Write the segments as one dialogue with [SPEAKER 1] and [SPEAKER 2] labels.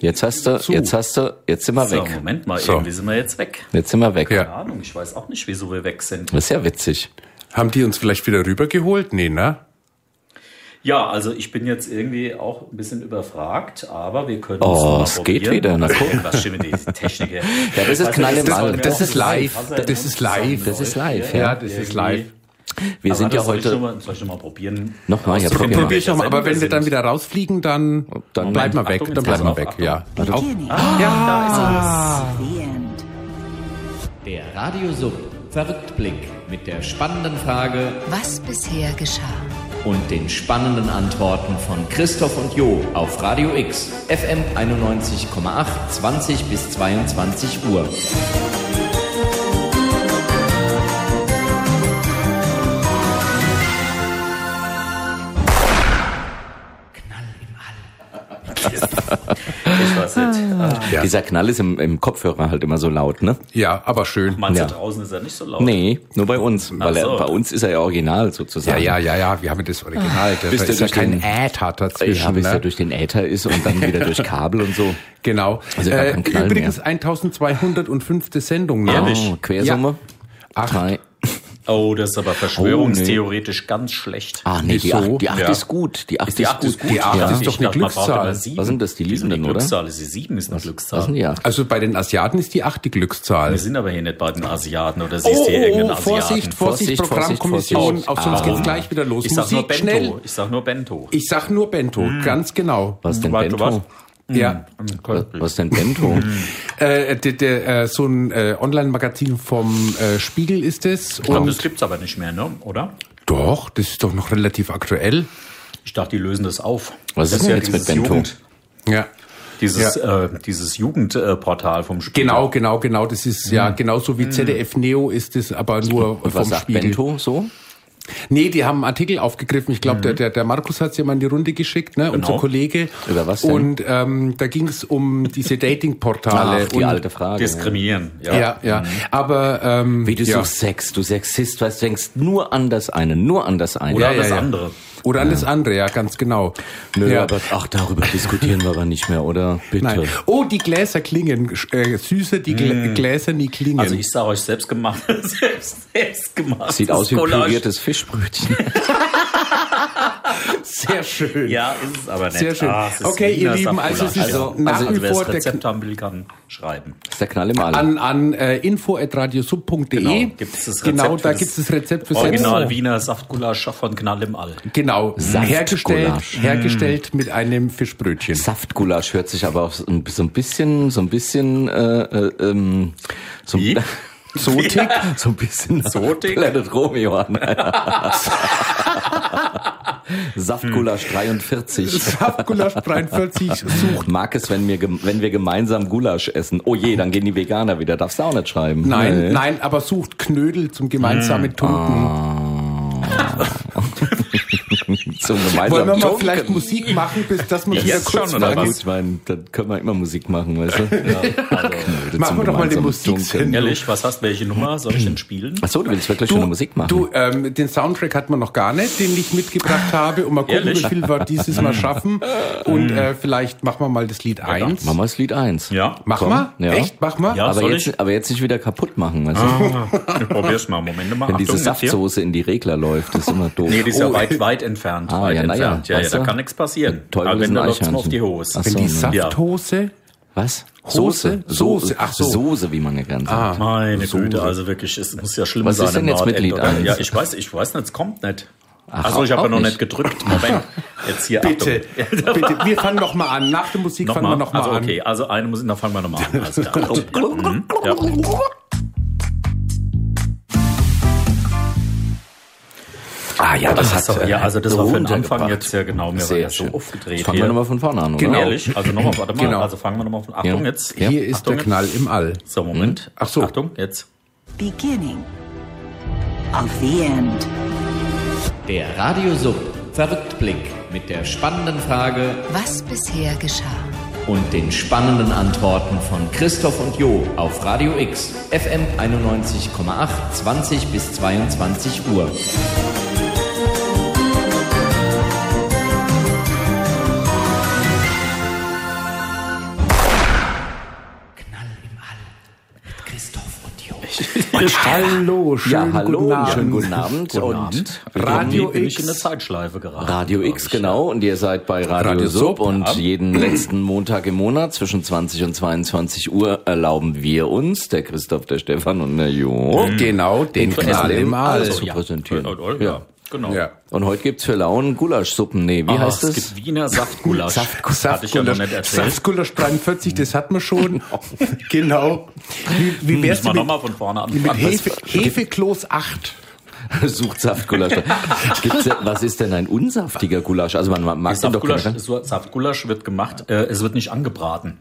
[SPEAKER 1] Jetzt hast du, jetzt hast du, jetzt sind wir
[SPEAKER 2] So,
[SPEAKER 1] weg.
[SPEAKER 2] Moment mal,
[SPEAKER 3] So.
[SPEAKER 2] irgendwie sind wir jetzt weg.
[SPEAKER 1] Jetzt sind wir weg.
[SPEAKER 3] Ja.
[SPEAKER 2] Keine Ahnung, ich weiß auch nicht, wieso wir weg sind.
[SPEAKER 1] Das ist ja witzig.
[SPEAKER 3] Haben die uns vielleicht wieder rübergeholt? Nee, ne?
[SPEAKER 2] Ja, also ich bin jetzt irgendwie auch ein bisschen überfragt, aber wir können
[SPEAKER 1] Oh,
[SPEAKER 2] es noch mal
[SPEAKER 1] es geht
[SPEAKER 2] probieren.
[SPEAKER 1] wieder, na guck.
[SPEAKER 2] Was stimmt mit die Technik her?
[SPEAKER 1] Ja, das ist
[SPEAKER 2] Also,
[SPEAKER 1] Knall im
[SPEAKER 2] soll
[SPEAKER 1] All.
[SPEAKER 2] mir
[SPEAKER 1] Das
[SPEAKER 2] auch
[SPEAKER 3] ist
[SPEAKER 2] so
[SPEAKER 3] live. Das
[SPEAKER 2] sein, Faser
[SPEAKER 3] ist live.
[SPEAKER 1] Das ist
[SPEAKER 2] zusammenläuft
[SPEAKER 1] live,
[SPEAKER 2] hier.
[SPEAKER 1] ja.
[SPEAKER 3] das
[SPEAKER 2] Irgendwie.
[SPEAKER 1] Wir
[SPEAKER 2] Aber
[SPEAKER 1] sind ja
[SPEAKER 2] das soll ich noch
[SPEAKER 1] heute,
[SPEAKER 2] mal- Soll ich noch mal probieren?
[SPEAKER 1] Nochmal, ja,
[SPEAKER 2] Auszufinden,
[SPEAKER 1] probier mal.
[SPEAKER 2] welcher
[SPEAKER 3] Probier ich nochmal, aber
[SPEAKER 2] Sender
[SPEAKER 3] wenn wir dann
[SPEAKER 2] sind.
[SPEAKER 3] wieder rausfliegen, dann,
[SPEAKER 1] Dann-
[SPEAKER 3] bleiben wir
[SPEAKER 2] Achtung,
[SPEAKER 3] weg.
[SPEAKER 2] jetzt
[SPEAKER 3] Dann bleiben wir
[SPEAKER 2] pass
[SPEAKER 3] weg,
[SPEAKER 2] auf,
[SPEAKER 3] ja. Auf,
[SPEAKER 4] The end.
[SPEAKER 5] Der Radio Sub verrückt Blick mit der spannenden Frage
[SPEAKER 4] Was bisher geschah.
[SPEAKER 5] und den spannenden Antworten von Christoph und Jo auf Radio X FM 91,8 20 bis 22 Uhr.
[SPEAKER 2] Ich weiß nicht.
[SPEAKER 1] Ah.
[SPEAKER 3] Ja.
[SPEAKER 1] dieser Knall ist im, im Kopfhörer halt immer so laut, ne?
[SPEAKER 3] ja, aber schön.
[SPEAKER 2] Meinst du,
[SPEAKER 1] Ja.
[SPEAKER 2] draußen ist er nicht so laut?
[SPEAKER 1] Nee, nur bei uns, weil
[SPEAKER 2] so.
[SPEAKER 1] er, bei uns ist er ja original
[SPEAKER 3] Ja,
[SPEAKER 1] sozusagen.
[SPEAKER 3] ja, ja, ja, wir haben das Original. Das
[SPEAKER 1] Ah. Bist du
[SPEAKER 3] ist ja
[SPEAKER 1] durch
[SPEAKER 3] kein
[SPEAKER 1] den-
[SPEAKER 3] Äther
[SPEAKER 1] Ja,
[SPEAKER 3] dazwischen.
[SPEAKER 1] bis er
[SPEAKER 3] ne?
[SPEAKER 1] durch den Äther ist und dann wieder durch Kabel und so.
[SPEAKER 3] Genau.
[SPEAKER 1] Also gar
[SPEAKER 3] äh,
[SPEAKER 1] kein Knall
[SPEAKER 3] übrigens
[SPEAKER 1] mehr.
[SPEAKER 3] 1205. Sendung. ne?
[SPEAKER 2] Ehrlich?
[SPEAKER 1] Oh, Quersumme.
[SPEAKER 3] Acht.
[SPEAKER 1] Drei.
[SPEAKER 2] Oh, das ist aber verschwörungstheoretisch ganz schlecht.
[SPEAKER 1] Ah, nee, die
[SPEAKER 3] Wieso?
[SPEAKER 1] acht, die acht
[SPEAKER 2] Ja.
[SPEAKER 1] ist gut. Die acht ist,
[SPEAKER 2] acht
[SPEAKER 1] gut.
[SPEAKER 3] Die acht
[SPEAKER 1] ja.
[SPEAKER 3] ist doch eine Glückszahl.
[SPEAKER 1] Was sind das, die Liebenden,
[SPEAKER 2] die
[SPEAKER 1] oder?
[SPEAKER 2] Glückszahl ist die sieben, ist eine Glückszahl.
[SPEAKER 1] Was denn die acht?
[SPEAKER 3] Also bei den Asiaten ist die 8 die Glückszahl. Oh,
[SPEAKER 2] Wir sind aber hier nicht bei den Asiaten oder siehst du hier irgendeinen Asiaten?
[SPEAKER 3] Vorsicht, Vorsicht,
[SPEAKER 1] Vorsicht,
[SPEAKER 3] Programmkommission.
[SPEAKER 1] Vorsicht, Ah. Vorsicht.
[SPEAKER 3] Auch sonst
[SPEAKER 1] Warum?
[SPEAKER 3] geht's gleich wieder los.
[SPEAKER 2] Ich sag nur
[SPEAKER 3] Musik
[SPEAKER 2] Bento.
[SPEAKER 3] schnell.
[SPEAKER 2] Ich sag nur Bento.
[SPEAKER 3] Ich sag nur Bento, ganz genau.
[SPEAKER 1] Hm. Was Hm. denn
[SPEAKER 2] Warte,
[SPEAKER 1] Bento?
[SPEAKER 3] Ja,
[SPEAKER 1] Was, was denn Bento?
[SPEAKER 3] äh, der, der, äh, so ein äh, Online-Magazin vom äh, Spiegel ist es.
[SPEAKER 2] Ich glaube, das
[SPEAKER 3] Und
[SPEAKER 2] gibt's aber nicht mehr, ne? Oder?
[SPEAKER 3] doch, das ist doch noch relativ aktuell.
[SPEAKER 2] Ich dachte, die lösen das auf.
[SPEAKER 1] Was
[SPEAKER 2] Das
[SPEAKER 1] ist denn
[SPEAKER 2] ja
[SPEAKER 1] jetzt mit
[SPEAKER 2] dieses
[SPEAKER 1] Bento?
[SPEAKER 2] Jugend,
[SPEAKER 3] Ja.
[SPEAKER 2] dieses äh, dieses Jugendportal vom Spiel.
[SPEAKER 3] Genau, genau, genau. Das ist ja
[SPEAKER 1] Hm.
[SPEAKER 3] genauso wie ZDF Neo ist es, aber nur
[SPEAKER 1] Und was
[SPEAKER 3] vom
[SPEAKER 1] sagt
[SPEAKER 3] Spiegel.
[SPEAKER 1] Bento so?
[SPEAKER 3] Nee, die haben einen Artikel aufgegriffen. Ich glaube,
[SPEAKER 1] Hm.
[SPEAKER 3] der, der, der Markus hat's ja mal in die Runde geschickt, ne? Unser Kollege.
[SPEAKER 1] Genau. Über was denn?
[SPEAKER 3] Und ähm, da ging's um diese Dating-Portale.
[SPEAKER 1] Ach, die
[SPEAKER 3] und-
[SPEAKER 1] alte Frage.
[SPEAKER 2] Diskriminieren. Ja. Genau
[SPEAKER 3] Ja, ja. Aber ähm,
[SPEAKER 1] Wie du
[SPEAKER 3] ja.
[SPEAKER 1] suchst Sex, du Sexist, was denkst nur an das eine, nur an das eine.
[SPEAKER 2] Oder
[SPEAKER 3] Ja, ja,
[SPEAKER 2] das
[SPEAKER 3] ja.
[SPEAKER 2] andere.
[SPEAKER 3] Oder an das andere, ja, ganz genau.
[SPEAKER 1] Nö,
[SPEAKER 3] ja.
[SPEAKER 1] aber ach, darüber diskutieren wir aber nicht mehr, oder? Bitte.
[SPEAKER 3] Nein. Oh, die Gläser klingen. Äh, süßer, die Glä- Gläser nie klingen.
[SPEAKER 2] Mm. Also ich sage euch selbstgemacht, selbst, selbstgemacht.
[SPEAKER 1] Sieht aus wie ein
[SPEAKER 2] Collage.
[SPEAKER 1] püriertes Fischbrötchen.
[SPEAKER 3] Sehr schön.
[SPEAKER 2] Ja, ist es aber nicht.
[SPEAKER 3] Sehr schön.
[SPEAKER 2] Ah, es ist
[SPEAKER 3] Okay,
[SPEAKER 2] wie
[SPEAKER 3] ihr
[SPEAKER 2] eine
[SPEAKER 3] Lieben, also es ist
[SPEAKER 2] Saftcollage.
[SPEAKER 3] nach
[SPEAKER 2] also,
[SPEAKER 3] wie
[SPEAKER 2] also, wer
[SPEAKER 3] vor
[SPEAKER 2] das
[SPEAKER 3] der-
[SPEAKER 2] Rezept haben will, kann schreiben.
[SPEAKER 1] Das ist der Knall im All.
[SPEAKER 3] An, an äh, info.radiosub.de.
[SPEAKER 1] E?
[SPEAKER 2] Genau, gibt's das Rezept
[SPEAKER 3] genau
[SPEAKER 2] für
[SPEAKER 3] da
[SPEAKER 2] das
[SPEAKER 3] gibt es das Rezept für
[SPEAKER 2] Original
[SPEAKER 3] Senf.
[SPEAKER 2] Wiener Saftgulasch von Knall im All.
[SPEAKER 3] Genau, hergestellt,
[SPEAKER 2] Mm.
[SPEAKER 1] Saftgulasch.
[SPEAKER 3] hergestellt mit einem Fischbrötchen.
[SPEAKER 1] Saftgulasch hört sich aber auch so ein so ein bisschen, so ein bisschen, äh, äh, ähm, so
[SPEAKER 2] Wie?
[SPEAKER 1] Zotik, so ein bisschen
[SPEAKER 2] Zotik?
[SPEAKER 1] Planet Romeo an. Saftgulasch
[SPEAKER 3] Hm.
[SPEAKER 1] 43.
[SPEAKER 3] Saftgulasch 43 sucht.
[SPEAKER 1] Mag es, wenn wir, gem- wenn wir gemeinsam Gulasch essen. Oh je, dann gehen die Veganer wieder. Darfst du auch nicht schreiben.
[SPEAKER 3] Nein,
[SPEAKER 1] Nee.
[SPEAKER 3] nein, aber sucht Knödel zum
[SPEAKER 2] Mm.
[SPEAKER 3] gemeinsamen Tunken.
[SPEAKER 2] Ah.
[SPEAKER 1] Zum gemeinsamen
[SPEAKER 3] Wollen wir mal
[SPEAKER 1] Tunken.
[SPEAKER 3] vielleicht Musik machen, bis das mal
[SPEAKER 2] Jetzt
[SPEAKER 3] wieder
[SPEAKER 2] schon,
[SPEAKER 3] kurz
[SPEAKER 2] oder
[SPEAKER 3] lang
[SPEAKER 1] Ja, gut,
[SPEAKER 3] ist?
[SPEAKER 1] ich meine, dann können wir immer Musik machen, weißt du?
[SPEAKER 2] also
[SPEAKER 1] Knödel zum
[SPEAKER 3] Machen wir doch mal eine
[SPEAKER 1] gemeinsamen
[SPEAKER 3] Musiksendung.
[SPEAKER 1] Tunken.
[SPEAKER 2] Ehrlich, was hast welche Nummer? Soll ich denn spielen?
[SPEAKER 1] Ach so, du willst wirklich schon eine Musik machen?
[SPEAKER 3] Du, ähm, den Soundtrack hat man noch gar nicht, den ich mitgebracht habe. Und mal gucken,
[SPEAKER 2] Ehrlich?
[SPEAKER 3] wie viel wir dieses Mal schaffen. Und äh, vielleicht machen wir mal das Lied eins.
[SPEAKER 1] Mm. Machen wir das Lied eins.
[SPEAKER 2] Ja,
[SPEAKER 3] Machen wir?
[SPEAKER 1] Ja.
[SPEAKER 3] Echt? Machen wir?
[SPEAKER 2] Ja.
[SPEAKER 1] aber,
[SPEAKER 2] soll
[SPEAKER 1] jetzt,
[SPEAKER 2] ich?
[SPEAKER 1] aber jetzt nicht wieder kaputt machen, weißt du?
[SPEAKER 2] ich probier's mal. Moment mal.
[SPEAKER 1] Wenn diese
[SPEAKER 2] Achtung, jetzt hier.
[SPEAKER 1] Saftsoße in die Regler läuft, ist immer doof.
[SPEAKER 2] Nee, die ist ja
[SPEAKER 1] Oh,
[SPEAKER 2] weit, weit entfernt.
[SPEAKER 1] Ah,
[SPEAKER 2] weit
[SPEAKER 1] ja, na ja,
[SPEAKER 2] entfernt. Ja, ja,
[SPEAKER 1] weißt
[SPEAKER 2] da
[SPEAKER 1] du?
[SPEAKER 2] kann nichts passieren.
[SPEAKER 1] Der Teufel
[SPEAKER 2] Aber
[SPEAKER 1] ist
[SPEAKER 2] wenn,
[SPEAKER 1] ein
[SPEAKER 2] dann läuft's mal auf
[SPEAKER 1] Eichhörnchen.
[SPEAKER 2] die Hose.
[SPEAKER 1] Ach
[SPEAKER 3] Wenn
[SPEAKER 1] so,
[SPEAKER 3] die
[SPEAKER 1] ne?
[SPEAKER 3] Safthose,
[SPEAKER 1] Oh, Was?
[SPEAKER 3] Soße?
[SPEAKER 1] Soße,
[SPEAKER 3] Soße, ach so.
[SPEAKER 1] Soße, wie man ja gerne sagt.
[SPEAKER 2] Meine Güte, also wirklich, es muss ja schlimm
[SPEAKER 1] Was
[SPEAKER 2] sein.
[SPEAKER 1] ist denn
[SPEAKER 2] im
[SPEAKER 1] jetzt mit
[SPEAKER 2] Nordend,
[SPEAKER 1] Lied
[SPEAKER 2] oder?
[SPEAKER 1] eins?
[SPEAKER 2] Ja, ich weiß, ich weiß nicht, es kommt nicht.
[SPEAKER 1] Ach,
[SPEAKER 2] Achso, ich habe
[SPEAKER 1] auch
[SPEAKER 2] ja noch
[SPEAKER 1] nicht.
[SPEAKER 2] nicht gedrückt. Moment, jetzt hier,
[SPEAKER 3] bitte,
[SPEAKER 2] Achtung.
[SPEAKER 3] bitte. Wir fangen noch mal an. Nach der Musik fangen wir
[SPEAKER 2] Nochmal,
[SPEAKER 3] noch mal
[SPEAKER 2] also
[SPEAKER 3] an.
[SPEAKER 2] okay, also eine Musik, dann fangen wir nochmal an. Alles klar. Mhm, ja.
[SPEAKER 1] Ah ja, das
[SPEAKER 2] Ach so, ja, also das war für den Anfang
[SPEAKER 1] runtergebracht.
[SPEAKER 2] jetzt ja genau, mir war
[SPEAKER 1] Sehr
[SPEAKER 2] ja so
[SPEAKER 1] schön.
[SPEAKER 2] aufgedreht
[SPEAKER 1] Fangen wir
[SPEAKER 2] hier.
[SPEAKER 1] nochmal von vorne an, oder?
[SPEAKER 3] Genau.
[SPEAKER 2] Ehrlich, also nochmal, warte mal,
[SPEAKER 3] Genau.
[SPEAKER 2] also fangen wir nochmal von Achtung
[SPEAKER 1] Ja.
[SPEAKER 2] jetzt.
[SPEAKER 1] Ja.
[SPEAKER 3] Hier ist
[SPEAKER 2] Achtung,
[SPEAKER 3] der Knall im All.
[SPEAKER 2] So, Moment.
[SPEAKER 3] Ach so.
[SPEAKER 2] Achtung, jetzt.
[SPEAKER 4] Beginning of the end.
[SPEAKER 5] Der Radio Sub verrückt Blick mit der spannenden Frage
[SPEAKER 4] Was bisher geschah.
[SPEAKER 5] und den spannenden Antworten von Christoph und Jo auf Radio X FM 91,8 20 bis 22 Uhr.
[SPEAKER 3] Hallo, schönen
[SPEAKER 1] Ja, hallo,
[SPEAKER 3] guten Abend.
[SPEAKER 1] schönen guten Abend.
[SPEAKER 3] Guten
[SPEAKER 1] und
[SPEAKER 3] Abend.
[SPEAKER 2] Radio
[SPEAKER 3] Radio
[SPEAKER 2] bin ich in der
[SPEAKER 3] X.
[SPEAKER 2] Zeitschleife geraten.
[SPEAKER 1] Radio
[SPEAKER 2] glaub
[SPEAKER 1] X,
[SPEAKER 2] ich.
[SPEAKER 1] genau. Und ihr seid bei Radio,
[SPEAKER 3] Radio
[SPEAKER 1] Sub.
[SPEAKER 3] Sub,
[SPEAKER 1] Und
[SPEAKER 2] ja.
[SPEAKER 1] jeden letzten Montag im Monat zwischen 20 und 22 Uhr erlauben wir uns, der Christoph, der Stefan und der Jo,
[SPEAKER 3] Genau, den
[SPEAKER 1] Knall
[SPEAKER 3] Knall
[SPEAKER 1] im
[SPEAKER 3] im All.
[SPEAKER 1] All.
[SPEAKER 2] Also,
[SPEAKER 1] zu
[SPEAKER 2] ja.
[SPEAKER 1] präsentieren.
[SPEAKER 2] Ja, ja,
[SPEAKER 1] Ja.
[SPEAKER 2] genau.
[SPEAKER 3] Ja.
[SPEAKER 1] Und heute gibt's für Launen Gulaschsuppen. Nee, wie
[SPEAKER 2] Ah,
[SPEAKER 1] heißt
[SPEAKER 2] es
[SPEAKER 1] es?
[SPEAKER 2] gibt Wiener Saftgulasch.
[SPEAKER 3] Saftgulasch,
[SPEAKER 2] Hatte ich ja noch
[SPEAKER 3] Saftgulasch,
[SPEAKER 2] nicht erzählt.
[SPEAKER 3] Saftgulasch 43, das hat man schon. genau. Wie, wie wär's
[SPEAKER 2] Hm, Müssen wir
[SPEAKER 3] denn mit,
[SPEAKER 2] nochmal von vorne
[SPEAKER 3] mit
[SPEAKER 2] anfangen.
[SPEAKER 3] Hefe, Hefeklos 8?
[SPEAKER 1] Sucht Saftgulasch. Gibt's, denn- was ist denn ein unsaftiger Gulasch? Also man mag den doch
[SPEAKER 2] Saftgulasch,
[SPEAKER 1] gerne,
[SPEAKER 2] so- Saftgulasch wird gemacht, äh, es wird nicht angebraten.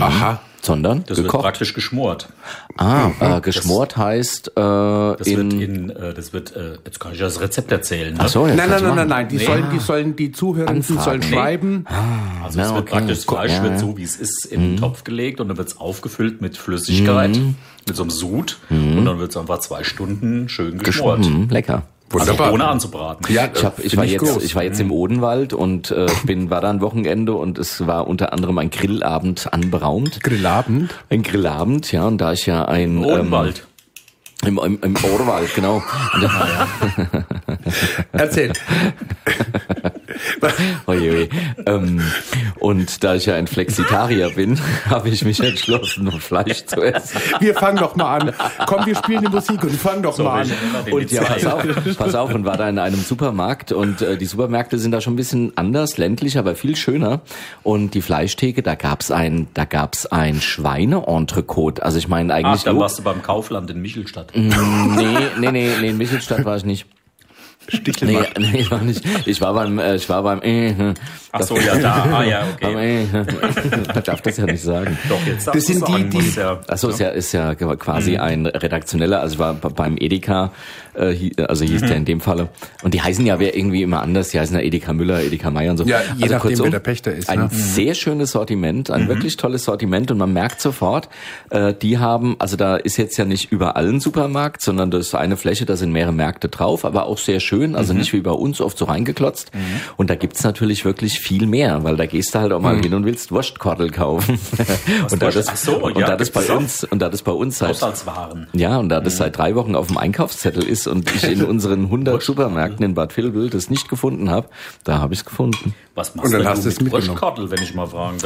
[SPEAKER 3] Aha.
[SPEAKER 1] sondern
[SPEAKER 2] Das wird
[SPEAKER 1] gekocht.
[SPEAKER 2] praktisch geschmort.
[SPEAKER 1] Ah, äh, geschmort heißt äh,
[SPEAKER 2] Das
[SPEAKER 1] in...
[SPEAKER 2] wird in, äh, das wird, äh, jetzt kann ich das Rezept erzählen. Ne?
[SPEAKER 1] Ach so, jetzt
[SPEAKER 3] Nein,
[SPEAKER 1] kannst
[SPEAKER 3] nein,
[SPEAKER 1] du
[SPEAKER 3] nein, nein,
[SPEAKER 1] machen.
[SPEAKER 3] nein. Die sollen, die sollen, die Zuhörenden
[SPEAKER 1] Anfragen.
[SPEAKER 3] sollen
[SPEAKER 1] Nee.
[SPEAKER 3] schreiben.
[SPEAKER 2] Also
[SPEAKER 1] Na,
[SPEAKER 2] es wird
[SPEAKER 1] okay.
[SPEAKER 2] praktisch, das
[SPEAKER 1] Guck,
[SPEAKER 2] Fleisch
[SPEAKER 1] ja, Mhm. ja.
[SPEAKER 2] wird so, wie es ist, in den Topf gelegt und dann wird es aufgefüllt mit Flüssigkeit,
[SPEAKER 1] Mhm.
[SPEAKER 2] mit so einem Sud und dann wird es einfach zwei Stunden schön geschmort.
[SPEAKER 1] Hm, lecker.
[SPEAKER 2] Also
[SPEAKER 3] Wunderbar.
[SPEAKER 2] ohne anzubraten.
[SPEAKER 3] Ja,
[SPEAKER 1] Ich, hab, ich,
[SPEAKER 3] find
[SPEAKER 1] war jetzt,
[SPEAKER 3] groß.
[SPEAKER 1] ich war jetzt im Odenwald und äh, bin, war da ein Wochenende und es war unter anderem ein Grillabend anberaumt.
[SPEAKER 3] Grillabend.
[SPEAKER 1] Ein Grillabend, ja, und da ich ja ein...
[SPEAKER 2] Odenwald.
[SPEAKER 1] Ähm, im, im, Im Odenwald, genau. Und da-
[SPEAKER 3] Erzähl.
[SPEAKER 1] Oje, oje. ähm, und da ich ja ein Flexitarier bin, habe ich mich entschlossen, nur Fleisch zu essen.
[SPEAKER 3] Wir fangen doch mal an. Komm, wir spielen die Musik und fangen doch mal an.
[SPEAKER 1] Und ja,
[SPEAKER 3] also
[SPEAKER 1] pass auf, pass auf, und war da in einem Supermarkt und äh, die Supermärkte sind da schon ein bisschen anders, ländlich, aber viel schöner. Und die Fleischtheke, da gab's ein, da gab's ein Schweineentrecôte. Also ich meine
[SPEAKER 2] Ach,
[SPEAKER 1] eigentlich
[SPEAKER 2] dann
[SPEAKER 1] nur-
[SPEAKER 2] warst du beim Kaufland in Michelstadt.
[SPEAKER 1] Mhm. nee, nee, nee, nee, in Michelstadt war ich nicht. Nee, nee, ich war nicht. Ich war beim, äh, ich war beim. Äh, äh,
[SPEAKER 2] Ach so, ja, da. Ah, ja,
[SPEAKER 1] beim
[SPEAKER 2] okay.
[SPEAKER 1] äh, äh. Man darf das ja nicht sagen.
[SPEAKER 2] Doch, jetzt darfst
[SPEAKER 3] Das sind
[SPEAKER 2] du's
[SPEAKER 3] die,
[SPEAKER 2] sagen,
[SPEAKER 3] die-
[SPEAKER 2] muss ja-
[SPEAKER 1] Achso, ist ja, ist ja quasi ein redaktioneller, also war be- beim Edeka, äh, hi- also hieß der in dem Falle. Und die heißen ja wer irgendwie immer anders, die heißen ja Edeka Müller, Edeka Meier und so. Also
[SPEAKER 3] Ja, je nachdem,
[SPEAKER 1] kurzum,
[SPEAKER 3] wer der Pächter ist,
[SPEAKER 1] Ein
[SPEAKER 3] ne?
[SPEAKER 2] Mhm.
[SPEAKER 1] sehr schönes Sortiment, ein wirklich tolles Sortiment und man merkt sofort, äh, die haben, also da ist jetzt ja nicht überall ein Supermarkt, sondern das ist eine Fläche, da sind mehrere Märkte drauf, aber auch sehr schön,
[SPEAKER 2] Mhm.
[SPEAKER 1] also nicht wie bei uns oft so reingeklotzt. Und da gibt's natürlich wirklich viel mehr, weil da gehst du halt auch mal hin und willst Wurstkortel kaufen. und da
[SPEAKER 2] Wurst-
[SPEAKER 1] das,
[SPEAKER 2] Mhm. Ach so,
[SPEAKER 1] und
[SPEAKER 2] ja,
[SPEAKER 1] da das
[SPEAKER 2] gibt's
[SPEAKER 1] bei
[SPEAKER 2] auch. Mhm.
[SPEAKER 1] uns und da das bei uns seit
[SPEAKER 2] Haushaltswaren.
[SPEAKER 1] ja, und da das seit drei Wochen auf dem Einkaufszettel ist und ich in unseren 100 Supermärkten in Bad Vilbel das nicht gefunden habe, da habe ich es gefunden.
[SPEAKER 2] Was
[SPEAKER 3] Und
[SPEAKER 2] machst
[SPEAKER 3] dann
[SPEAKER 2] denn
[SPEAKER 3] hast
[SPEAKER 2] du
[SPEAKER 3] du es
[SPEAKER 2] mit
[SPEAKER 3] mitgenommen.
[SPEAKER 2] Wurstkartel, wenn ich mal fragen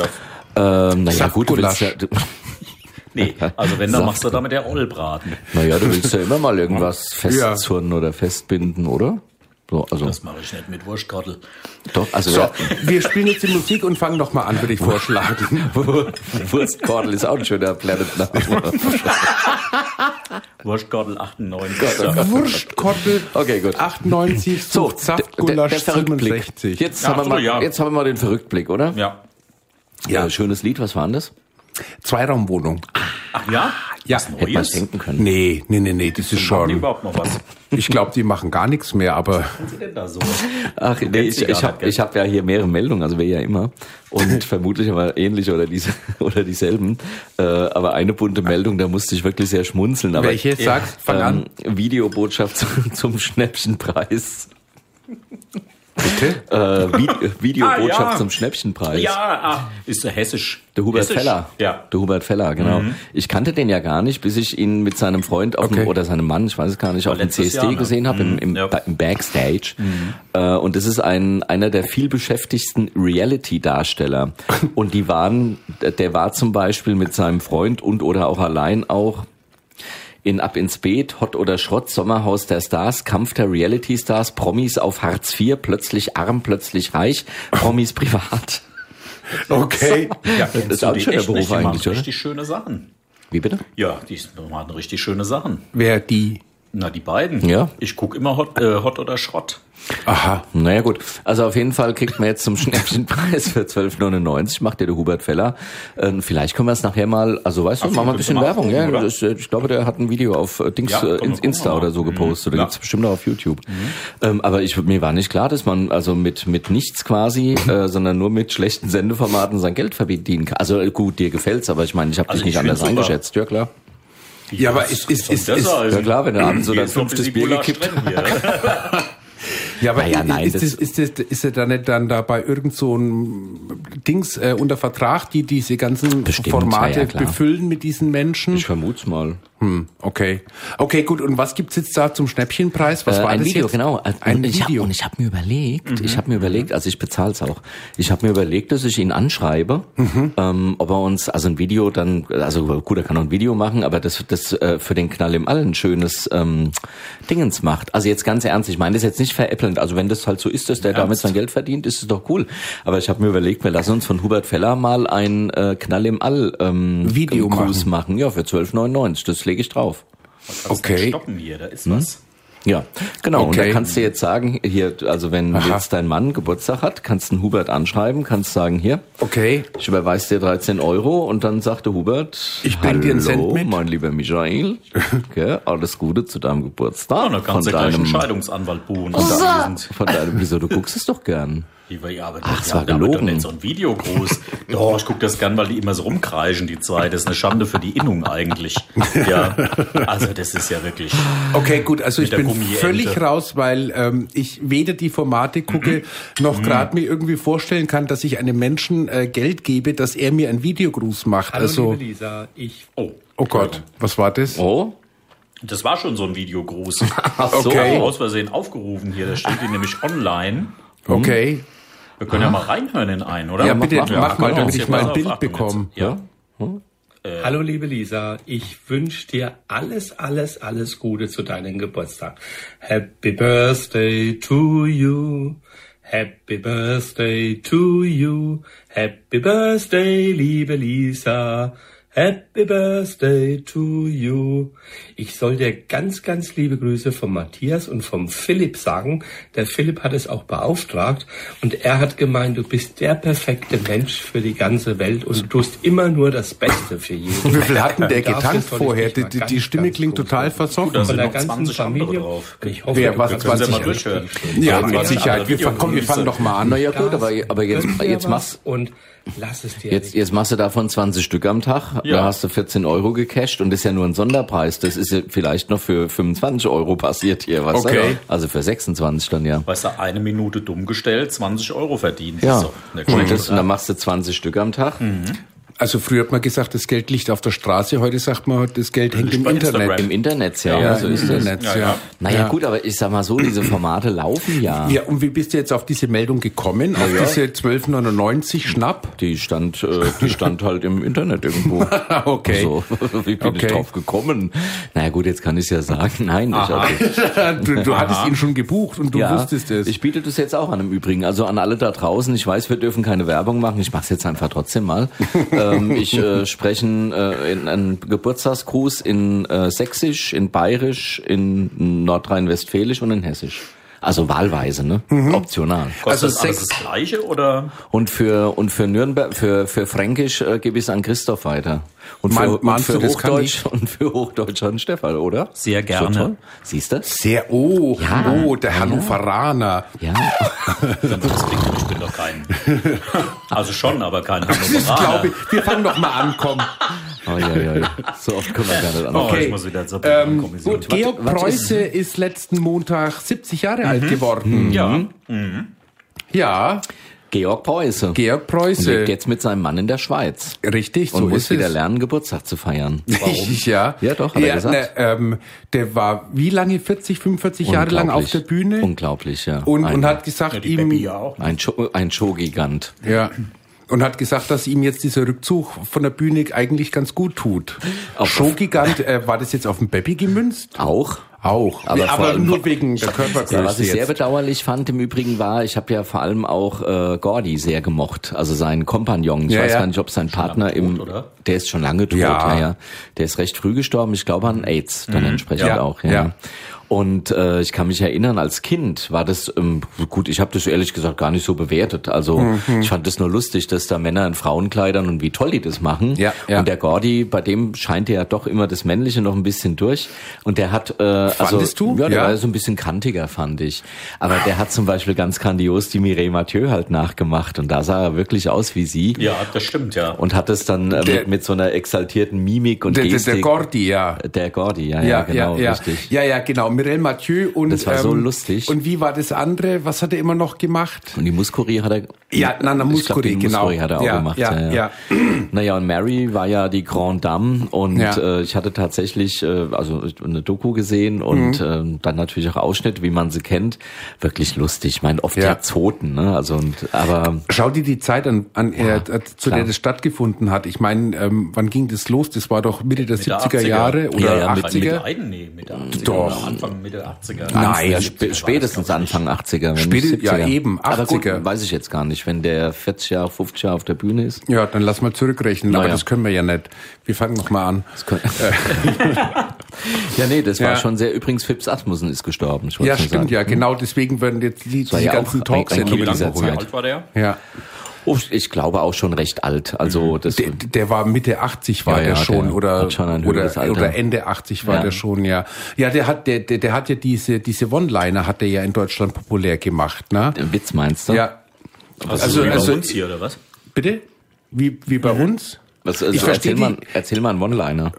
[SPEAKER 2] darf?
[SPEAKER 1] Ähm, naja, gut, du willst
[SPEAKER 3] Saftgulasch.
[SPEAKER 1] ja, du,
[SPEAKER 2] Nee, also wenn, dann
[SPEAKER 1] Saft.
[SPEAKER 2] machst du damit der Ollbraten.
[SPEAKER 1] naja, du willst ja immer mal irgendwas
[SPEAKER 3] Ja.
[SPEAKER 1] festzurren oder festbinden, oder? So, also
[SPEAKER 2] Das mache ich nicht mit Wurstkartel.
[SPEAKER 1] doch, also
[SPEAKER 3] So,
[SPEAKER 1] ja,
[SPEAKER 3] wir spielen jetzt die Musik und fangen doch mal an, würde ich vorschlagen.
[SPEAKER 1] Wurstkordel ist auch ein schöner Planetname.
[SPEAKER 2] Wurstkartel 98.
[SPEAKER 3] Wurstkoppel
[SPEAKER 1] Okay, gut.
[SPEAKER 3] 98, so, Saftgulasch
[SPEAKER 1] Verrücktblick.
[SPEAKER 3] 67.
[SPEAKER 1] Jetzt,
[SPEAKER 2] Ja,
[SPEAKER 1] haben wir
[SPEAKER 2] so,
[SPEAKER 1] mal,
[SPEAKER 2] ja.
[SPEAKER 1] jetzt haben wir mal den Verrücktblick, oder?
[SPEAKER 2] Ja.
[SPEAKER 1] ja. Schönes Lied, was war denn das?
[SPEAKER 3] Zweiraumwohnung.
[SPEAKER 2] Ach ja?
[SPEAKER 3] Ja.
[SPEAKER 2] Was
[SPEAKER 1] Ah, Hätte man
[SPEAKER 2] Neues?
[SPEAKER 1] denken können.
[SPEAKER 3] Nee, nee, nee, nee, das ist
[SPEAKER 2] Haben die
[SPEAKER 3] schon.
[SPEAKER 2] überhaupt noch was?
[SPEAKER 3] Ich glaube, die machen gar nichts mehr, aber
[SPEAKER 2] Was sind denn da so?
[SPEAKER 1] Ach, nee,
[SPEAKER 2] kennst
[SPEAKER 1] ich,
[SPEAKER 2] sie
[SPEAKER 1] ich
[SPEAKER 2] gar nicht,
[SPEAKER 1] habe
[SPEAKER 2] gell?
[SPEAKER 1] ich hab ja hier mehrere Meldungen, also wer ja immer. Und vermutlich aber ähnliche oder, diese, oder dieselben. Äh, aber eine bunte Meldung, da musste ich wirklich sehr schmunzeln. Aber
[SPEAKER 3] welche? Sagst, fang
[SPEAKER 1] Ähm,
[SPEAKER 3] an.
[SPEAKER 1] Videobotschaft zum, zum Schnäppchenpreis.
[SPEAKER 3] Bitte?
[SPEAKER 1] Äh, Vi äh, Videobotschaft
[SPEAKER 2] Ah, ja.
[SPEAKER 1] zum Schnäppchenpreis.
[SPEAKER 2] Ja, ah, ist so hessisch.
[SPEAKER 1] Der Hubert
[SPEAKER 2] hessisch.
[SPEAKER 1] Feller.
[SPEAKER 2] Ja. Mhm.
[SPEAKER 1] Der Hubert Feller, genau. Ich kannte den ja gar nicht, bis ich ihn mit seinem Freund auf dem,
[SPEAKER 3] Okay.
[SPEAKER 1] oder seinem Mann, ich weiß es gar nicht, auf dem
[SPEAKER 2] letztes
[SPEAKER 1] CSD
[SPEAKER 2] Jahr, ne?
[SPEAKER 1] gesehen habe, im, im,
[SPEAKER 2] ja. Mhm.
[SPEAKER 1] ba- im Backstage. Äh, und das ist ein, einer der vielbeschäftigsten Reality-Darsteller. und die waren, der war zum Beispiel mit seinem Freund und oder auch allein auch in Ab ins Beet, Hot oder Schrott, Sommerhaus der Stars, Kampf der Reality Stars, Promis auf Hartz IV, plötzlich arm, plötzlich reich, Promis privat.
[SPEAKER 3] Okay.
[SPEAKER 2] Ja, das
[SPEAKER 1] ist auch ein schöner Beruf
[SPEAKER 2] die
[SPEAKER 1] eigentlich,
[SPEAKER 2] machen
[SPEAKER 1] oder?
[SPEAKER 2] richtig schöne Sachen.
[SPEAKER 1] Wie bitte?
[SPEAKER 2] Ja, die machen richtig schöne Sachen.
[SPEAKER 3] Wer die?
[SPEAKER 2] Na, die beiden.
[SPEAKER 1] Ja.
[SPEAKER 2] Ich gucke immer Hot, äh, Hot oder Schrott.
[SPEAKER 3] Aha.
[SPEAKER 1] Naja gut, also auf jeden Fall kriegt man jetzt zum Schnäppchenpreis für 12,99, macht dir der Hubert Feller. Ähm, vielleicht können wir es nachher mal, also weißt du, machen wir ein
[SPEAKER 2] können
[SPEAKER 1] bisschen
[SPEAKER 2] wir mal
[SPEAKER 1] Werbung. Ja,
[SPEAKER 2] gucken, oder?
[SPEAKER 1] das, äh, ich glaube, der hat ein Video auf äh, Dings,
[SPEAKER 2] Ja, können
[SPEAKER 1] äh,
[SPEAKER 2] wir
[SPEAKER 1] ins
[SPEAKER 2] gucken,
[SPEAKER 1] Insta
[SPEAKER 2] mal.
[SPEAKER 1] oder so gepostet, oder
[SPEAKER 2] Mhm,
[SPEAKER 1] gibt's bestimmt auch auf YouTube. Ähm, aber ich, mir war nicht klar, dass man also mit, mit nichts quasi, äh, sondern nur mit schlechten Sendeformaten sein Geld verdienen kann. Also äh, gut, dir gefällt's, aber ich meine, ich habe
[SPEAKER 2] Also
[SPEAKER 1] dich nicht
[SPEAKER 2] ich
[SPEAKER 1] anders
[SPEAKER 2] find's super. Hm.
[SPEAKER 1] eingeschätzt. Ja klar,
[SPEAKER 3] Ja, aber ist, ist, ist, ist,
[SPEAKER 1] ja klar, wenn du abends so dein fünftes Bier gekippt
[SPEAKER 2] hast.
[SPEAKER 3] ja, aber
[SPEAKER 1] Naja, Ah nein,
[SPEAKER 3] ist,
[SPEAKER 1] das-
[SPEAKER 3] ist, ist, ist, ist er da nicht dann da bei irgend so einem Dings äh, unter Vertrag, die diese ganzen
[SPEAKER 1] Bestimmt,
[SPEAKER 3] Formate
[SPEAKER 1] ja, ja, klar.
[SPEAKER 3] befüllen mit diesen Menschen?
[SPEAKER 1] Ich vermut's mal.
[SPEAKER 3] Okay. Okay, gut. Und was gibt's jetzt da zum Schnäppchenpreis? Was
[SPEAKER 1] Äh,
[SPEAKER 3] war
[SPEAKER 1] ein
[SPEAKER 3] das
[SPEAKER 1] Video,
[SPEAKER 3] jetzt?
[SPEAKER 1] genau. Also,
[SPEAKER 3] Ein
[SPEAKER 1] und, ich hab,
[SPEAKER 3] Video. Mhm.
[SPEAKER 1] und ich habe mir überlegt, ich habe mir überlegt, also ich bezahle es auch, ich habe mir überlegt, dass ich ihn anschreibe,
[SPEAKER 3] Mhm.
[SPEAKER 1] ähm, ob er uns, also ein Video dann, also gut, er kann auch ein Video machen, aber das, das äh, für den Knall im All ein schönes ähm, Dingens macht. Also jetzt ganz ernst, ich meine das jetzt nicht veräppelnd, also wenn das halt so ist, dass der damit sein Geld verdient, ist es doch cool. Aber ich habe mir überlegt, wir lassen uns von Hubert Feller mal ein äh, Knall im All ähm,
[SPEAKER 3] Video
[SPEAKER 1] Cruise machen. Ja, für 12,99, das lege ich drauf.
[SPEAKER 3] okay.
[SPEAKER 2] Stoppen hier, da
[SPEAKER 1] Hm?
[SPEAKER 2] ist was.
[SPEAKER 1] Ja, genau. Und
[SPEAKER 3] Okay.
[SPEAKER 1] da kannst du jetzt sagen, hier, also wenn
[SPEAKER 3] Aha.
[SPEAKER 1] jetzt dein Mann Geburtstag hat, kannst du einen Hubert anschreiben, kannst sagen, hier,
[SPEAKER 3] Okay.
[SPEAKER 1] ich überweise dir 13 Euro und dann sagte Hubert,
[SPEAKER 3] Ich bring dir einen
[SPEAKER 1] "Hallo,
[SPEAKER 3] Cent mit."
[SPEAKER 1] mein lieber Michael, okay, alles Gute zu deinem Geburtstag.
[SPEAKER 2] Ah, da kannst du gleich einen Scheidungsanwalt buchen. Und da sind-
[SPEAKER 1] von deinem, wieso, du guckst es doch gern.
[SPEAKER 2] Die war ja, aber
[SPEAKER 1] Ach, es
[SPEAKER 2] die
[SPEAKER 1] war
[SPEAKER 2] haben damit doch
[SPEAKER 1] gelogen.
[SPEAKER 2] nicht so ein Videogruß. Doch, ich gucke das gern, weil die immer so rumkreischen, die zwei. Das ist eine Schande für die Innung eigentlich. Ja, also das ist ja wirklich.
[SPEAKER 3] Okay, gut. Also ich
[SPEAKER 2] der
[SPEAKER 3] bin
[SPEAKER 2] Gummiente.
[SPEAKER 3] völlig raus, weil ähm, ich weder die Formate gucke, noch gerade mir irgendwie vorstellen kann, dass ich einem Menschen äh, Geld gebe, dass er mir einen Videogruß macht.
[SPEAKER 6] Hallo
[SPEAKER 3] also,
[SPEAKER 6] liebe Lisa, ich
[SPEAKER 2] Oh,
[SPEAKER 3] oh Gott, was war das?
[SPEAKER 1] Oh?
[SPEAKER 2] das war schon so ein Videogruß.
[SPEAKER 1] so.
[SPEAKER 3] Okay.
[SPEAKER 2] Aus Versehen aufgerufen hier. Da steht die nämlich online.
[SPEAKER 3] Okay.
[SPEAKER 2] Wir können ja mal reinhören in einen, oder?
[SPEAKER 3] Ja, bitte mach,
[SPEAKER 1] mach- mach
[SPEAKER 3] mal,
[SPEAKER 1] mal,
[SPEAKER 3] damit
[SPEAKER 1] ja,
[SPEAKER 3] ich mal
[SPEAKER 2] pass
[SPEAKER 3] ein
[SPEAKER 2] auf,
[SPEAKER 3] Bild
[SPEAKER 2] Achtung jetzt.
[SPEAKER 3] bekomme. ne?
[SPEAKER 2] Ja.
[SPEAKER 6] Hallo liebe Lisa, ich wünsche dir alles, alles, alles Gute zu deinem Geburtstag. Happy Birthday to you. Happy Birthday to you. Happy Birthday, liebe Lisa. Happy Birthday to you. Ich soll dir ganz, ganz liebe Grüße von Matthias und vom Philipp sagen. Der Philipp hat es auch beauftragt und er hat gemeint, du bist der perfekte Mensch für die ganze Welt und du tust immer nur das Beste für jeden.
[SPEAKER 3] Wie viel hat denn der
[SPEAKER 6] Dafür soll
[SPEAKER 3] getankt
[SPEAKER 6] ich dich
[SPEAKER 3] vorher?
[SPEAKER 6] mal
[SPEAKER 3] Die, die,
[SPEAKER 6] ganz,
[SPEAKER 3] die Stimme
[SPEAKER 6] ganz
[SPEAKER 3] klingt
[SPEAKER 6] groß
[SPEAKER 3] total
[SPEAKER 6] loben.
[SPEAKER 3] versonnen.
[SPEAKER 6] Von der
[SPEAKER 2] noch 20
[SPEAKER 6] ganzen
[SPEAKER 2] andere
[SPEAKER 6] Familie
[SPEAKER 2] drauf.
[SPEAKER 6] Und Ich hoffe,
[SPEAKER 3] Wer,
[SPEAKER 6] du
[SPEAKER 3] was,
[SPEAKER 6] kannst
[SPEAKER 2] Können Sie
[SPEAKER 3] 20
[SPEAKER 2] mal
[SPEAKER 6] das
[SPEAKER 2] durchhören.
[SPEAKER 3] Ja,
[SPEAKER 2] Jetzt
[SPEAKER 3] mit
[SPEAKER 2] mal
[SPEAKER 3] Sicherheit.
[SPEAKER 2] andere
[SPEAKER 3] Wir, fangen- komm, wir fangen doch mal an.
[SPEAKER 1] Naja, Ah, gut, aber, aber jetzt,
[SPEAKER 6] Gönn dir
[SPEAKER 1] jetzt
[SPEAKER 6] was
[SPEAKER 1] machst,
[SPEAKER 6] Und lass es dir
[SPEAKER 1] Jetzt, jetzt machst du davon 20 Stück am Tag,
[SPEAKER 2] Ja.
[SPEAKER 1] da hast du 14 Euro gecasht und das ist ja nur ein Sonderpreis. Das ist ja vielleicht noch für 25 Euro passiert hier, was
[SPEAKER 3] Okay.
[SPEAKER 1] Also für 26 dann ja.
[SPEAKER 2] Weißt du, eine Minute dumm gestellt, 20 Euro verdient.
[SPEAKER 1] Ja.
[SPEAKER 2] So, ne,
[SPEAKER 3] Mhm.
[SPEAKER 1] und, das, und dann machst du 20 Stück am Tag.
[SPEAKER 3] Also früher hat man gesagt, das Geld liegt auf der Straße. Heute sagt man, das Geld hängt im
[SPEAKER 2] bei Instagram.
[SPEAKER 3] Internet.
[SPEAKER 1] Im Internet ja,
[SPEAKER 3] Ja,
[SPEAKER 1] so
[SPEAKER 3] im
[SPEAKER 1] ist das.
[SPEAKER 3] Internet,
[SPEAKER 2] Ja,
[SPEAKER 3] ja.
[SPEAKER 2] ja.
[SPEAKER 1] Naja, gut, aber ich sag mal so, diese Formate laufen ja.
[SPEAKER 3] Ja, und wie bist du jetzt auf diese Meldung gekommen? Auf diese 1299 Schnapp?
[SPEAKER 1] Die stand, äh, die stand halt im Internet irgendwo.
[SPEAKER 3] Okay.
[SPEAKER 1] So, wie bin
[SPEAKER 3] Okay.
[SPEAKER 1] ich drauf gekommen? Naja gut, jetzt kann ich ja sagen, nein, ich habe
[SPEAKER 3] Also. du du hattest ihn schon gebucht und du wusstest es.
[SPEAKER 1] Ich biete das jetzt auch an im Übrigen. Also an alle da draußen. Ich weiß, wir dürfen keine Werbung machen. Ich mache es jetzt einfach trotzdem mal. ähm, ich äh, spreche äh, in einen Geburtstagsgruß in äh, Sächsisch, in Bayerisch, in Nordrhein-Westfälisch und in Hessisch. Also wahlweise, ne? Optional.
[SPEAKER 2] Kostet
[SPEAKER 3] also
[SPEAKER 2] das alles
[SPEAKER 3] sechs-
[SPEAKER 2] das Gleiche oder?
[SPEAKER 1] Und für und für Nürnberg, für für Fränkisch äh, gebe ich es an Christoph weiter. Und
[SPEAKER 3] Mein-
[SPEAKER 1] für, und
[SPEAKER 3] meinst
[SPEAKER 1] für
[SPEAKER 3] du, das kann
[SPEAKER 1] Hochdeutsch und für Hochdeutsch an Stefan, oder?
[SPEAKER 2] Sehr gerne.
[SPEAKER 1] So toll. Siehst du?
[SPEAKER 3] Sehr, oh,
[SPEAKER 1] Ja.
[SPEAKER 3] oh, der Hannoveraner.
[SPEAKER 1] Ja.
[SPEAKER 2] Das klingt, ich bin doch kein. Also schon, aber kein
[SPEAKER 3] Das glaube
[SPEAKER 2] Hannoveraner.
[SPEAKER 3] ich. Wir fangen doch mal an, komm.
[SPEAKER 1] Oh, ja, ja, ja. So oft können wir gar nicht an.
[SPEAKER 2] Oh, ich muss wieder zur ähm, Kommission.
[SPEAKER 3] Gut, Georg Preuße ist letzten Montag 70 Jahre
[SPEAKER 1] Mhm.
[SPEAKER 3] alt geworden.
[SPEAKER 2] Ja,
[SPEAKER 3] Ja,
[SPEAKER 1] Georg Preuße.
[SPEAKER 3] Georg
[SPEAKER 1] Und
[SPEAKER 3] Preuße.
[SPEAKER 1] lebt jetzt mit seinem Mann in der Schweiz.
[SPEAKER 3] Richtig,
[SPEAKER 1] Und
[SPEAKER 3] so
[SPEAKER 1] muss
[SPEAKER 3] ist
[SPEAKER 1] wieder
[SPEAKER 3] es.
[SPEAKER 1] lernen, Geburtstag zu feiern.
[SPEAKER 3] Ich, ja.
[SPEAKER 1] Ja, doch, hat er gesagt.
[SPEAKER 3] ne, ähm, der war wie lange? 40, 45 Jahre lang auf
[SPEAKER 1] Unglaublich.
[SPEAKER 3] der Bühne
[SPEAKER 1] Unglaublich, ja.
[SPEAKER 3] und,
[SPEAKER 1] ein,
[SPEAKER 3] und hat gesagt,
[SPEAKER 2] die
[SPEAKER 3] ihm,
[SPEAKER 2] Baby ja auch.
[SPEAKER 1] ein, Show, ein Showgigant.
[SPEAKER 3] ja, und hat gesagt, dass ihm jetzt dieser Rückzug von der Bühne eigentlich ganz gut tut.
[SPEAKER 1] Auf-
[SPEAKER 3] Showgigant, äh, war das jetzt auf den Beppi gemünzt?
[SPEAKER 1] Auch.
[SPEAKER 3] Auch.
[SPEAKER 1] Aber
[SPEAKER 3] Aber,
[SPEAKER 1] vor allem-
[SPEAKER 3] nur wegen der Körpergröße.
[SPEAKER 1] Ja, was ich sehr
[SPEAKER 3] jetzt.
[SPEAKER 1] bedauerlich fand im Übrigen war, ich habe ja vor allem auch äh, Gordy sehr gemocht, also seinen Kompagnon. Ich
[SPEAKER 3] Ja,
[SPEAKER 1] weiß
[SPEAKER 3] ja.
[SPEAKER 1] gar nicht, ob sein Partner im,
[SPEAKER 2] oder?
[SPEAKER 1] der ist schon lange tot,
[SPEAKER 3] Ja.
[SPEAKER 1] ja. ja. Der ist recht früh gestorben, ich glaube an AIDS dann entsprechend
[SPEAKER 3] Ja.
[SPEAKER 1] auch. Ja.
[SPEAKER 3] Ja.
[SPEAKER 1] Und äh, ich kann mich erinnern, als Kind war das, ähm, gut, ich habe das ehrlich gesagt gar nicht so bewertet. Also ich fand das nur lustig, dass da Männer in Frauenkleidern und wie toll die das machen.
[SPEAKER 3] Ja, ja.
[SPEAKER 1] Und der Gordy, bei dem scheint ja doch immer das Männliche noch ein bisschen durch. Und der hat, äh,
[SPEAKER 3] Fandest
[SPEAKER 1] also,
[SPEAKER 3] du?
[SPEAKER 1] Ja, der
[SPEAKER 3] Ja.
[SPEAKER 1] war so ein bisschen kantiger, fand ich. Aber der hat zum Beispiel ganz grandios die Mireille Mathieu halt nachgemacht und da sah er wirklich aus wie sie.
[SPEAKER 2] ja, das stimmt, ja.
[SPEAKER 1] Und hat es dann äh,
[SPEAKER 3] Der-
[SPEAKER 1] mit, mit so einer exaltierten Mimik und
[SPEAKER 3] der, der,
[SPEAKER 1] Gestik.
[SPEAKER 3] der Gordi, ja.
[SPEAKER 1] Der Gordi, ja, ja,
[SPEAKER 3] Ja,
[SPEAKER 1] genau,
[SPEAKER 3] ja, ja.
[SPEAKER 1] richtig.
[SPEAKER 3] ja, ja, genau. Mireille Mathieu und ähm,
[SPEAKER 1] Das war so lustig.
[SPEAKER 3] Und wie war das andere? Was hat er immer noch gemacht?
[SPEAKER 1] Und die Muskurier hat er
[SPEAKER 3] Ja, Nana
[SPEAKER 1] Ich glaub,
[SPEAKER 3] Muscuri,
[SPEAKER 1] den
[SPEAKER 3] genau.
[SPEAKER 1] Muscuri hat er auch
[SPEAKER 3] ja,
[SPEAKER 1] gemacht.
[SPEAKER 3] Ja,
[SPEAKER 1] ja, ja. Naja, und Mary war ja die Grand Dame und
[SPEAKER 3] Ja.
[SPEAKER 1] äh, ich hatte tatsächlich äh, also eine Doku gesehen und
[SPEAKER 3] Mhm.
[SPEAKER 1] ähm, dann natürlich auch Ausschnitte, wie man sie kennt. Wirklich lustig. Ich meine, oft ja,
[SPEAKER 3] Ja.
[SPEAKER 1] Zoten, ne? Also und aber
[SPEAKER 3] Schau dir die Zeit an, an äh,
[SPEAKER 1] Ja,
[SPEAKER 3] zu
[SPEAKER 1] klar.
[SPEAKER 3] der das stattgefunden hat. Ich meine, ähm, wann ging das los? Das war doch Mitte der 70er Jahre oder
[SPEAKER 1] ja, mit-
[SPEAKER 3] 80er.
[SPEAKER 2] Mitte, nee, Mitte 80er.
[SPEAKER 3] Doch.
[SPEAKER 2] oder Anfang Mitte 80er.
[SPEAKER 3] Nein,
[SPEAKER 1] ja,
[SPEAKER 2] Anfang
[SPEAKER 1] sp
[SPEAKER 2] 70er war das,
[SPEAKER 1] spätestens
[SPEAKER 2] glaub ich.
[SPEAKER 1] Anfang 80er. wenn
[SPEAKER 3] Spät-
[SPEAKER 1] nicht
[SPEAKER 3] ja, eben,
[SPEAKER 1] Aber gut,
[SPEAKER 3] 80er.
[SPEAKER 1] weiß ich jetzt gar nicht, wenn der 40 Jahre, 50 Jahre auf der Bühne ist.
[SPEAKER 3] ja, dann lass mal zurückrechnen, aber
[SPEAKER 1] Naja.
[SPEAKER 3] das können wir ja nicht. Wir fangen noch mal an.
[SPEAKER 1] Das könnte- ja, nee, das war
[SPEAKER 3] Ja.
[SPEAKER 1] schon sehr. Übrigens, Fips Asmussen ist gestorben. Ich wollte
[SPEAKER 3] Ja,
[SPEAKER 1] schon
[SPEAKER 3] stimmt,
[SPEAKER 1] sagen.
[SPEAKER 3] ja, genau deswegen werden jetzt die,
[SPEAKER 1] war
[SPEAKER 3] die
[SPEAKER 1] ja auch
[SPEAKER 3] ganzen
[SPEAKER 1] ein-
[SPEAKER 2] Und wie
[SPEAKER 1] in
[SPEAKER 3] Talksendungen.
[SPEAKER 1] ein
[SPEAKER 2] lange,
[SPEAKER 1] dieser
[SPEAKER 2] wie
[SPEAKER 1] Zeit.
[SPEAKER 2] alt war der?
[SPEAKER 3] Ja. Mhm.
[SPEAKER 1] Oh, ich glaube auch schon recht alt. Also das
[SPEAKER 3] Der, der war Mitte 80 war
[SPEAKER 1] Ja, ja,
[SPEAKER 3] der schon
[SPEAKER 1] der
[SPEAKER 3] oder
[SPEAKER 1] hat schon ein
[SPEAKER 3] oder,
[SPEAKER 1] höheres Alter.
[SPEAKER 3] oder Ende 80 war
[SPEAKER 1] Ja.
[SPEAKER 3] der schon ja. Ja, der hat der der, der hat ja diese diese One-Liner hat der ja in Deutschland populär gemacht, ne?
[SPEAKER 1] den Witz meinst du?
[SPEAKER 3] Ja.
[SPEAKER 2] Also, also, also uns hier, oder was?
[SPEAKER 3] bitte? Wie wie bei uns?
[SPEAKER 1] Was, also
[SPEAKER 3] Ich versteh
[SPEAKER 1] erzähl,
[SPEAKER 3] die- oh,
[SPEAKER 1] mal, einen- erzähl mal einen One-Liner.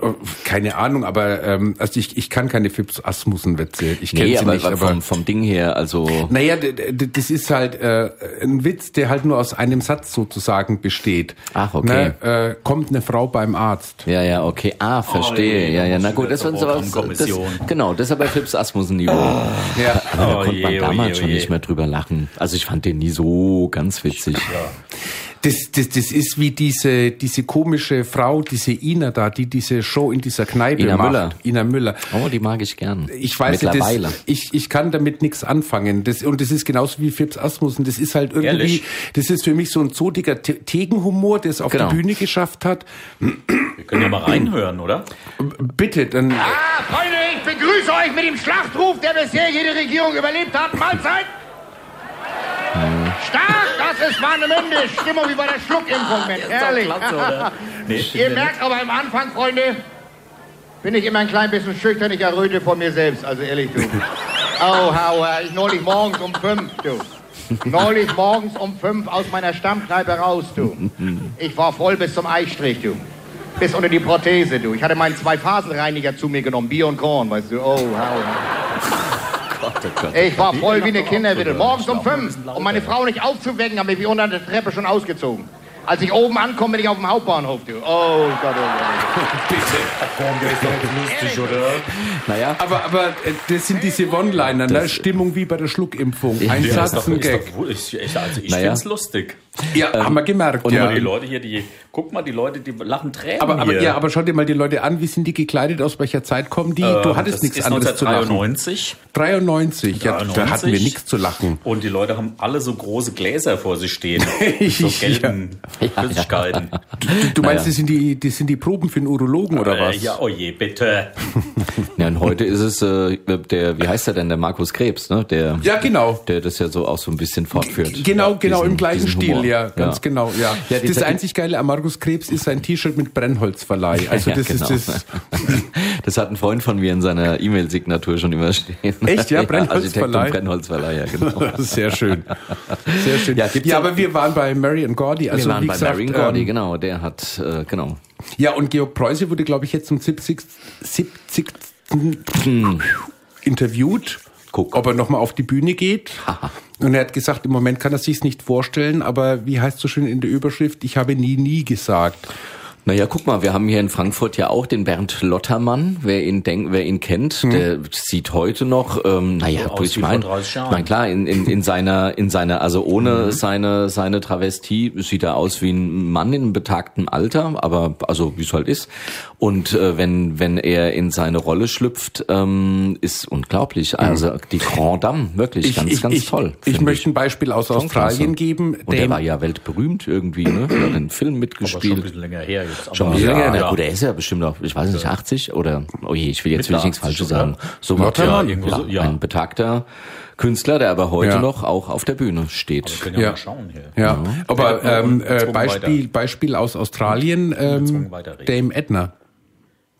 [SPEAKER 3] Keine Ahnung, aber ähm, also ich, ich kann keine Fips Asmussen Witze. Ich kenne sie nicht, aber
[SPEAKER 1] vom, vom Ding her, also
[SPEAKER 3] naja, d- d- das ist halt äh, ein Witz, der halt nur aus einem Satz sozusagen besteht.
[SPEAKER 1] Ach, okay.
[SPEAKER 3] Ne, äh, kommt eine Frau beim Arzt.
[SPEAKER 1] ja, ja, okay. Ah, verstehe.
[SPEAKER 2] Oh je,
[SPEAKER 1] ja,
[SPEAKER 2] da
[SPEAKER 1] ja,
[SPEAKER 2] muss
[SPEAKER 1] na
[SPEAKER 2] ich
[SPEAKER 1] gut,
[SPEAKER 2] wieder
[SPEAKER 1] das
[SPEAKER 2] zur
[SPEAKER 1] war aber das,
[SPEAKER 2] Programmkommission.
[SPEAKER 1] genau, das ist aber Fips Asmussen Niveau.
[SPEAKER 3] Ah. Ja.
[SPEAKER 1] Aber da
[SPEAKER 2] Oh
[SPEAKER 1] konnte man
[SPEAKER 2] je, oh
[SPEAKER 1] damals
[SPEAKER 2] je, oh
[SPEAKER 1] schon
[SPEAKER 2] je.
[SPEAKER 1] nicht mehr drüber lachen. Also ich fand den nie so ganz witzig.
[SPEAKER 3] Das, das, das ist wie diese, diese komische Frau, diese Ina da, die diese Show in dieser Kneipe
[SPEAKER 1] Ina
[SPEAKER 3] macht.
[SPEAKER 1] Müller.
[SPEAKER 3] Ina Müller.
[SPEAKER 1] Oh, die mag ich gern.
[SPEAKER 3] Ich weiß nicht, das,
[SPEAKER 1] mittlerweile.
[SPEAKER 3] ich, ich kann damit nichts anfangen. Das, und das ist genauso wie Fips Asmussen. Das ist halt irgendwie,
[SPEAKER 2] Ehrlich?
[SPEAKER 3] das ist für mich so ein zotiger Te- Tegenhumor, der es auf
[SPEAKER 1] Genau.
[SPEAKER 3] die Bühne geschafft hat.
[SPEAKER 2] Wir können ja mal reinhören, oder?
[SPEAKER 3] Bitte, dann,
[SPEAKER 7] Ah, Freunde, ich begrüße euch mit dem Schlachtruf, der bisher jede Regierung überlebt hat. Mahlzeit! Stark, das ist Warnemünde. Stimmung wie bei der
[SPEAKER 2] Ah,
[SPEAKER 7] Schluckimpfung, Mensch. Ehrlich.
[SPEAKER 2] Nee,
[SPEAKER 7] Ihr merkt aber am Anfang, Freunde, bin ich immer ein klein bisschen schüchtern. Ich erröte vor mir selbst. Also ehrlich, du. Oh, Hauer, ich neulich morgens um fünf, du. Neulich morgens um fünf aus meiner Stammkneipe raus, du. Ich war voll bis zum Eichstrich, du. Bis unter die Prothese, du. Ich hatte meinen Zweiphasenreiniger zu mir genommen, Bier und Korn, weißt du. Oh, Hauer. Ich war voll wie eine Kinderwittel. Morgens um fünf, um meine Frau nicht aufzuwecken, habe ich mich unter der Treppe schon ausgezogen. Als ich oben ankomme, bin ich auf dem Hauptbahnhof. Du. Oh Gott, oh
[SPEAKER 1] Naja,
[SPEAKER 3] aber, aber, äh, das sind diese One-Liner, ne? Stimmung wie bei der Schluckimpfung. Ein
[SPEAKER 2] Ja, ist
[SPEAKER 3] Satz,
[SPEAKER 2] doch,
[SPEAKER 3] ein
[SPEAKER 2] ist
[SPEAKER 3] Gag.
[SPEAKER 2] doch, wohl- ich, ich, also ich
[SPEAKER 1] Naja.
[SPEAKER 2] find's lustig.
[SPEAKER 3] Ja, haben wir gemerkt, ja.
[SPEAKER 2] Aber Ähm, die Leute hier, die, guck mal, die Leute, die lachen Tränen
[SPEAKER 3] Aber, aber,
[SPEAKER 2] hier.
[SPEAKER 3] ja, aber schau dir mal die Leute an, wie sind die gekleidet, aus welcher Zeit kommen die? du hattest
[SPEAKER 2] Ähm, das
[SPEAKER 3] nichts
[SPEAKER 2] ist
[SPEAKER 3] anderes zu lachen.
[SPEAKER 2] 1993
[SPEAKER 3] 93, ja, da
[SPEAKER 2] 93.
[SPEAKER 3] hatten wir nichts zu lachen.
[SPEAKER 2] und die Leute haben alle so große Gläser vor sich stehen. Mit so gelben Flüssigkeiten.
[SPEAKER 3] Du, du meinst, das, sind die, das sind die Proben für den Urologen oder
[SPEAKER 2] Äh,
[SPEAKER 3] was?
[SPEAKER 2] ja, oh je, bitte.
[SPEAKER 1] ja, und heute ist es äh, der, wie heißt er denn, der Markus Krebs, ne? Der,
[SPEAKER 3] Ja, genau.
[SPEAKER 1] der das ja so auch so ein bisschen fortführt.
[SPEAKER 3] Genau, genau,
[SPEAKER 1] diesen-
[SPEAKER 3] im gleichen
[SPEAKER 1] diesen
[SPEAKER 3] Stil,
[SPEAKER 1] Humor.
[SPEAKER 3] ja, ganz genau, ja.
[SPEAKER 1] Ja,
[SPEAKER 3] das
[SPEAKER 1] dieser-
[SPEAKER 3] einzig Geile an Markus Krebs ist sein T-Shirt mit Brennholzverleih. Also
[SPEAKER 1] Ja,
[SPEAKER 3] das
[SPEAKER 1] genau.
[SPEAKER 3] ist das.
[SPEAKER 1] Das hat ein Freund von mir in seiner E-Mail-Signatur schon immer stehen.
[SPEAKER 3] Echt, ja? Brennholzverleih?
[SPEAKER 1] Architekt und Brennholzverleih, ja, genau.
[SPEAKER 3] Das ist sehr schön. Sehr schön.
[SPEAKER 1] Ja,
[SPEAKER 3] Ja,
[SPEAKER 1] gibt's-
[SPEAKER 3] aber wir waren bei Mary and Gordy. Also
[SPEAKER 1] Wir waren
[SPEAKER 3] wie
[SPEAKER 1] bei
[SPEAKER 3] gesagt,
[SPEAKER 1] Marion Gordy,
[SPEAKER 3] ähm,
[SPEAKER 1] genau, der hat, äh, genau.
[SPEAKER 3] Ja, und Georg Preuße wurde, glaube ich, jetzt zum 70. 70. interviewt,
[SPEAKER 1] Guck.
[SPEAKER 3] ob er nochmal auf die Bühne geht. Und er hat gesagt, im Moment kann er sich's nicht vorstellen, aber wie heißt so schön in der Überschrift, ich habe nie, nie gesagt.
[SPEAKER 1] Naja, guck mal, wir haben hier in Frankfurt ja auch den Bernd Lottermann. Wer ihn denkt, wer ihn kennt,
[SPEAKER 3] Hm.
[SPEAKER 1] der sieht heute noch, ähm, naja,
[SPEAKER 2] aus
[SPEAKER 1] ich
[SPEAKER 2] wie vor
[SPEAKER 1] meine,
[SPEAKER 2] 30 Jahren.
[SPEAKER 1] mein, klar, in, in, in seiner, in seiner, also
[SPEAKER 3] Mhm.
[SPEAKER 1] ohne seine, seine Travestie sieht er aus wie ein Mann in einem betagten Alter, aber also wie es halt ist. Und äh, wenn, wenn er in seine Rolle schlüpft, ähm, ist unglaublich. Also die Grand Dame, wirklich, ganz, ganz
[SPEAKER 3] Mhm. ich,
[SPEAKER 1] toll.
[SPEAKER 3] Ich,
[SPEAKER 1] find
[SPEAKER 3] möchte ein Beispiel aus
[SPEAKER 1] Schon klasse.
[SPEAKER 3] Australien geben.
[SPEAKER 1] Und der
[SPEAKER 3] Dame-
[SPEAKER 1] war ja weltberühmt irgendwie, ne? Der hat einen Film
[SPEAKER 2] Aber schon ein
[SPEAKER 1] mitgespielt.
[SPEAKER 2] bisschen länger her jetzt.
[SPEAKER 1] Schon
[SPEAKER 2] aber-
[SPEAKER 1] mal länger.
[SPEAKER 2] ja.
[SPEAKER 1] Na gut, er ist ja bestimmt auch, ich weiß nicht, 80 oder, oh je, ich will jetzt
[SPEAKER 2] Mitte
[SPEAKER 1] wirklich nichts
[SPEAKER 2] 80,
[SPEAKER 1] Falsches
[SPEAKER 2] oder?
[SPEAKER 1] sagen. So was, ja,
[SPEAKER 2] Lottermann,
[SPEAKER 1] ja,
[SPEAKER 2] irgendwo so, ja.
[SPEAKER 1] ein betagter Künstler, der aber heute
[SPEAKER 3] Ja.
[SPEAKER 1] noch auch auf der Bühne
[SPEAKER 2] Wir
[SPEAKER 1] steht.
[SPEAKER 2] können ja,
[SPEAKER 3] Ja.
[SPEAKER 2] mal schauen hier.
[SPEAKER 3] Ja, aber
[SPEAKER 2] Ja, und
[SPEAKER 3] ähm, äh,
[SPEAKER 2] gezwungen
[SPEAKER 3] Beispiel,
[SPEAKER 2] weiter.
[SPEAKER 3] Beispiel aus Australien, ähm,
[SPEAKER 2] Gezwungen weiterreden.
[SPEAKER 3] Dame Edna.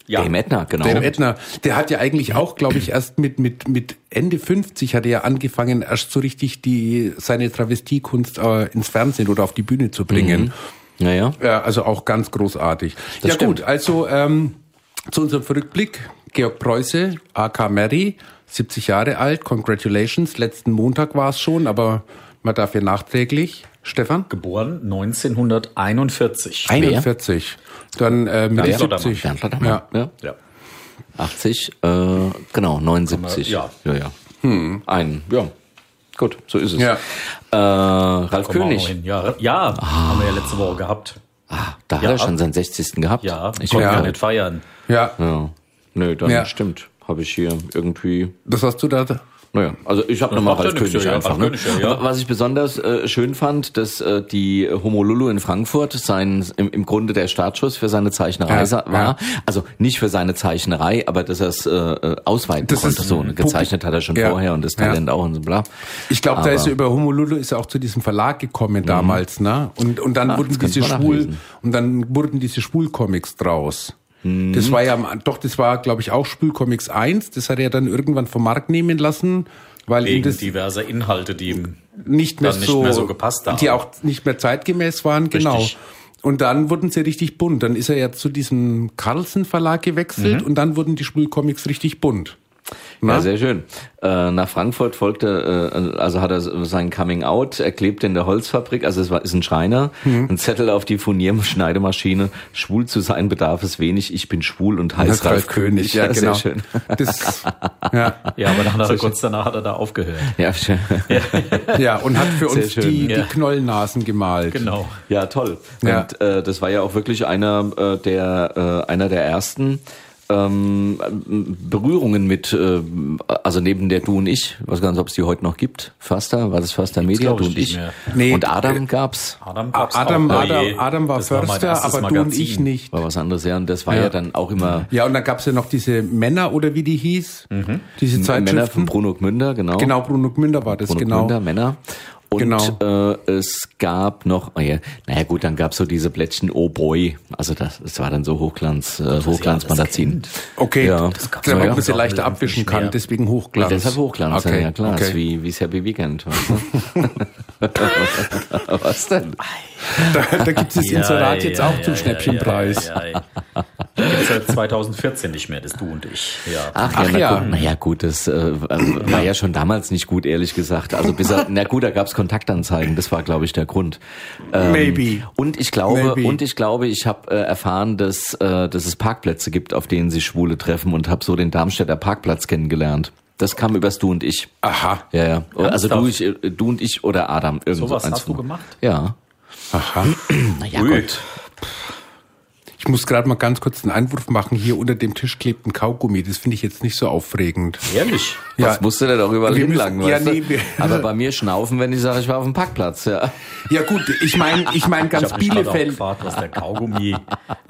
[SPEAKER 2] Ja.
[SPEAKER 1] Dame Edna, genau.
[SPEAKER 3] Dame Edna, der hat ja eigentlich auch, glaube ich, erst mit, mit, mit Ende 50 hat er ja angefangen, erst so richtig die, seine Travestiekunst äh, ins Fernsehen oder auf die Bühne zu bringen.
[SPEAKER 1] Naja.
[SPEAKER 3] Ja, also auch ganz großartig. ja
[SPEAKER 1] stimmt.
[SPEAKER 3] gut, also ähm, zu unserem Rückblick. Georg Preuße, AK Mary, 70 Jahre alt, congratulations. Letzten Montag war es schon, aber man darf ja nachträglich. Stefan?
[SPEAKER 2] Geboren 1941.
[SPEAKER 3] 41. Dann äh, Mitte
[SPEAKER 2] Bernd Lottermann.
[SPEAKER 3] 70.
[SPEAKER 1] Bernd Lottermann.
[SPEAKER 3] Ja.
[SPEAKER 1] Ja.
[SPEAKER 2] Ja.
[SPEAKER 1] 80, äh, genau, 79.
[SPEAKER 2] Ja. Hm.
[SPEAKER 1] ja. ja. Ein, ja. Gut, so ist es.
[SPEAKER 3] Ja.
[SPEAKER 1] Äh, Ralf
[SPEAKER 2] Kommen wir auch noch
[SPEAKER 1] König,
[SPEAKER 2] hin. Ja, ja
[SPEAKER 3] Ah.
[SPEAKER 2] haben wir ja letzte Woche gehabt.
[SPEAKER 1] ah, da hat
[SPEAKER 2] Ja.
[SPEAKER 1] er schon seinen 60. gehabt.
[SPEAKER 2] Ja, ich
[SPEAKER 1] ich
[SPEAKER 2] konnte
[SPEAKER 1] ja.
[SPEAKER 3] ja.
[SPEAKER 2] ja nicht feiern.
[SPEAKER 3] ja.
[SPEAKER 1] ja. Nö, dann
[SPEAKER 3] Ja.
[SPEAKER 1] stimmt. Habe ich hier irgendwie
[SPEAKER 3] Das hast du da.
[SPEAKER 1] Naja, also ich habe nochmal
[SPEAKER 2] macht ja
[SPEAKER 1] Ralf
[SPEAKER 2] nichts,
[SPEAKER 1] König
[SPEAKER 2] ja, ja,
[SPEAKER 1] einfach.
[SPEAKER 2] Ralf
[SPEAKER 1] Ne?
[SPEAKER 2] König, ja, ja.
[SPEAKER 1] Was ich besonders äh, schön fand, dass äh, die Homolulu in Frankfurt sein im, im Grunde der Startschuss für seine Zeichnerei
[SPEAKER 3] Ja,
[SPEAKER 1] sa-
[SPEAKER 3] ja.
[SPEAKER 1] war. Also nicht für seine Zeichnerei, aber dass er es äh, äh, ausweiten
[SPEAKER 3] Das
[SPEAKER 1] konnte.
[SPEAKER 3] ist-
[SPEAKER 1] So gezeichnet hat er schon
[SPEAKER 3] Ja,
[SPEAKER 1] vorher und das
[SPEAKER 3] ja.
[SPEAKER 1] Talent auch und so bla.
[SPEAKER 3] Ich glaube, da ist
[SPEAKER 1] Aber- Mhm.
[SPEAKER 3] er über Homolulu ist er auch zu diesem Verlag gekommen damals, ne? Und und dann
[SPEAKER 1] Ah,
[SPEAKER 3] wurden
[SPEAKER 1] das könnte
[SPEAKER 3] diese
[SPEAKER 1] man
[SPEAKER 3] Schwul
[SPEAKER 1] nachlesen.
[SPEAKER 3] und dann wurden diese Schwulcomics draus.
[SPEAKER 1] Mhm.
[SPEAKER 3] Das war ja am, An- doch, das war glaube ich auch Schwulcomics 1, das hat er dann irgendwann vom Markt nehmen lassen, weil ihm
[SPEAKER 2] Wegen
[SPEAKER 3] das
[SPEAKER 2] diverser Inhalte, die ihm
[SPEAKER 3] nicht mehr,
[SPEAKER 2] dann nicht
[SPEAKER 3] so,
[SPEAKER 2] mehr so gepasst haben.
[SPEAKER 3] Die auch nicht mehr zeitgemäß waren, genau.
[SPEAKER 2] Richtig.
[SPEAKER 3] Und dann wurden sie richtig bunt. Dann ist er ja zu diesem Carlsen Verlag gewechselt und dann wurden die Schwulcomics richtig bunt.
[SPEAKER 1] Mhm. Ja,
[SPEAKER 3] Na?
[SPEAKER 1] sehr schön. Äh, nach Frankfurt folgte, äh, also hat er sein Coming Out, er klebte in der Holzfabrik, also es war, ist ein Schreiner, ein Zettel auf die Furnierschneidemaschine, schwul zu sein bedarf es wenig, ich bin schwul und heiß Ralf, König.
[SPEAKER 3] ja, genau.
[SPEAKER 1] Sehr schön.
[SPEAKER 3] Das, ja,
[SPEAKER 2] Ja, aber dann hat er kurz danach hat er da aufgehört.
[SPEAKER 1] Ja, schön.
[SPEAKER 3] ja, und hat für uns
[SPEAKER 1] schön,
[SPEAKER 3] die,
[SPEAKER 2] ja.
[SPEAKER 3] die Knollnasen gemalt.
[SPEAKER 2] Genau.
[SPEAKER 1] ja, toll.
[SPEAKER 3] Ja.
[SPEAKER 1] Und äh, das war ja auch wirklich einer äh, der, äh, einer der ersten ähm, Berührungen mit, äh, also neben der Du und Ich, weiß gar nicht, ob es die heute noch gibt, Förster, war das Förster Media,
[SPEAKER 2] glaub
[SPEAKER 1] Du
[SPEAKER 2] ich,
[SPEAKER 1] und
[SPEAKER 2] nicht
[SPEAKER 1] Ich.
[SPEAKER 2] mehr.
[SPEAKER 3] Nee,
[SPEAKER 1] und Adam gab's.
[SPEAKER 2] Adam, gab's
[SPEAKER 3] Ah, Adam,
[SPEAKER 2] auch.
[SPEAKER 3] Adam,
[SPEAKER 2] Oje,
[SPEAKER 3] Adam war
[SPEAKER 2] das mein
[SPEAKER 3] Förster,
[SPEAKER 2] erstes
[SPEAKER 3] aber du und ich
[SPEAKER 2] Magazin.
[SPEAKER 3] nicht.
[SPEAKER 1] War was anderes, ja. Und das war ja,
[SPEAKER 3] Ja.
[SPEAKER 1] dann auch immer
[SPEAKER 3] Ja, und dann gab's ja noch diese Männer oder wie die hieß,
[SPEAKER 2] Mhm.
[SPEAKER 3] diese
[SPEAKER 1] Männer von
[SPEAKER 3] Zeitschriften.
[SPEAKER 1] Bruno Gmünder, genau.
[SPEAKER 3] genau, Bruno Gmünder war das,
[SPEAKER 1] Bruno
[SPEAKER 3] genau.
[SPEAKER 1] Gmünder, Männer. Und
[SPEAKER 3] Genau.
[SPEAKER 1] äh, es gab noch, oh ja, naja gut, dann gab's so diese Plättchen Oh Boy. Also das, das war dann so Hochglanz, äh, Hochglanzmagazin.
[SPEAKER 3] Okay,
[SPEAKER 1] Ja.
[SPEAKER 3] das
[SPEAKER 1] gab's ja.
[SPEAKER 3] damit man ein bisschen
[SPEAKER 2] Auch
[SPEAKER 3] leichter
[SPEAKER 2] nicht
[SPEAKER 3] abwischen
[SPEAKER 2] mehr.
[SPEAKER 3] kann, deswegen Hochglanz.
[SPEAKER 1] Deshalb Hochglanz,
[SPEAKER 3] okay.
[SPEAKER 1] ja klar,
[SPEAKER 3] okay.
[SPEAKER 1] ist wie, wie Happy Weekend. Weißt du? was denn?
[SPEAKER 3] Da, da gibt's das Inserat jetzt auch zum Schnäppchenpreis.
[SPEAKER 2] Ja, ja, ja. Das gibt's seit 2014 nicht mehr, das du und ich. Ja.
[SPEAKER 1] Ach,
[SPEAKER 3] Ach
[SPEAKER 1] ja,
[SPEAKER 3] ja.
[SPEAKER 1] na gut, na ja gut, das äh, war ja schon damals nicht gut, ehrlich gesagt. Also bis er, na gut, da gab's Kontaktanzeigen, das war glaube ich der Grund. Ähm,
[SPEAKER 3] Maybe.
[SPEAKER 1] Und ich glaube,
[SPEAKER 3] Maybe.
[SPEAKER 1] und ich glaube, ich habe äh, erfahren, dass, äh, dass es Parkplätze gibt, auf denen sich Schwule treffen und habe so den Darmstädter Parkplatz kennengelernt. Das kam übers Du und ich.
[SPEAKER 3] Aha.
[SPEAKER 1] Ja, ja. Also
[SPEAKER 2] Ernsthaft?
[SPEAKER 1] du, ich, äh, du und ich oder Adam. Irgend
[SPEAKER 2] Sowas
[SPEAKER 1] eins
[SPEAKER 2] hast du
[SPEAKER 1] von-
[SPEAKER 2] gemacht?
[SPEAKER 1] Ja.
[SPEAKER 3] Aha.
[SPEAKER 1] Naja,
[SPEAKER 2] Ui.
[SPEAKER 1] gut.
[SPEAKER 3] Ich muss gerade mal ganz kurz einen Einwurf machen. Hier unter dem Tisch klebt ein Kaugummi. Das finde ich jetzt nicht so aufregend.
[SPEAKER 2] Ehrlich?
[SPEAKER 1] Was musste der doch überall
[SPEAKER 3] Wir
[SPEAKER 1] hinlangen,
[SPEAKER 3] müssen- ja,
[SPEAKER 1] weißt du?
[SPEAKER 3] nee, wir-
[SPEAKER 1] Aber bei mir schnaufen, wenn ich sage, ich war auf dem Parkplatz, ja.
[SPEAKER 3] Ja gut, ich meine ich mein
[SPEAKER 2] Ich
[SPEAKER 3] ganz
[SPEAKER 2] habe mich gerade auch
[SPEAKER 3] Bielefeld.
[SPEAKER 2] gefragt, was der Kaugummi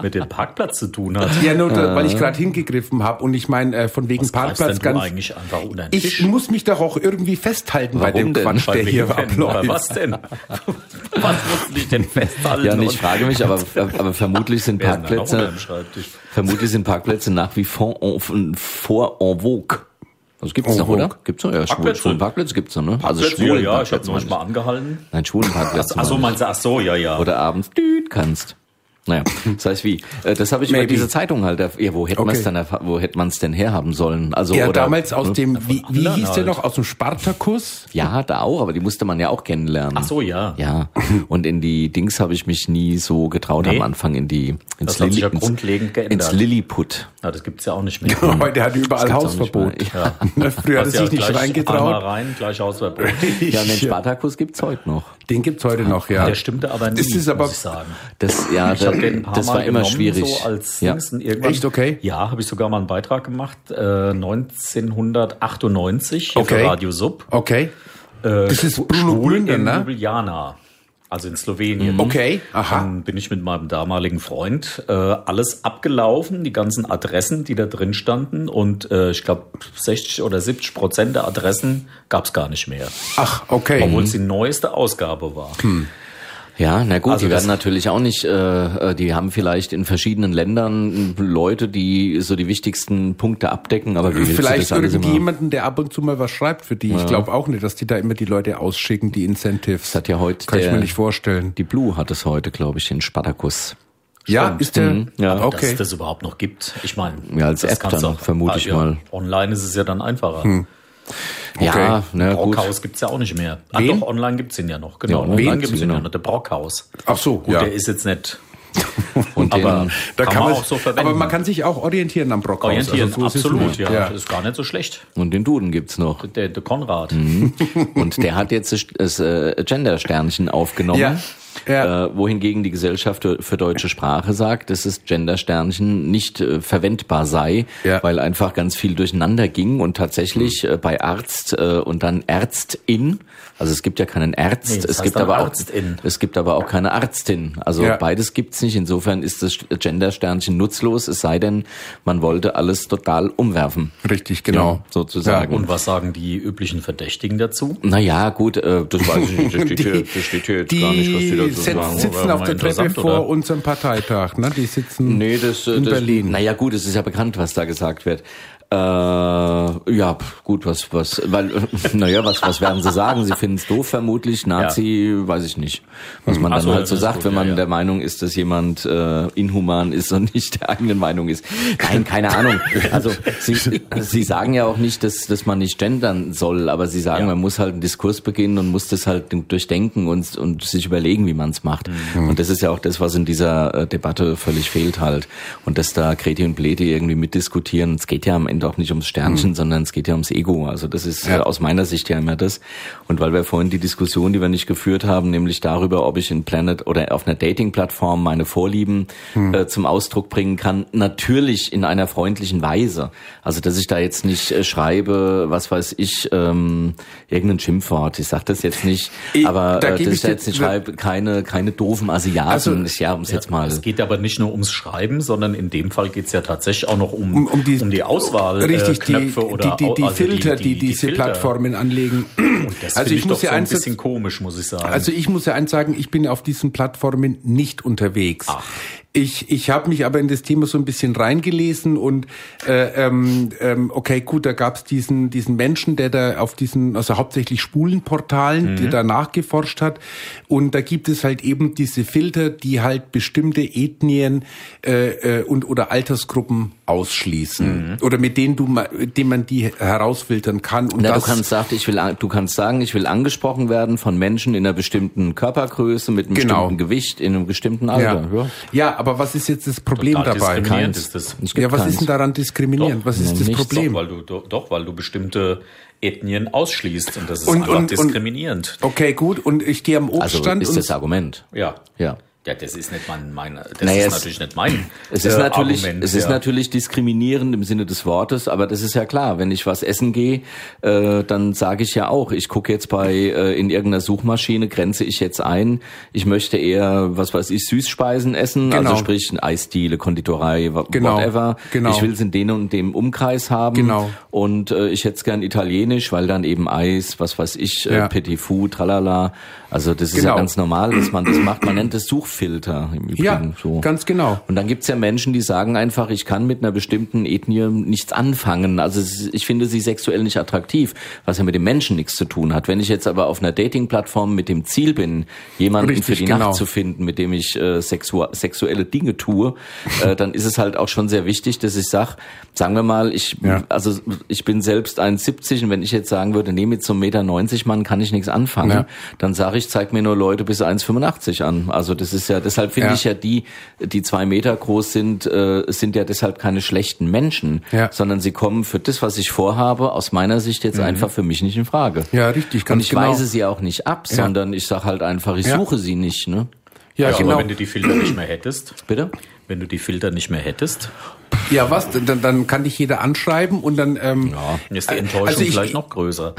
[SPEAKER 2] mit dem Parkplatz zu tun hat.
[SPEAKER 3] Ja, nur da, weil ich gerade hingegriffen habe und ich meine äh, von wegen
[SPEAKER 2] Was greifst
[SPEAKER 3] Parkplatz
[SPEAKER 2] denn
[SPEAKER 3] ganz.
[SPEAKER 2] du eigentlich einfach unter den
[SPEAKER 3] Ich
[SPEAKER 2] Tisch?
[SPEAKER 3] muss mich doch auch irgendwie festhalten bei
[SPEAKER 1] Warum
[SPEAKER 3] dem
[SPEAKER 1] denn?
[SPEAKER 3] Quatsch,
[SPEAKER 2] Bei
[SPEAKER 3] der
[SPEAKER 2] wem
[SPEAKER 3] hier
[SPEAKER 2] denn? Bei
[SPEAKER 3] abläuft.
[SPEAKER 2] Was denn? Was musst du dich denn festhalten?
[SPEAKER 1] Ja, nee,
[SPEAKER 2] und-
[SPEAKER 1] ich frage mich, aber, aber vermutlich sind
[SPEAKER 2] Wer ist denn da noch unter
[SPEAKER 1] Parkplätze,
[SPEAKER 2] dem Schreibtisch?
[SPEAKER 1] vermutlich sind Parkplätze nach wie vor en, vor en vogue. Das gibt's
[SPEAKER 3] En
[SPEAKER 1] noch, oder?
[SPEAKER 3] vogue.
[SPEAKER 1] Gibt's noch, ja. Schwulen-
[SPEAKER 2] Parkplätze.
[SPEAKER 1] Schwulen Parkplätze gibt's noch, ne? Also
[SPEAKER 2] Plötzlich,
[SPEAKER 1] schwulen
[SPEAKER 2] ja, ich habe
[SPEAKER 1] Parkplätze.
[SPEAKER 2] neulich mal
[SPEAKER 1] meine
[SPEAKER 2] angehalten.
[SPEAKER 1] ich. Nein, schwulen Parkplätze.
[SPEAKER 2] Ach so,
[SPEAKER 1] meine ich.
[SPEAKER 2] meinst du, ach so, ja, ja.
[SPEAKER 1] Oder abends, düt, kannst. Naja, das heißt wie. Äh, Das habe ich über
[SPEAKER 3] Maybe.
[SPEAKER 1] diese Zeitung halt. erf- Ja, wo hätte man's
[SPEAKER 3] Okay.
[SPEAKER 1] denn erf- wo hätte man's denn herhaben sollen? Also
[SPEAKER 3] Ja,
[SPEAKER 1] oder,
[SPEAKER 3] damals aus dem, wie, wie
[SPEAKER 2] anderen
[SPEAKER 3] hieß der
[SPEAKER 2] halt.
[SPEAKER 3] noch, aus dem Spartakus?
[SPEAKER 1] Ja, da auch, aber die musste man ja auch kennenlernen.
[SPEAKER 2] Ach so, ja.
[SPEAKER 1] Ja. Und in die Dings habe ich mich nie so getraut
[SPEAKER 2] Nee.
[SPEAKER 1] am Anfang in die ins,
[SPEAKER 2] Das hat sich ja
[SPEAKER 1] ins-
[SPEAKER 2] grundlegend geändert.
[SPEAKER 1] ins Lilliput.
[SPEAKER 2] Na, das gibt's ja auch nicht mehr.
[SPEAKER 3] Heute hat überall
[SPEAKER 1] gibt's auch nicht
[SPEAKER 3] Hausverbot. Ne,
[SPEAKER 1] mehr.
[SPEAKER 3] Früher hat er
[SPEAKER 2] Hast ja
[SPEAKER 3] sich nicht
[SPEAKER 2] gleich Einmal
[SPEAKER 3] reingetraut.
[SPEAKER 2] rein, gleich Hausverbot.
[SPEAKER 1] Ja, und den Spartakus gibt's heute noch.
[SPEAKER 3] Den gibt's heute noch, ja.
[SPEAKER 2] Der stimmte aber nie,
[SPEAKER 3] Das ist aber-
[SPEAKER 2] muss ich sagen.
[SPEAKER 1] Das ja,
[SPEAKER 2] Ich habe den ein paar
[SPEAKER 1] das
[SPEAKER 2] Mal
[SPEAKER 1] war immer
[SPEAKER 2] genommen,
[SPEAKER 1] schwierig.
[SPEAKER 2] So als
[SPEAKER 1] ja.
[SPEAKER 2] Dings und irgendwann,
[SPEAKER 3] Echt, okay?
[SPEAKER 2] Ja, habe ich sogar mal einen Beitrag gemacht, äh, 1998 hier
[SPEAKER 3] Okay.
[SPEAKER 2] für Radio Sub.
[SPEAKER 3] Okay.
[SPEAKER 2] Äh,
[SPEAKER 3] Das ist
[SPEAKER 2] schwul
[SPEAKER 3] Bruno Gründer,
[SPEAKER 2] in
[SPEAKER 3] ne?
[SPEAKER 2] Ljubljana, also in Slowenien.
[SPEAKER 3] Okay, aha.
[SPEAKER 2] Dann bin ich mit meinem damaligen Freund äh, alles abgelaufen, die ganzen Adressen, die da drin standen. Und äh, ich glaube, 60 oder 70 Prozent der Adressen gab es gar nicht mehr.
[SPEAKER 3] Ach, okay.
[SPEAKER 2] Obwohl es die neueste Ausgabe war.
[SPEAKER 1] ja, na gut,
[SPEAKER 2] Also
[SPEAKER 1] die
[SPEAKER 2] das-
[SPEAKER 1] werden natürlich auch nicht, äh, äh, die haben vielleicht in verschiedenen Ländern Leute, die so die wichtigsten Punkte abdecken, aber wie willst du das
[SPEAKER 3] Vielleicht
[SPEAKER 1] alles immer?
[SPEAKER 3] irgendjemanden, der ab und zu mal was schreibt für die. Ich glaube auch nicht, dass die da immer die Leute ausschicken, die Incentives.
[SPEAKER 1] Das hat ja heute
[SPEAKER 3] Kann ich
[SPEAKER 1] der-
[SPEAKER 3] mir nicht vorstellen.
[SPEAKER 1] Die Blue hat es heute, glaube ich, in Spartakus.
[SPEAKER 3] ja, ist der? Ah,
[SPEAKER 1] Mhm, ja.
[SPEAKER 2] dass
[SPEAKER 3] okay.
[SPEAKER 2] es das überhaupt noch gibt. Ich meine,
[SPEAKER 1] Ja, als
[SPEAKER 2] das Ah,
[SPEAKER 1] App
[SPEAKER 2] kannst du
[SPEAKER 1] dann, vermute ich mal.
[SPEAKER 2] Online ist es ja dann einfacher.
[SPEAKER 3] Ah,
[SPEAKER 1] Ja, na gut.
[SPEAKER 2] Brockhaus gibt's ja auch nicht mehr. Ah,
[SPEAKER 3] Wen?
[SPEAKER 2] doch, online gibt's ihn ja noch. Genau,
[SPEAKER 1] Ja,
[SPEAKER 2] online
[SPEAKER 1] wen?
[SPEAKER 2] gibt's ihn
[SPEAKER 1] Genau.
[SPEAKER 2] ja noch. Der Brockhaus.
[SPEAKER 3] Ach so,
[SPEAKER 2] Gut,
[SPEAKER 3] ja.
[SPEAKER 2] der ist jetzt nicht.
[SPEAKER 1] Und
[SPEAKER 2] Aber
[SPEAKER 1] den,
[SPEAKER 3] Da kann,
[SPEAKER 2] man
[SPEAKER 3] man
[SPEAKER 2] auch so verwenden.
[SPEAKER 3] Aber man kann sich auch orientieren am Brockhaus.
[SPEAKER 2] orientieren.
[SPEAKER 3] Also so ist es
[SPEAKER 2] Absolut,
[SPEAKER 3] nicht.
[SPEAKER 2] ja.
[SPEAKER 3] ja.
[SPEAKER 2] Das ist gar nicht so schlecht.
[SPEAKER 1] und den Duden gibt's noch.
[SPEAKER 2] Der, der Konrad.
[SPEAKER 3] Mhm.
[SPEAKER 1] Und der hat jetzt das äh, Gender-Sternchen aufgenommen.
[SPEAKER 3] Ja. Ja.
[SPEAKER 1] Äh, wohingegen die Gesellschaft für deutsche Sprache sagt, dass das Gender-Sternchen nicht äh, verwendbar sei,
[SPEAKER 3] Ja.
[SPEAKER 1] weil einfach ganz viel durcheinander ging und tatsächlich
[SPEAKER 3] Hm.
[SPEAKER 1] äh, bei Arzt äh, und dann Ärztin, also es gibt ja keinen Ärzt,
[SPEAKER 2] Nee, das
[SPEAKER 1] es
[SPEAKER 2] heißt
[SPEAKER 1] gibt
[SPEAKER 2] dann
[SPEAKER 1] aber auch
[SPEAKER 2] Ärztin.
[SPEAKER 1] es gibt aber auch keine Ärztin. Also
[SPEAKER 3] Ja.
[SPEAKER 1] beides gibt's nicht. Insofern ist das Gender-Sternchen nutzlos, es sei denn, man wollte alles total umwerfen.
[SPEAKER 2] Äh,
[SPEAKER 3] Richtig, genau.
[SPEAKER 1] Ja, sozusagen.
[SPEAKER 2] Und was sagen die üblichen Verdächtigen dazu?
[SPEAKER 1] Naja, gut, äh, das weiß ich nicht. Das steht, hier, das steht hier jetzt gar nicht, was die
[SPEAKER 3] die
[SPEAKER 1] dazu sagen.
[SPEAKER 3] sitzen- sitzen
[SPEAKER 2] Wäre
[SPEAKER 3] auf der
[SPEAKER 2] mal
[SPEAKER 3] Treppe
[SPEAKER 2] interessant,
[SPEAKER 3] vor
[SPEAKER 2] oder?
[SPEAKER 3] unserem Parteitag. Ne? Die sitzen
[SPEAKER 1] Nee, das, äh,
[SPEAKER 3] in
[SPEAKER 1] das,
[SPEAKER 3] Berlin.
[SPEAKER 1] Naja, gut, es ist ja bekannt, was da gesagt wird. Äh, ja, pf, gut, was, was, weil, äh, naja, was, was werden sie sagen? Sie finden es doof vermutlich, Nazi, weiß ich nicht. Was man
[SPEAKER 2] Ach
[SPEAKER 1] dann
[SPEAKER 2] so,
[SPEAKER 1] halt
[SPEAKER 2] das
[SPEAKER 1] so
[SPEAKER 2] ist
[SPEAKER 1] sagt,
[SPEAKER 2] gut,
[SPEAKER 1] wenn
[SPEAKER 2] ja,
[SPEAKER 1] man
[SPEAKER 2] ja.
[SPEAKER 1] der Meinung ist, dass jemand äh, inhuman ist und nicht der eigenen Meinung ist. Nein, keine Ahnung. Also sie, sie sagen ja auch nicht, dass, dass man nicht gendern soll, aber sie sagen,
[SPEAKER 2] Ja.
[SPEAKER 1] man muss halt einen Diskurs beginnen und muss das halt durchdenken und, und sich überlegen, wie man es macht.
[SPEAKER 2] Mhm.
[SPEAKER 1] Und das ist ja auch das, was in dieser äh, Debatte völlig fehlt halt. Und dass da Kreti und Pleti irgendwie mitdiskutieren, es geht ja am Ende auch nicht ums Sternchen,
[SPEAKER 3] Mhm.
[SPEAKER 1] sondern es geht ja ums Ego. Also das ist äh, aus meiner Sicht ja immer das. Und weil wir vorhin die Diskussion, die wir nicht geführt haben, nämlich darüber, ob ich in Planet oder auf einer Dating-Plattform meine Vorlieben
[SPEAKER 3] Mhm.
[SPEAKER 1] äh, zum Ausdruck bringen kann, natürlich in einer freundlichen Weise. Also dass ich da jetzt nicht äh, schreibe, was weiß ich, ähm, irgendein Schimpfwort. Ich sag das jetzt nicht,
[SPEAKER 3] Ich-
[SPEAKER 1] aber
[SPEAKER 3] da
[SPEAKER 1] äh, dass
[SPEAKER 3] geb
[SPEAKER 1] ich
[SPEAKER 3] ich
[SPEAKER 1] da
[SPEAKER 3] dir-
[SPEAKER 1] jetzt nicht schreibe, keine, keine doofen Asiaten.
[SPEAKER 3] Also-
[SPEAKER 1] ich, ja, um's jetzt mal.
[SPEAKER 2] Es geht aber nicht nur ums Schreiben, sondern in dem Fall geht's ja tatsächlich auch noch um, um, die, Auswahl. äh,
[SPEAKER 3] Richtig, die,
[SPEAKER 2] Knöpfe oder
[SPEAKER 3] die, die, die
[SPEAKER 2] also
[SPEAKER 3] Filter, die, diese
[SPEAKER 2] Filter.
[SPEAKER 3] Plattformen anlegen.
[SPEAKER 2] Das
[SPEAKER 3] also
[SPEAKER 2] also
[SPEAKER 3] ich
[SPEAKER 2] ich
[SPEAKER 3] muss
[SPEAKER 2] doch
[SPEAKER 3] ja
[SPEAKER 2] so ein
[SPEAKER 3] eins-
[SPEAKER 2] bisschen komisch, muss ich sagen.
[SPEAKER 3] Also ich muss ja eins sagen, ich bin auf diesen Plattformen nicht unterwegs. Ich, ich habe mich aber in das Thema so ein bisschen reingelesen und äh, ähm, ähm, okay, gut, da gab es diesen, diesen Menschen, der da auf diesen, also hauptsächlich schwulen Portalen,
[SPEAKER 1] Mhm.
[SPEAKER 3] der da nachgeforscht hat. Und da gibt es halt eben diese Filter, die halt bestimmte Ethnien äh, äh, und oder Altersgruppen ausschließen.
[SPEAKER 1] Mhm.
[SPEAKER 3] Oder mit denen du ma- mit denen man die herausfiltern kann. Und
[SPEAKER 1] Na, du
[SPEAKER 3] das-
[SPEAKER 1] kannst, sagt, ich will, an- du kannst sagen, ich will angesprochen werden von Menschen in einer bestimmten Körpergröße, mit einem
[SPEAKER 3] Genau.
[SPEAKER 1] bestimmten Gewicht, in einem bestimmten
[SPEAKER 3] ja.
[SPEAKER 1] Alter. Ja.
[SPEAKER 3] ja, aber was ist jetzt das Problem
[SPEAKER 2] Total
[SPEAKER 3] dabei?
[SPEAKER 2] diskriminierend Keins. ist das.
[SPEAKER 1] Es gibt
[SPEAKER 3] Ja, was
[SPEAKER 1] keins.
[SPEAKER 3] ist denn daran diskriminierend?
[SPEAKER 2] Doch,
[SPEAKER 3] was ist das
[SPEAKER 1] nichts,
[SPEAKER 3] Problem?
[SPEAKER 2] Doch, weil du, do- doch, weil du bestimmte Ethnien ausschließt und das ist
[SPEAKER 3] Und-
[SPEAKER 2] einfach
[SPEAKER 3] und- und-
[SPEAKER 2] diskriminierend.
[SPEAKER 3] okay, gut, und ich gehe am
[SPEAKER 1] Also
[SPEAKER 3] Obststand
[SPEAKER 1] ist das
[SPEAKER 3] und
[SPEAKER 1] Argument.
[SPEAKER 2] ja.
[SPEAKER 1] Ja.
[SPEAKER 2] Ja, das ist nicht mein, mein das
[SPEAKER 1] Naja,
[SPEAKER 2] ist
[SPEAKER 1] es-
[SPEAKER 2] natürlich nicht mein.
[SPEAKER 1] Es ist
[SPEAKER 2] äh,
[SPEAKER 1] natürlich,
[SPEAKER 2] Argument,
[SPEAKER 1] es ist
[SPEAKER 2] ja.
[SPEAKER 1] natürlich diskriminierend im Sinne des Wortes, aber das ist ja klar. Wenn ich was essen gehe, äh, dann sage ich ja auch, ich gucke jetzt bei äh, in irgendeiner Suchmaschine grenze ich jetzt ein. Ich möchte eher, was weiß ich, Süßspeisen essen,
[SPEAKER 3] Genau.
[SPEAKER 1] also sprich Eisdiele, Konditorei, wa-
[SPEAKER 3] Genau,
[SPEAKER 1] whatever.
[SPEAKER 3] genau.
[SPEAKER 1] Ich will es in den und dem Umkreis haben.
[SPEAKER 3] Genau.
[SPEAKER 1] Und äh, ich hätte es gern italienisch, weil dann eben Eis, was weiß ich,
[SPEAKER 3] Ja.
[SPEAKER 1] äh, Petit Fou, tralala. Also das ist
[SPEAKER 3] Genau.
[SPEAKER 1] ja ganz normal, dass man das macht. Man nennt es Suchfilter im Übrigen.
[SPEAKER 3] Ja,
[SPEAKER 1] so.
[SPEAKER 3] ganz genau.
[SPEAKER 1] Und dann gibt's ja Menschen, die sagen einfach, ich kann mit einer bestimmten Ethnie nichts anfangen. Also es- ich finde sie sexuell nicht attraktiv, was ja mit dem Menschen nichts zu tun hat. Wenn ich jetzt aber auf einer Dating-Plattform mit dem Ziel bin, jemanden
[SPEAKER 3] Richtig,
[SPEAKER 1] für die
[SPEAKER 3] genau.
[SPEAKER 1] Nacht zu finden, mit dem ich äh, sexu sexuelle Dinge tue, äh, dann ist es halt auch schon sehr wichtig, dass ich sag, sagen wir mal, ich
[SPEAKER 3] Ja.
[SPEAKER 1] also ich bin selbst 1,70 und wenn ich jetzt sagen würde, nee, mit so 1,90 Meter Mann kann ich nichts anfangen,
[SPEAKER 3] Ja.
[SPEAKER 1] dann sage ich, zeig mir nur Leute bis 1,85 an. Also das ist ja, deshalb finde
[SPEAKER 3] Ja.
[SPEAKER 1] ich ja die, die zwei Meter groß sind, äh, sind ja deshalb keine schlechten Menschen,
[SPEAKER 3] Ja.
[SPEAKER 1] sondern sie kommen für das, was ich vorhabe, aus meiner Sicht jetzt einfach für mich nicht in Frage.
[SPEAKER 3] Ja, richtig,
[SPEAKER 1] Und
[SPEAKER 3] ganz
[SPEAKER 1] ich
[SPEAKER 3] genau.
[SPEAKER 1] weise sie auch nicht ab,
[SPEAKER 3] Ja.
[SPEAKER 1] sondern ich sage halt einfach, ich
[SPEAKER 3] Ja.
[SPEAKER 1] suche sie nicht, ne?
[SPEAKER 3] ja,
[SPEAKER 2] Ja,
[SPEAKER 3] genau.
[SPEAKER 2] aber wenn du die Filter nicht mehr hättest,
[SPEAKER 1] Bitte?
[SPEAKER 2] wenn du die Filter nicht mehr hättest,
[SPEAKER 3] Ja, was? Dann, dann kann dich jeder anschreiben und dann ähm,
[SPEAKER 2] ja, ist die
[SPEAKER 3] äh,
[SPEAKER 2] Enttäuschung
[SPEAKER 3] also ich-
[SPEAKER 2] vielleicht noch größer.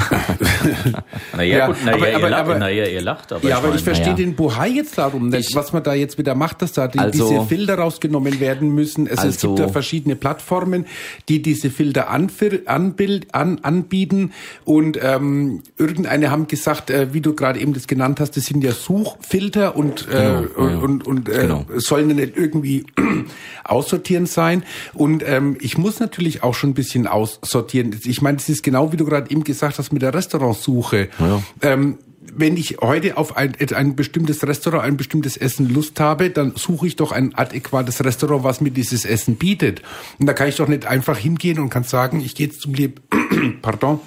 [SPEAKER 2] naja,
[SPEAKER 3] Ja,
[SPEAKER 2] gut, naja,
[SPEAKER 3] aber-
[SPEAKER 2] ihr
[SPEAKER 3] aber-
[SPEAKER 2] lacht,
[SPEAKER 3] aber-
[SPEAKER 2] naja, ihr lacht, aber
[SPEAKER 3] Ja, aber
[SPEAKER 2] mein,
[SPEAKER 3] ich verstehe
[SPEAKER 1] naja.
[SPEAKER 3] den Bohai jetzt darum nicht, was man da jetzt wieder macht, dass da die,
[SPEAKER 1] Also-
[SPEAKER 3] diese Filter rausgenommen werden müssen. Es, es
[SPEAKER 1] Also-
[SPEAKER 3] gibt da verschiedene Plattformen, die diese Filter anfir- anbild, an, anbieten und ähm, irgendeine haben gesagt, äh, wie du gerade eben das genannt hast, das sind ja Suchfilter und, äh, und, und äh,
[SPEAKER 1] Genau.
[SPEAKER 3] sollen nicht irgendwie aussortieren sein. Und ähm, ich muss natürlich auch schon ein bisschen aussortieren. Ich meine, das ist genau wie du gerade eben gesagt hast mit der Restaurantsuche. Ähm, wenn ich heute auf ein, et- ein bestimmtes Restaurant, ein bestimmtes Essen Lust habe, dann suche ich doch ein adäquates Restaurant, was mir dieses Essen bietet. Und da kann ich doch nicht einfach hingehen und kann sagen, ich gehe jetzt zum Lieb, pardon,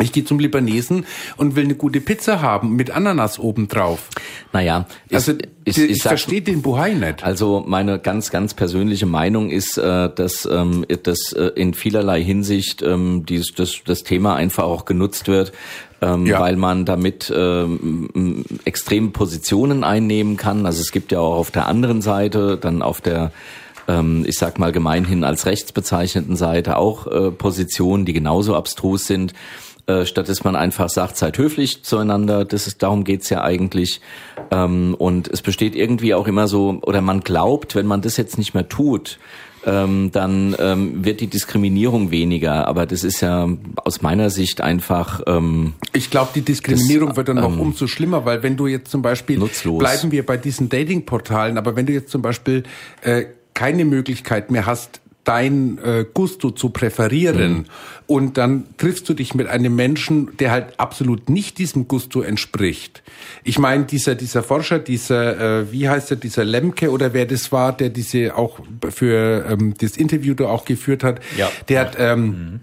[SPEAKER 3] Ich gehe zum Libanesen und will eine gute Pizza haben mit Ananas obendrauf.
[SPEAKER 5] Naja, ich,
[SPEAKER 3] Also ich,
[SPEAKER 5] ich,
[SPEAKER 3] ich,
[SPEAKER 5] ich sag-
[SPEAKER 3] verstehe den Buhai nicht.
[SPEAKER 5] Also meine ganz, ganz persönliche Meinung ist, äh, dass, ähm, dass äh, in vielerlei Hinsicht ähm, dieses, das, das Thema einfach auch genutzt wird, ähm,
[SPEAKER 3] Ja.
[SPEAKER 5] weil man damit ähm, m- extreme Positionen einnehmen kann. Also es gibt ja auch auf der anderen Seite, dann auf der ähm, ich sag mal gemeinhin als rechts bezeichneten Seite auch äh, Positionen, die genauso abstrus sind. Äh, statt dass man einfach sagt, seid halt höflich zueinander, das ist, darum geht's ja eigentlich. Ähm, und es besteht irgendwie auch immer so, oder man glaubt, wenn man das jetzt nicht mehr tut, ähm, dann ähm, wird die Diskriminierung weniger. Aber das ist ja aus meiner Sicht einfach, ähm,
[SPEAKER 3] Ich glaube, die Diskriminierung wird dann noch umso schlimmer, weil wenn du jetzt zum Beispiel,
[SPEAKER 5] Nutzlos.
[SPEAKER 3] bleiben wir bei diesen Dating-Portalen, aber wenn du jetzt zum Beispiel äh, keine Möglichkeit mehr hast, dein äh, Gusto zu präferieren und dann triffst du dich mit einem Menschen, der halt absolut nicht diesem Gusto entspricht. Ich meine, dieser dieser Forscher, dieser äh, wie heißt er, dieser Lemke oder wer das war, der diese auch für ähm, das Interview da auch geführt hat,
[SPEAKER 2] Ja.
[SPEAKER 3] der hat ähm,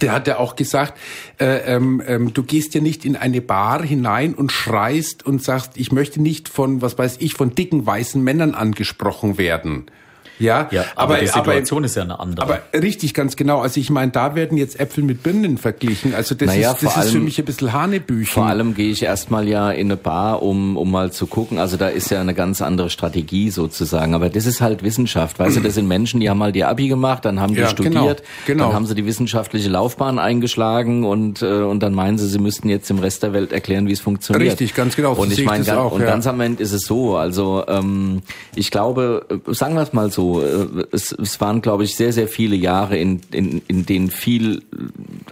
[SPEAKER 3] der hat ja auch gesagt, äh, ähm, ähm, du gehst ja nicht in eine Bar hinein und schreist und sagst, ich möchte nicht von, was weiß ich, von dicken weißen Männern angesprochen werden. Ja,
[SPEAKER 2] Ja, aber, die Situation ist ja eine andere.
[SPEAKER 3] aber, aber richtig, ganz genau. Also ich meine, da werden jetzt Äpfel mit Birnen verglichen. Also das
[SPEAKER 5] Naja,
[SPEAKER 3] ist,
[SPEAKER 5] vor
[SPEAKER 3] das ist für
[SPEAKER 5] allem-
[SPEAKER 3] mich ein bisschen Hanebüchen.
[SPEAKER 5] Vor allem gehe ich erstmal ja in eine Bar, um, um mal zu gucken. Also da ist ja eine ganz andere Strategie sozusagen. Aber das ist halt Wissenschaft. Weißt du, das sind Menschen, die haben mal die Abi gemacht, dann haben die
[SPEAKER 3] Ja, genau,
[SPEAKER 5] studiert,
[SPEAKER 3] genau.
[SPEAKER 5] dann haben sie die wissenschaftliche Laufbahn eingeschlagen und, äh, und dann meinen sie, sie müssten jetzt dem Rest der Welt erklären, wie es funktioniert.
[SPEAKER 3] Richtig, ganz genau, so
[SPEAKER 5] Und
[SPEAKER 3] sehe
[SPEAKER 5] ich
[SPEAKER 3] ich
[SPEAKER 5] meine,
[SPEAKER 3] das
[SPEAKER 5] ganz,
[SPEAKER 3] auch,
[SPEAKER 5] und
[SPEAKER 3] ja.
[SPEAKER 5] ganz am Ende ist es so. Also ähm, ich glaube, äh, sagen wir es mal so, äh, es, es waren, glaube ich, sehr, sehr viele Jahre, in, in, in denen viel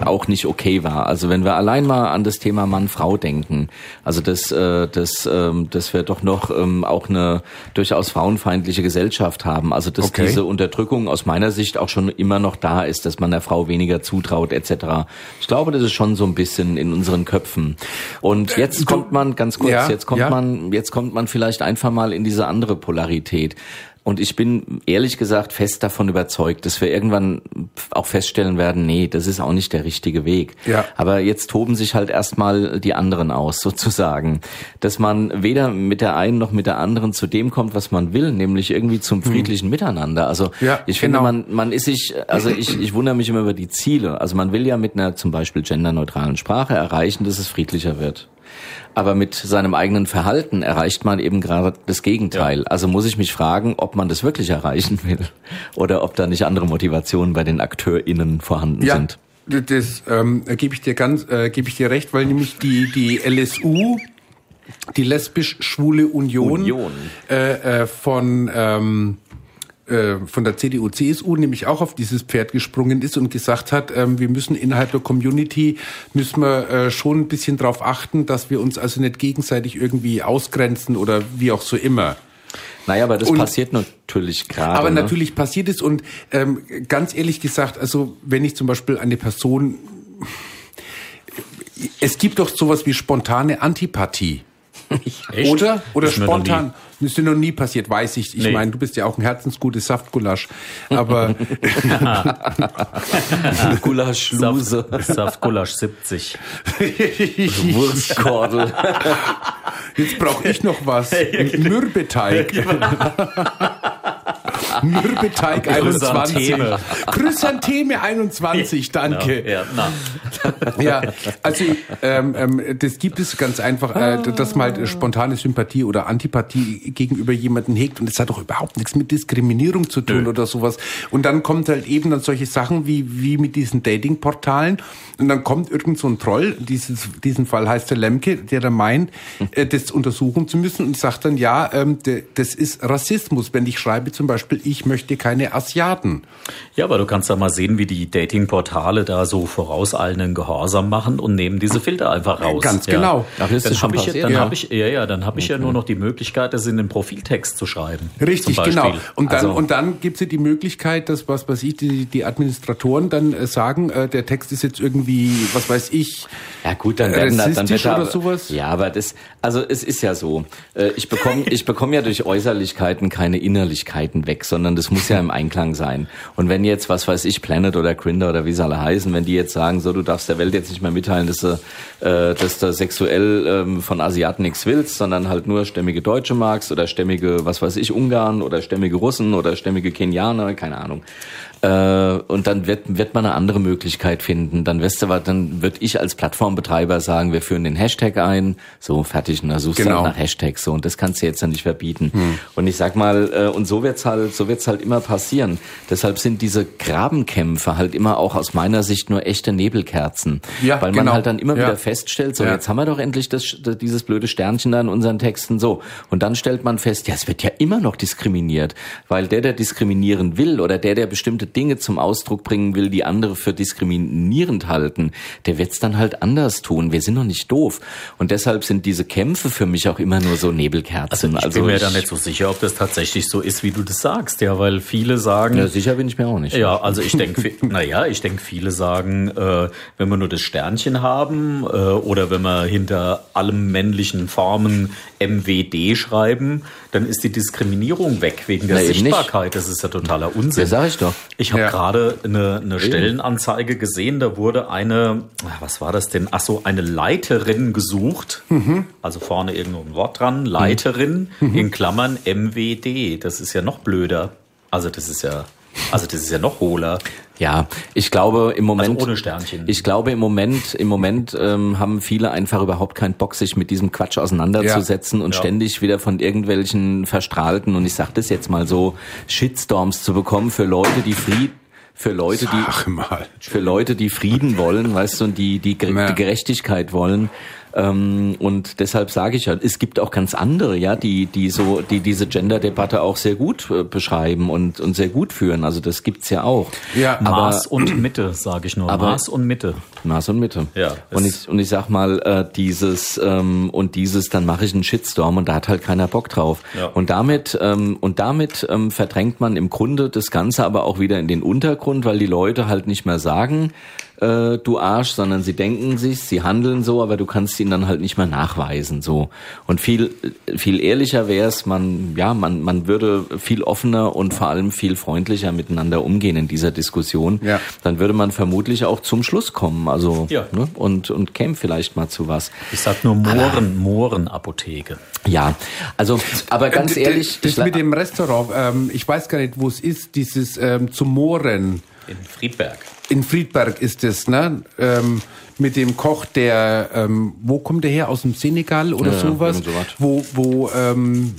[SPEAKER 5] auch nicht okay war. Also wenn wir allein mal an das Thema Mann-Frau denken, also dass, äh, dass, ähm, dass wir doch noch ähm, auch eine durchaus frauenfeindliche Gesellschaft haben. Also dass
[SPEAKER 3] Okay.
[SPEAKER 5] diese Unterdrückung aus meiner Sicht auch schon immer noch da ist, dass man der Frau weniger zutraut etc. Ich glaube, das ist schon so ein bisschen in unseren Köpfen. Und jetzt kommt man, ganz kurz,
[SPEAKER 3] Äh, Ja,
[SPEAKER 5] jetzt kommt
[SPEAKER 3] ja.
[SPEAKER 5] man, jetzt kommt man vielleicht einfach mal in diese andere Polarität. Und ich bin ehrlich gesagt fest davon überzeugt, dass wir irgendwann auch feststellen werden, nee, das ist auch nicht der richtige Weg.
[SPEAKER 3] Ja.
[SPEAKER 5] Aber jetzt toben sich halt erstmal die anderen aus, sozusagen. Dass man weder mit der einen noch mit der anderen zu dem kommt, was man will, nämlich irgendwie zum
[SPEAKER 2] Hm.
[SPEAKER 5] friedlichen Miteinander. Also
[SPEAKER 3] Ja,
[SPEAKER 5] ich finde,
[SPEAKER 3] genau.
[SPEAKER 5] man, man ist sich, also ich, ich wundere mich immer über die Ziele. Also man will ja mit einer zum Beispiel genderneutralen Sprache erreichen, dass es friedlicher wird. Aber mit seinem eigenen Verhalten erreicht man eben gerade das Gegenteil. Also muss ich mich fragen, ob man das wirklich erreichen will oder ob da nicht andere Motivationen bei den AkteurInnen vorhanden
[SPEAKER 3] ja,
[SPEAKER 5] sind.
[SPEAKER 3] das ähm, gebe ich dir ganz, äh, gebe ich dir recht, weil nämlich die die LSU, die lesbisch-schwule Union,
[SPEAKER 5] Union.
[SPEAKER 3] Äh, äh, von ähm, äh, von der CDU, CSU nämlich auch auf dieses Pferd gesprungen ist und gesagt hat, ähm, wir müssen innerhalb der Community, müssen wir äh, schon ein bisschen drauf achten, dass wir uns also nicht gegenseitig irgendwie ausgrenzen oder wie auch so immer.
[SPEAKER 5] Naja, aber das
[SPEAKER 3] Und-
[SPEAKER 5] passiert natürlich gerade.
[SPEAKER 3] Aber
[SPEAKER 5] ne?
[SPEAKER 3] natürlich passiert es und ähm, ganz ehrlich gesagt, also wenn ich zum Beispiel eine Person, es gibt doch sowas wie spontane Antipathie.
[SPEAKER 2] Echt?
[SPEAKER 3] Oder? Oder
[SPEAKER 2] Ist mir noch nie-
[SPEAKER 3] spontan. Ist dir noch nie passiert, weiß ich. Ich
[SPEAKER 2] Nee.
[SPEAKER 3] meine, du bist ja auch ein herzensgutes Saftgulasch. Aber
[SPEAKER 5] Gulaschluse,
[SPEAKER 2] Saft, Saftgulasch 70.
[SPEAKER 5] Wurstkordel.
[SPEAKER 3] jetzt brauche ich noch was.
[SPEAKER 2] genau.
[SPEAKER 3] Mürbeteig. Mürbeteig 21.
[SPEAKER 2] Chrysantheme.
[SPEAKER 3] Chrysantheme 21, danke.
[SPEAKER 2] Ja, genau. na.
[SPEAKER 3] Ja, also ähm, ähm, das gibt es ganz einfach, äh, dass man halt spontane Sympathie oder Antipathie gegenüber jemanden hegt und das hat doch überhaupt nichts mit Diskriminierung zu tun oder sowas. Und dann kommt halt eben dann solche Sachen wie wie mit diesen Dating-Portalen und dann kommt irgend so ein Troll, dieses, diesen Fall heißt der Lemke, der da meint, äh, das untersuchen zu müssen und sagt dann, ja, ähm, de- das ist Rassismus, wenn ich schreibe zum Beispiel, ich möchte keine Asiaten.
[SPEAKER 2] ja, aber du kannst da mal sehen, wie die Dating-Portale da so vorauseilenden Gehorsam machen und nehmen diese Filter einfach raus.
[SPEAKER 3] Ganz
[SPEAKER 2] ja.
[SPEAKER 3] genau.
[SPEAKER 5] Ach, ist das
[SPEAKER 2] Dann
[SPEAKER 5] schon
[SPEAKER 2] habe ich, ja-
[SPEAKER 5] passiert?
[SPEAKER 2] dann
[SPEAKER 3] Ja.
[SPEAKER 2] hab ich, ja, ja, dann hab ich ja nur noch die Möglichkeit, das in den Profiltext zu schreiben.
[SPEAKER 3] Richtig,
[SPEAKER 2] Zum Beispiel.
[SPEAKER 3] genau. Und dann,
[SPEAKER 2] Also-
[SPEAKER 3] und dann gibt's ja die Möglichkeit, dass, was weiß ich, die, die Administratoren dann äh, sagen, äh, der Text ist jetzt irgendwie, was weiß ich,
[SPEAKER 5] Ja gut,
[SPEAKER 1] Äh,
[SPEAKER 5] dann werden da- dann
[SPEAKER 3] Rassistisch
[SPEAKER 5] wird da,
[SPEAKER 3] oder sowas?
[SPEAKER 5] Ja, aber das, also es ist ja so. äh, Ich bekomme, ich bekomme ja durch Äußerlichkeiten keine Innerlichkeiten weg,
[SPEAKER 1] sondern das muss ja im Einklang sein. Und wenn jetzt, was weiß ich, Planet oder Grinder oder wie sie alle heißen, wenn die jetzt sagen, so, du darfst der Welt jetzt nicht mehr mitteilen, dass du, äh, dass du sexuell ähm, von Asiaten nichts willst, sondern halt nur stämmige Deutsche magst oder stämmige, was weiß ich, Ungarn oder stämmige Russen oder stämmige Kenianer, keine Ahnung. Äh, und dann wird, wird man eine andere Möglichkeit finden. Dann wirst du, aber dann wird ich als Plattformbetreiber sagen, wir führen den Hashtag ein, so fertig, und dann suchst du
[SPEAKER 3] Genau. Hm.
[SPEAKER 1] halt nach Hashtags so und das kannst du jetzt ja nicht verbieten. Und ich sag mal, äh, und so wird's halt, so wird's halt immer passieren. Deshalb sind diese Grabenkämpfe halt immer auch aus meiner Sicht nur echte Nebelkerzen,
[SPEAKER 3] Ja,
[SPEAKER 1] weil man
[SPEAKER 3] genau.
[SPEAKER 1] halt dann immer
[SPEAKER 3] Ja.
[SPEAKER 1] wieder feststellt, so
[SPEAKER 3] Ja.
[SPEAKER 1] jetzt haben wir doch endlich das, dieses blöde Sternchen da in unseren Texten so. Und dann stellt man fest, ja, es wird ja immer noch diskriminiert, weil der, der diskriminieren will oder der, der bestimmte Dinge zum Ausdruck bringen will, die andere für diskriminierend halten, der wird's dann halt anders tun. Wir sind noch nicht doof. Und deshalb sind diese Kämpfe für mich auch immer nur so Nebelkerzen.
[SPEAKER 2] Also,
[SPEAKER 1] Also
[SPEAKER 2] Ich bin mir da nicht so sicher, ob das tatsächlich so ist, wie du das sagst, ja, weil viele sagen.
[SPEAKER 1] ja, sicher bin ich mir auch nicht.
[SPEAKER 2] Ja, also ich denke, naja, ich denke, viele sagen, äh, wenn wir nur das Sternchen haben äh, oder wenn wir hinter allem männlichen Formen MWD schreiben, dann ist die Diskriminierung weg wegen der
[SPEAKER 1] Na, eben nicht.
[SPEAKER 2] Sichtbarkeit. Das ist ja totaler Unsinn.
[SPEAKER 1] Ja, sag ich doch.
[SPEAKER 2] Ich habe
[SPEAKER 3] Ja.
[SPEAKER 2] gerade eine, eine Stellenanzeige gesehen, da wurde eine, ah, was war das denn? Ach so, eine Leiterin gesucht.
[SPEAKER 3] Mhm.
[SPEAKER 2] Also vorne irgendwo ein Wort dran, Leiterin in Klammern MWD. Das ist ja noch blöder. Also das ist ja, also das ist ja noch hohler.
[SPEAKER 1] Ja, ich glaube im Moment.
[SPEAKER 2] Also ohne Sternchen.
[SPEAKER 1] Ich glaube im Moment, im Moment ähm, haben viele einfach überhaupt keinen Bock, sich mit diesem Quatsch auseinanderzusetzen und
[SPEAKER 2] Ja.
[SPEAKER 1] ständig wieder von irgendwelchen verstrahlten und ich sag das jetzt mal so Shitstorms zu bekommen für Leute, die Fried, für Leute, die
[SPEAKER 3] Ach mal.
[SPEAKER 1] für Leute, die Frieden wollen, weißt du, und die die, Gere-
[SPEAKER 3] Ja.
[SPEAKER 1] die Gerechtigkeit wollen. Ähm, und deshalb sage ich halt, es gibt auch ganz andere, ja, die die so die diese Gender-Debatte auch sehr gut äh, beschreiben und und sehr gut führen. Also das gibt's ja auch.
[SPEAKER 3] Ja,
[SPEAKER 2] Maß und Mitte, sage ich nur.
[SPEAKER 1] aber-
[SPEAKER 2] Maß und Mitte.
[SPEAKER 1] Maß und Mitte.
[SPEAKER 2] Ja,
[SPEAKER 1] Und
[SPEAKER 2] es-
[SPEAKER 1] ich, und ich sag mal, äh, dieses ähm, und dieses, dann mache ich einen Shitstorm und da hat halt keiner Bock drauf.
[SPEAKER 2] Ja.
[SPEAKER 1] Und damit, ähm, und damit ähm, verdrängt man im Grunde das Ganze aber auch wieder in den Untergrund, weil die Leute halt nicht mehr sagen, äh, du Arsch, sondern sie denken sich, sie handeln so, aber du kannst ihnen dann halt nicht mehr nachweisen. so. Und viel, äh, viel ehrlicher wäre es, man, ja, man, man würde viel offener und vor allem viel freundlicher miteinander umgehen in dieser Diskussion
[SPEAKER 3] Ja.
[SPEAKER 1] dann würde man vermutlich auch zum Schluss kommen, also
[SPEAKER 2] Ja.
[SPEAKER 1] ne? und und käme vielleicht mal zu was.
[SPEAKER 2] Ich sag nur Mohren, Mohrenapotheke.
[SPEAKER 1] Ja, also aber ganz
[SPEAKER 3] Ähm, d-
[SPEAKER 1] ehrlich,
[SPEAKER 3] d-
[SPEAKER 1] ich,
[SPEAKER 3] das
[SPEAKER 1] la-
[SPEAKER 3] mit dem Restaurant, ähm, ich weiß gar nicht, wo es ist, dieses ähm, zum Mooren.
[SPEAKER 2] In Friedberg.
[SPEAKER 3] In Friedberg ist es, ne? Ähm, mit dem Koch, der, ähm, wo kommt der her? Aus dem Senegal oder
[SPEAKER 1] Ja,
[SPEAKER 3] sowas?
[SPEAKER 1] irgend sowas.
[SPEAKER 3] Wo, wo, ähm,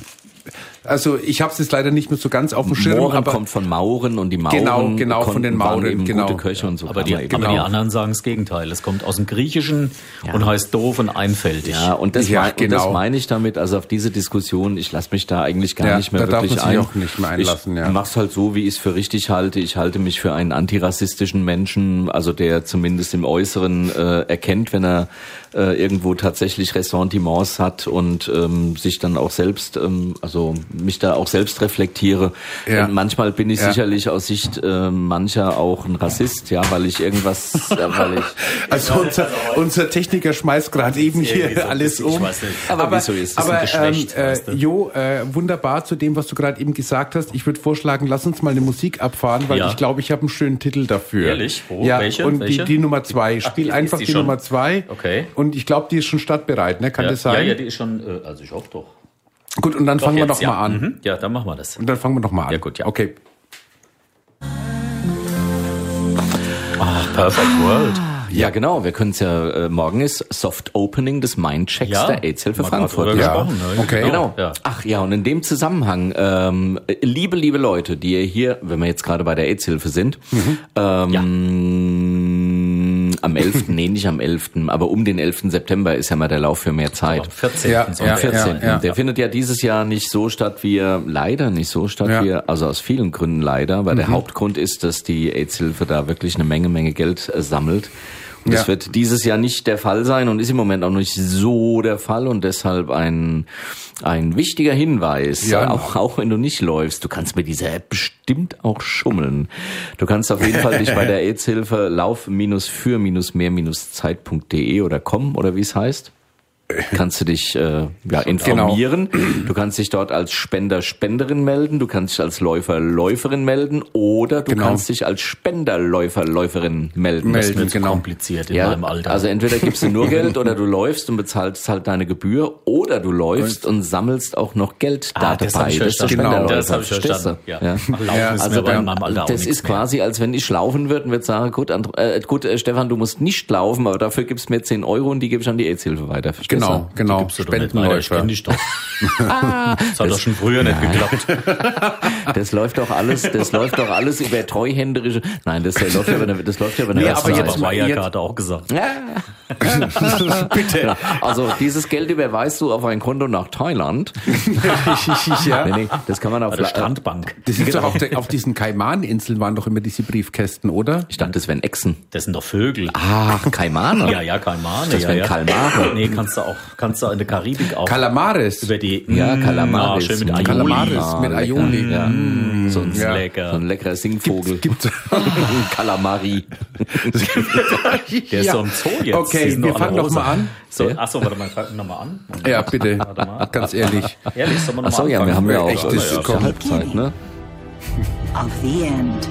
[SPEAKER 3] also ich habe es jetzt leider nicht mehr so ganz auf dem Schirm,
[SPEAKER 1] Mohren
[SPEAKER 3] aber
[SPEAKER 1] kommt von Mauren und die Mauren
[SPEAKER 3] Genau, genau, von
[SPEAKER 1] konnten,
[SPEAKER 3] den
[SPEAKER 1] waren
[SPEAKER 3] Mauren,
[SPEAKER 1] eben
[SPEAKER 3] genau.
[SPEAKER 1] gute Köche und so.
[SPEAKER 2] Aber
[SPEAKER 1] kann
[SPEAKER 2] die,
[SPEAKER 1] man eben
[SPEAKER 2] aber die
[SPEAKER 3] Genau.
[SPEAKER 2] anderen sagen das Gegenteil. Es kommt aus dem Griechischen und heißt doof und einfältig.
[SPEAKER 1] Ja, Äh, und das,
[SPEAKER 3] Ja,
[SPEAKER 1] mein, und das
[SPEAKER 3] genau.
[SPEAKER 1] meine ich damit, also auf diese Diskussion, ich lasse mich da eigentlich gar
[SPEAKER 3] Ja,
[SPEAKER 1] nicht mehr
[SPEAKER 3] da darf
[SPEAKER 1] wirklich
[SPEAKER 3] man sich
[SPEAKER 1] ein.
[SPEAKER 3] auch nicht mehr einlassen,
[SPEAKER 1] ich
[SPEAKER 3] ja.
[SPEAKER 1] mach's halt so, wie ich es für richtig halte. Ich halte mich für einen antirassistischen Menschen, also der zumindest im Äußeren äh, erkennt, wenn er äh, irgendwo tatsächlich Ressentiments hat und ähm, sich dann auch selbst, ähm, also mich da auch selbst reflektiere.
[SPEAKER 3] Ja.
[SPEAKER 1] Und manchmal bin ich
[SPEAKER 3] Ja.
[SPEAKER 1] sicherlich aus Sicht äh, mancher auch ein Rassist, ja, weil ich irgendwas, äh, weil ich
[SPEAKER 3] Also unser, unser Techniker schmeißt gerade eben
[SPEAKER 2] irgendwie so
[SPEAKER 3] hier
[SPEAKER 2] ein
[SPEAKER 3] alles
[SPEAKER 2] bisschen,
[SPEAKER 3] um.
[SPEAKER 2] ich weiß nicht.
[SPEAKER 1] Aber wieso ist das ein
[SPEAKER 3] aber,
[SPEAKER 2] Geschlecht,
[SPEAKER 3] ähm,
[SPEAKER 2] weißt du?
[SPEAKER 3] äh, Jo, äh, wunderbar zu dem, was du gerade eben gesagt hast. Ich würde vorschlagen, lass uns mal eine Musik abfahren, weil
[SPEAKER 2] Ja.
[SPEAKER 3] ich glaube, ich habe einen schönen Titel dafür.
[SPEAKER 2] Ehrlich? Wo?
[SPEAKER 3] Ja,
[SPEAKER 2] Welche?
[SPEAKER 3] und
[SPEAKER 2] Welche?
[SPEAKER 3] Die, die Nummer zwei.
[SPEAKER 2] Ach,
[SPEAKER 3] Spiel
[SPEAKER 2] ist-
[SPEAKER 3] einfach
[SPEAKER 2] ist die
[SPEAKER 3] die,
[SPEAKER 2] schon-
[SPEAKER 3] Nummer zwei.
[SPEAKER 2] Okay.
[SPEAKER 3] Und ich glaube, die ist schon startbereit, ne? Kann
[SPEAKER 2] ja,
[SPEAKER 3] das sein?
[SPEAKER 2] Ja, ja, die ist schon, äh, also ich hoffe doch.
[SPEAKER 3] Gut, und dann fangen wir
[SPEAKER 2] Jetzt,
[SPEAKER 3] doch
[SPEAKER 2] ja.
[SPEAKER 3] mal an.
[SPEAKER 2] Mhm. Ja, dann machen wir das.
[SPEAKER 3] Und dann fangen wir doch mal an.
[SPEAKER 2] Ja, gut, ja.
[SPEAKER 3] Okay.
[SPEAKER 2] Perfect World.
[SPEAKER 1] Ja, genau. Wir können es ja, äh, morgen ist Soft Opening des Mindchecks
[SPEAKER 2] Ja.
[SPEAKER 1] der AIDS-Hilfe
[SPEAKER 2] Haben wir
[SPEAKER 1] Frankfurt.
[SPEAKER 2] gerade drüber
[SPEAKER 1] Ja.
[SPEAKER 2] gesprochen, ne?
[SPEAKER 3] Okay.
[SPEAKER 1] Genau.
[SPEAKER 2] Ja.
[SPEAKER 1] Ach ja, und in dem Zusammenhang, ähm, liebe, liebe Leute, die ihr hier, wenn wir jetzt gerade bei der AIDS-Hilfe sind, ähm, am 11., nee, nicht am 11., aber um den 11. September ist ja mal der Lauf für mehr Zeit.
[SPEAKER 2] Am 14.
[SPEAKER 3] Ja,
[SPEAKER 2] soll der
[SPEAKER 3] ja,
[SPEAKER 1] 14.
[SPEAKER 3] ja.
[SPEAKER 1] Der findet ja dieses Jahr nicht so statt, wie er, leider nicht so statt,
[SPEAKER 3] Ja. Mhm.
[SPEAKER 1] wie er, also aus vielen Gründen leider, weil der Hauptgrund ist, dass die AIDS-Hilfe da wirklich eine Menge, Menge Geld äh, sammelt. Und das
[SPEAKER 3] Ja.
[SPEAKER 1] wird dieses Jahr nicht der Fall sein und ist im Moment auch nicht so der Fall und deshalb ein, ein wichtiger Hinweis,
[SPEAKER 3] Ja.
[SPEAKER 1] auch, auch wenn du nicht läufst, du kannst mit dieser App bestimmt auch schummeln. Du kannst auf jeden Fall dich bei der AIDS-Hilfe lauf-für-mehr-zeit.de oder com oder wie es heißt
[SPEAKER 3] Hm.
[SPEAKER 1] kannst du dich äh, ja,
[SPEAKER 3] Genau.
[SPEAKER 1] informieren. Du kannst dich dort als Spender, Spenderin melden, du kannst dich als Läufer, Läuferin melden oder du
[SPEAKER 3] Genau.
[SPEAKER 1] kannst dich als Spender, Läufer, Läuferin melden.
[SPEAKER 3] Melden,
[SPEAKER 2] Wird
[SPEAKER 3] genau.
[SPEAKER 2] kompliziert in meinem Alter.
[SPEAKER 1] Also entweder gibst du nur Geld oder du läufst und bezahlst halt deine Gebühr oder du läufst und sammelst auch noch Geld da
[SPEAKER 2] Ah, das hab
[SPEAKER 1] dabei.
[SPEAKER 2] ich
[SPEAKER 1] Das ist der
[SPEAKER 2] verstanden. Genau.
[SPEAKER 1] Spenderläufer,
[SPEAKER 2] Das habe ich
[SPEAKER 1] Genau. verstehst du?
[SPEAKER 2] verstanden.
[SPEAKER 1] Ja.
[SPEAKER 2] Ja. Laufen ist
[SPEAKER 1] Also
[SPEAKER 2] mir bei
[SPEAKER 1] dann,
[SPEAKER 2] meinem Alter auch
[SPEAKER 1] das
[SPEAKER 2] nichts
[SPEAKER 1] ist
[SPEAKER 2] mehr.
[SPEAKER 1] quasi, als wenn ich laufen würde und würde sagen, gut, Andr äh, gut äh, Stefan, du musst nicht laufen, aber dafür gibst du mir 10 Euro und die gebe ich an die AIDS-Hilfe weiter. Verstehst
[SPEAKER 3] Genau,
[SPEAKER 1] Du?
[SPEAKER 3] genau.
[SPEAKER 2] Gibst du doch nicht weiter, ich kenn dich doch. das hat doch schon früher nicht geklappt.
[SPEAKER 1] Das läuft doch alles, das läuft doch alles über treuhänderische. Nein, das läuft ja über eine, das läuft ja über eine
[SPEAKER 3] Nee,
[SPEAKER 2] Das
[SPEAKER 3] aber
[SPEAKER 2] hat
[SPEAKER 1] Website.
[SPEAKER 3] jetzt-
[SPEAKER 2] aber Wirecard auch gesagt.
[SPEAKER 3] Bitte.
[SPEAKER 1] Also dieses Geld überweist du auf ein Konto nach Thailand.
[SPEAKER 3] ja.
[SPEAKER 1] Nee, nee, das kann man auf
[SPEAKER 2] Eine
[SPEAKER 1] La- Äh,
[SPEAKER 2] Strandbank.
[SPEAKER 3] Das ist doch auf, der, auf diesen Kaimaninseln waren doch immer diese Briefkästen, oder?
[SPEAKER 1] Ich dachte, das wären Echsen.
[SPEAKER 2] Das sind doch Vögel.
[SPEAKER 1] Ach, Kaimane.
[SPEAKER 2] Ja, ja,
[SPEAKER 1] Ah.
[SPEAKER 2] Kalmane.
[SPEAKER 1] Das
[SPEAKER 2] ja,
[SPEAKER 1] wären
[SPEAKER 2] ja.
[SPEAKER 1] Kalmare.
[SPEAKER 2] Nee, kannst du auch, kannst du in der Karibik auch.
[SPEAKER 3] Kalamares.
[SPEAKER 2] über die,
[SPEAKER 1] Ja,
[SPEAKER 2] Ah,
[SPEAKER 1] Kalamaris.
[SPEAKER 2] schön mit
[SPEAKER 1] Mm.
[SPEAKER 2] Aioli.
[SPEAKER 3] Kalamaris mit Aioli. Mm.
[SPEAKER 1] Ja. Mm. So ein,
[SPEAKER 3] Ja.
[SPEAKER 2] Lecker.
[SPEAKER 1] So ein leckerer Singvogel.
[SPEAKER 3] Gibt's.
[SPEAKER 1] Kalamari.
[SPEAKER 2] Der ist
[SPEAKER 3] Ja.
[SPEAKER 2] so im Zoo jetzt.
[SPEAKER 3] Okay,
[SPEAKER 2] Die sind
[SPEAKER 3] wir
[SPEAKER 2] alle
[SPEAKER 3] fangen doch
[SPEAKER 2] rosa.
[SPEAKER 3] mal an.
[SPEAKER 2] So, achso, warte mal, fang nochmal an.
[SPEAKER 3] Ja, bitte.
[SPEAKER 2] Warte mal.
[SPEAKER 3] Ganz ehrlich.
[SPEAKER 2] Ehrlich, soll man
[SPEAKER 1] Achso,
[SPEAKER 2] nochmal
[SPEAKER 1] ja, wir haben ja auch
[SPEAKER 3] Echt, das
[SPEAKER 1] äh,
[SPEAKER 3] kommt.
[SPEAKER 1] Halbzeit, ne?
[SPEAKER 4] Of the end.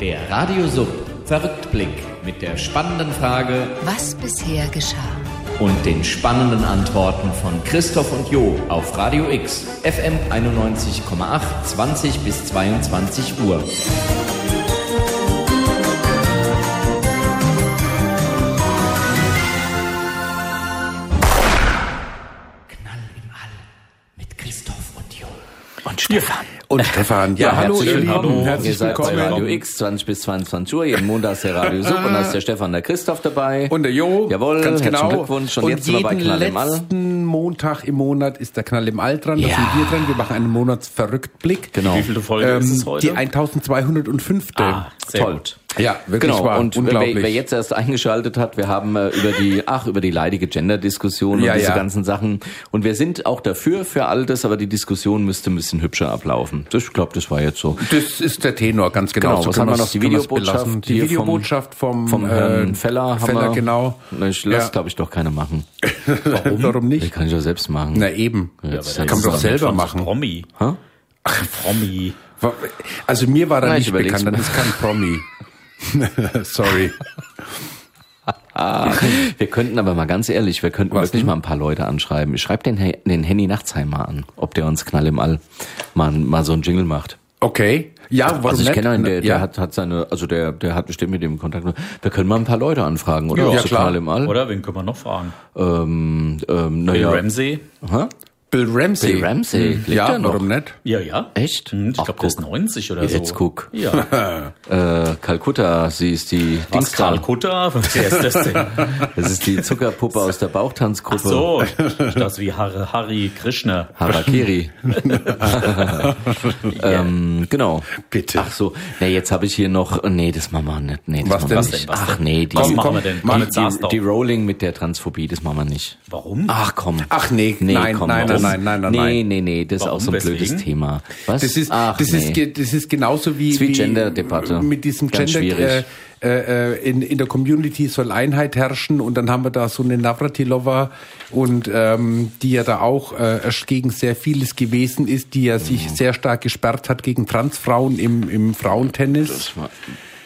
[SPEAKER 5] Der Radiosub Verrücktblick mit der spannenden Frage
[SPEAKER 4] Was bisher geschah.
[SPEAKER 5] und den spannenden Antworten von Christoph und Jo auf Radio X FM 91,8 20 bis 22 Uhr.
[SPEAKER 3] Und Stefan, ja, hallo,
[SPEAKER 1] herzlich
[SPEAKER 3] ihr Lieben.
[SPEAKER 1] willkommen.
[SPEAKER 3] Herzlich
[SPEAKER 1] Ihr seid
[SPEAKER 3] willkommen.
[SPEAKER 1] bei Radio X 20 bis 22 Uhr. Jeden Montag ist der Radio Sub und da ist der Stefan der Christoph dabei.
[SPEAKER 3] Und der Jo.
[SPEAKER 1] Jawohl,
[SPEAKER 3] ganz
[SPEAKER 1] herzlichen
[SPEAKER 3] genau.
[SPEAKER 1] Glückwunsch. Und,
[SPEAKER 3] Und
[SPEAKER 1] jetzt sind
[SPEAKER 3] jeden
[SPEAKER 1] wir bei Knall im All.
[SPEAKER 3] letzten Montag im Monat ist der Knall im All dran. Da
[SPEAKER 1] Ja.
[SPEAKER 3] sind wir dran. Wir machen einen Monatsverrücktblick.
[SPEAKER 1] Genau.
[SPEAKER 2] Wie viele Folge ist
[SPEAKER 3] Ähm,
[SPEAKER 2] es heute?
[SPEAKER 3] die 1205.
[SPEAKER 2] ah, sehr
[SPEAKER 1] Toll.
[SPEAKER 2] gut.
[SPEAKER 3] Ja, wirklich
[SPEAKER 1] genau.
[SPEAKER 3] wahr.
[SPEAKER 1] Und wer,
[SPEAKER 3] Unglaublich.
[SPEAKER 1] wer jetzt erst eingeschaltet hat, wir haben äh, über die, ach, über die leidige Gender-Diskussion
[SPEAKER 3] Ja,
[SPEAKER 1] und diese
[SPEAKER 3] ja.
[SPEAKER 1] ganzen Sachen. Und wir sind auch dafür, für all das, aber die Diskussion müsste ein bisschen hübscher ablaufen. Das, ich glaube, das war jetzt so.
[SPEAKER 3] das ist der Tenor, ganz genau.
[SPEAKER 1] Genau, was
[SPEAKER 3] können
[SPEAKER 1] haben wir
[SPEAKER 3] wir's-
[SPEAKER 1] noch? Die
[SPEAKER 3] können wir's
[SPEAKER 1] Videobotschaft
[SPEAKER 3] belassen. Die
[SPEAKER 1] hier vom-
[SPEAKER 3] Videobotschaft vom,
[SPEAKER 1] Vom
[SPEAKER 3] äh,
[SPEAKER 1] Herrn Feller haben
[SPEAKER 3] Feller,
[SPEAKER 1] wir.
[SPEAKER 3] genau.
[SPEAKER 1] Na, Ich lasse,
[SPEAKER 3] Ja.
[SPEAKER 1] glaube ich, doch keine machen.
[SPEAKER 3] Warum? Warum
[SPEAKER 1] Die
[SPEAKER 3] nicht?
[SPEAKER 1] kann ich ja selbst machen.
[SPEAKER 3] Na eben.
[SPEAKER 1] Jetzt
[SPEAKER 3] kann man doch selber machen.
[SPEAKER 2] Promi. Ach, Promi.
[SPEAKER 3] Also mir war er
[SPEAKER 1] Nein, ich
[SPEAKER 3] nicht
[SPEAKER 1] überleg's
[SPEAKER 3] bekannt, dann
[SPEAKER 1] mir.
[SPEAKER 3] ist kein Promi. Sorry.
[SPEAKER 1] Wir könnten aber mal ganz ehrlich, wir könnten wirklich mal ein paar Leute anschreiben. Ich schreibe den, He- den Henny Nachtsheim mal an, ob der uns Knall im All mal, mal so einen Jingle macht.
[SPEAKER 3] Okay. Ja, warum
[SPEAKER 1] Also ich
[SPEAKER 3] nicht?
[SPEAKER 1] kenne einen, der,
[SPEAKER 3] Ne, ja.
[SPEAKER 1] der hat, hat seine, also der, der hat bestimmt mit dem Kontakt. Wir können mal ein paar Leute anfragen, oder?
[SPEAKER 3] Ja,
[SPEAKER 1] Auch
[SPEAKER 3] ja,
[SPEAKER 1] so
[SPEAKER 3] klar.
[SPEAKER 1] Knall im All.
[SPEAKER 2] Oder wen können wir noch fragen?
[SPEAKER 1] Ähm, ähm,
[SPEAKER 2] Bill
[SPEAKER 1] naja.
[SPEAKER 2] Ramsey?
[SPEAKER 1] Hä?
[SPEAKER 3] Bill Ramsey.
[SPEAKER 1] Bill Ramsey, lebt
[SPEAKER 3] Ja,
[SPEAKER 1] er noch?
[SPEAKER 3] warum nicht?
[SPEAKER 2] Ja, ja.
[SPEAKER 1] Echt?
[SPEAKER 2] Hm, ich
[SPEAKER 1] Ach,
[SPEAKER 2] glaube, der ist
[SPEAKER 1] guck.
[SPEAKER 2] 90 oder so.
[SPEAKER 1] Jetzt guck.
[SPEAKER 2] Ja.
[SPEAKER 1] Äh, Kalkutta, sie ist die
[SPEAKER 2] Was,
[SPEAKER 1] Dings da.
[SPEAKER 2] Karl Kutter? Wer ist das denn?
[SPEAKER 1] Das ist die Zuckerpuppe aus der Bauchtanzgruppe.
[SPEAKER 2] So, das wie Har- Hari Krishna.
[SPEAKER 1] Harakiri. ähm, genau.
[SPEAKER 3] Bitte.
[SPEAKER 1] Ach so. Nee, jetzt habe ich hier noch. Nee, das machen wir nicht. Nee, das
[SPEAKER 3] Was
[SPEAKER 1] machen wir
[SPEAKER 3] denn? Oh. Was
[SPEAKER 1] nicht.
[SPEAKER 2] denn? Was
[SPEAKER 1] Ach nee, die,
[SPEAKER 2] Was
[SPEAKER 1] die,
[SPEAKER 2] machen
[SPEAKER 3] komm,
[SPEAKER 2] wir denn?
[SPEAKER 3] mach
[SPEAKER 2] Komm,
[SPEAKER 3] jetzt
[SPEAKER 2] sag's doch.
[SPEAKER 1] die Ah, Rolling mit der Transphobie, das machen wir nicht.
[SPEAKER 2] Warum?
[SPEAKER 1] Ach komm.
[SPEAKER 3] Ach nee, nein, nein,
[SPEAKER 1] warum?
[SPEAKER 3] nein, nein, nein,
[SPEAKER 1] nee,
[SPEAKER 3] nein.
[SPEAKER 1] Nee, nee, das ist
[SPEAKER 2] Warum?
[SPEAKER 1] auch so ein blödes
[SPEAKER 2] Weswegen?
[SPEAKER 1] Thema. Was?
[SPEAKER 3] Das ist,
[SPEAKER 1] Ach,
[SPEAKER 3] das,
[SPEAKER 1] nee.
[SPEAKER 3] ist ge- das ist genauso wie,
[SPEAKER 1] Ist wie Gender-Debatte.
[SPEAKER 3] mit diesem
[SPEAKER 1] Ganz
[SPEAKER 3] Gender
[SPEAKER 1] schwierig.
[SPEAKER 3] äh, äh, in, in der Community soll Einheit herrschen und dann haben wir da so eine Navratilova und ähm, die ja da auch äh, erst gegen sehr vieles gewesen ist, die ja sich
[SPEAKER 1] Mhm.
[SPEAKER 3] sehr stark gesperrt hat gegen Transfrauen im, im Frauentennis.
[SPEAKER 1] War-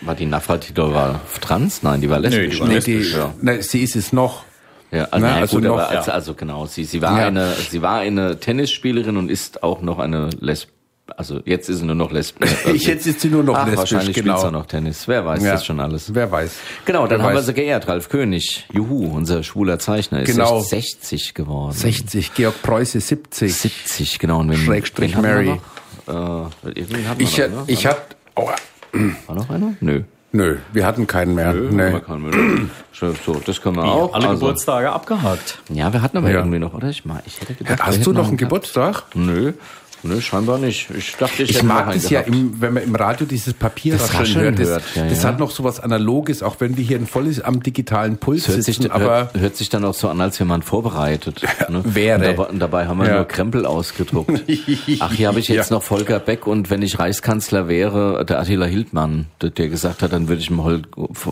[SPEAKER 1] War die Nafratidova trans? Nein, die war lesbisch.
[SPEAKER 2] die war
[SPEAKER 1] ne?
[SPEAKER 3] Nee,
[SPEAKER 2] lesbisch.
[SPEAKER 3] die,
[SPEAKER 1] ja.
[SPEAKER 3] na, sie ist es noch.
[SPEAKER 1] Ja, also,
[SPEAKER 3] Na,
[SPEAKER 1] naja,
[SPEAKER 3] also
[SPEAKER 1] gut,
[SPEAKER 3] noch,
[SPEAKER 1] aber
[SPEAKER 3] ja.
[SPEAKER 1] also, also genau, sie, sie war
[SPEAKER 3] Ja.
[SPEAKER 1] eine, sie war eine Tennisspielerin und ist auch noch eine Lesb, also jetzt ist sie nur noch Lesb. äh,
[SPEAKER 3] Ich- jetzt ist sie nur noch
[SPEAKER 1] Ach,
[SPEAKER 3] lesbisch,
[SPEAKER 1] Wahrscheinlich
[SPEAKER 3] genau.
[SPEAKER 1] spielt sie auch noch Tennis. Wer weiß
[SPEAKER 3] Ja.
[SPEAKER 1] das schon alles.
[SPEAKER 3] Wer weiß.
[SPEAKER 1] Genau, dann
[SPEAKER 3] Wer
[SPEAKER 1] haben wir
[SPEAKER 3] weiß.
[SPEAKER 1] sie geehrt, Ralf König. Juhu, unser schwuler Zeichner ist
[SPEAKER 3] Genau.
[SPEAKER 1] jetzt 60 geworden.
[SPEAKER 3] 60, Georg Preuße 70.
[SPEAKER 1] 70, genau. Und wen,
[SPEAKER 3] Schrägstrich
[SPEAKER 1] wen
[SPEAKER 3] Mary.
[SPEAKER 1] Haben wir noch? Äh, irgendwen hatten wir
[SPEAKER 3] Ich,
[SPEAKER 1] noch,
[SPEAKER 3] hab-
[SPEAKER 1] ne?
[SPEAKER 3] ich hab, aua.
[SPEAKER 1] War noch einer? Nö.
[SPEAKER 3] nö, wir hatten keinen mehr.
[SPEAKER 1] Nö.
[SPEAKER 3] Nö.
[SPEAKER 1] So, das können wir auch.
[SPEAKER 2] Alle
[SPEAKER 1] also,
[SPEAKER 2] Geburtstage abgehakt.
[SPEAKER 1] ja, wir hatten aber
[SPEAKER 3] Ja.
[SPEAKER 1] irgendwie noch, oder? Ich, mal, ich hätte gedacht, wir
[SPEAKER 3] Hast du
[SPEAKER 1] hätten
[SPEAKER 3] noch einen
[SPEAKER 1] gehabt.
[SPEAKER 3] Geburtstag?
[SPEAKER 1] Nö. Ne, scheinbar nicht. Ich dachte, ich,
[SPEAKER 3] Ich
[SPEAKER 1] hätte
[SPEAKER 3] mag
[SPEAKER 1] noch einen
[SPEAKER 3] das ja,
[SPEAKER 1] gehabt.
[SPEAKER 3] im, wenn man im Radio dieses Papier
[SPEAKER 1] Das
[SPEAKER 3] rascheln
[SPEAKER 1] Rascheln
[SPEAKER 3] hört. Das,
[SPEAKER 1] hört, ja,
[SPEAKER 3] das
[SPEAKER 1] ja.
[SPEAKER 3] hat noch so was Analoges, auch wenn wir hier ein volles am digitalen Puls
[SPEAKER 1] Es hört
[SPEAKER 3] sitzen.
[SPEAKER 1] sich,
[SPEAKER 3] aber
[SPEAKER 1] hört, hört sich dann auch so an, als wäre man vorbereitet. Ne?
[SPEAKER 3] Wäre.
[SPEAKER 1] Und dabei, und dabei haben wir
[SPEAKER 3] Ja.
[SPEAKER 1] nur Krempel ausgedruckt. Ach, hier habe ich jetzt
[SPEAKER 3] Ja.
[SPEAKER 1] noch Volker Beck und wenn ich Reichskanzler wäre, der Attila Hildmann, der, der gesagt hat, dann würde ich dem Hol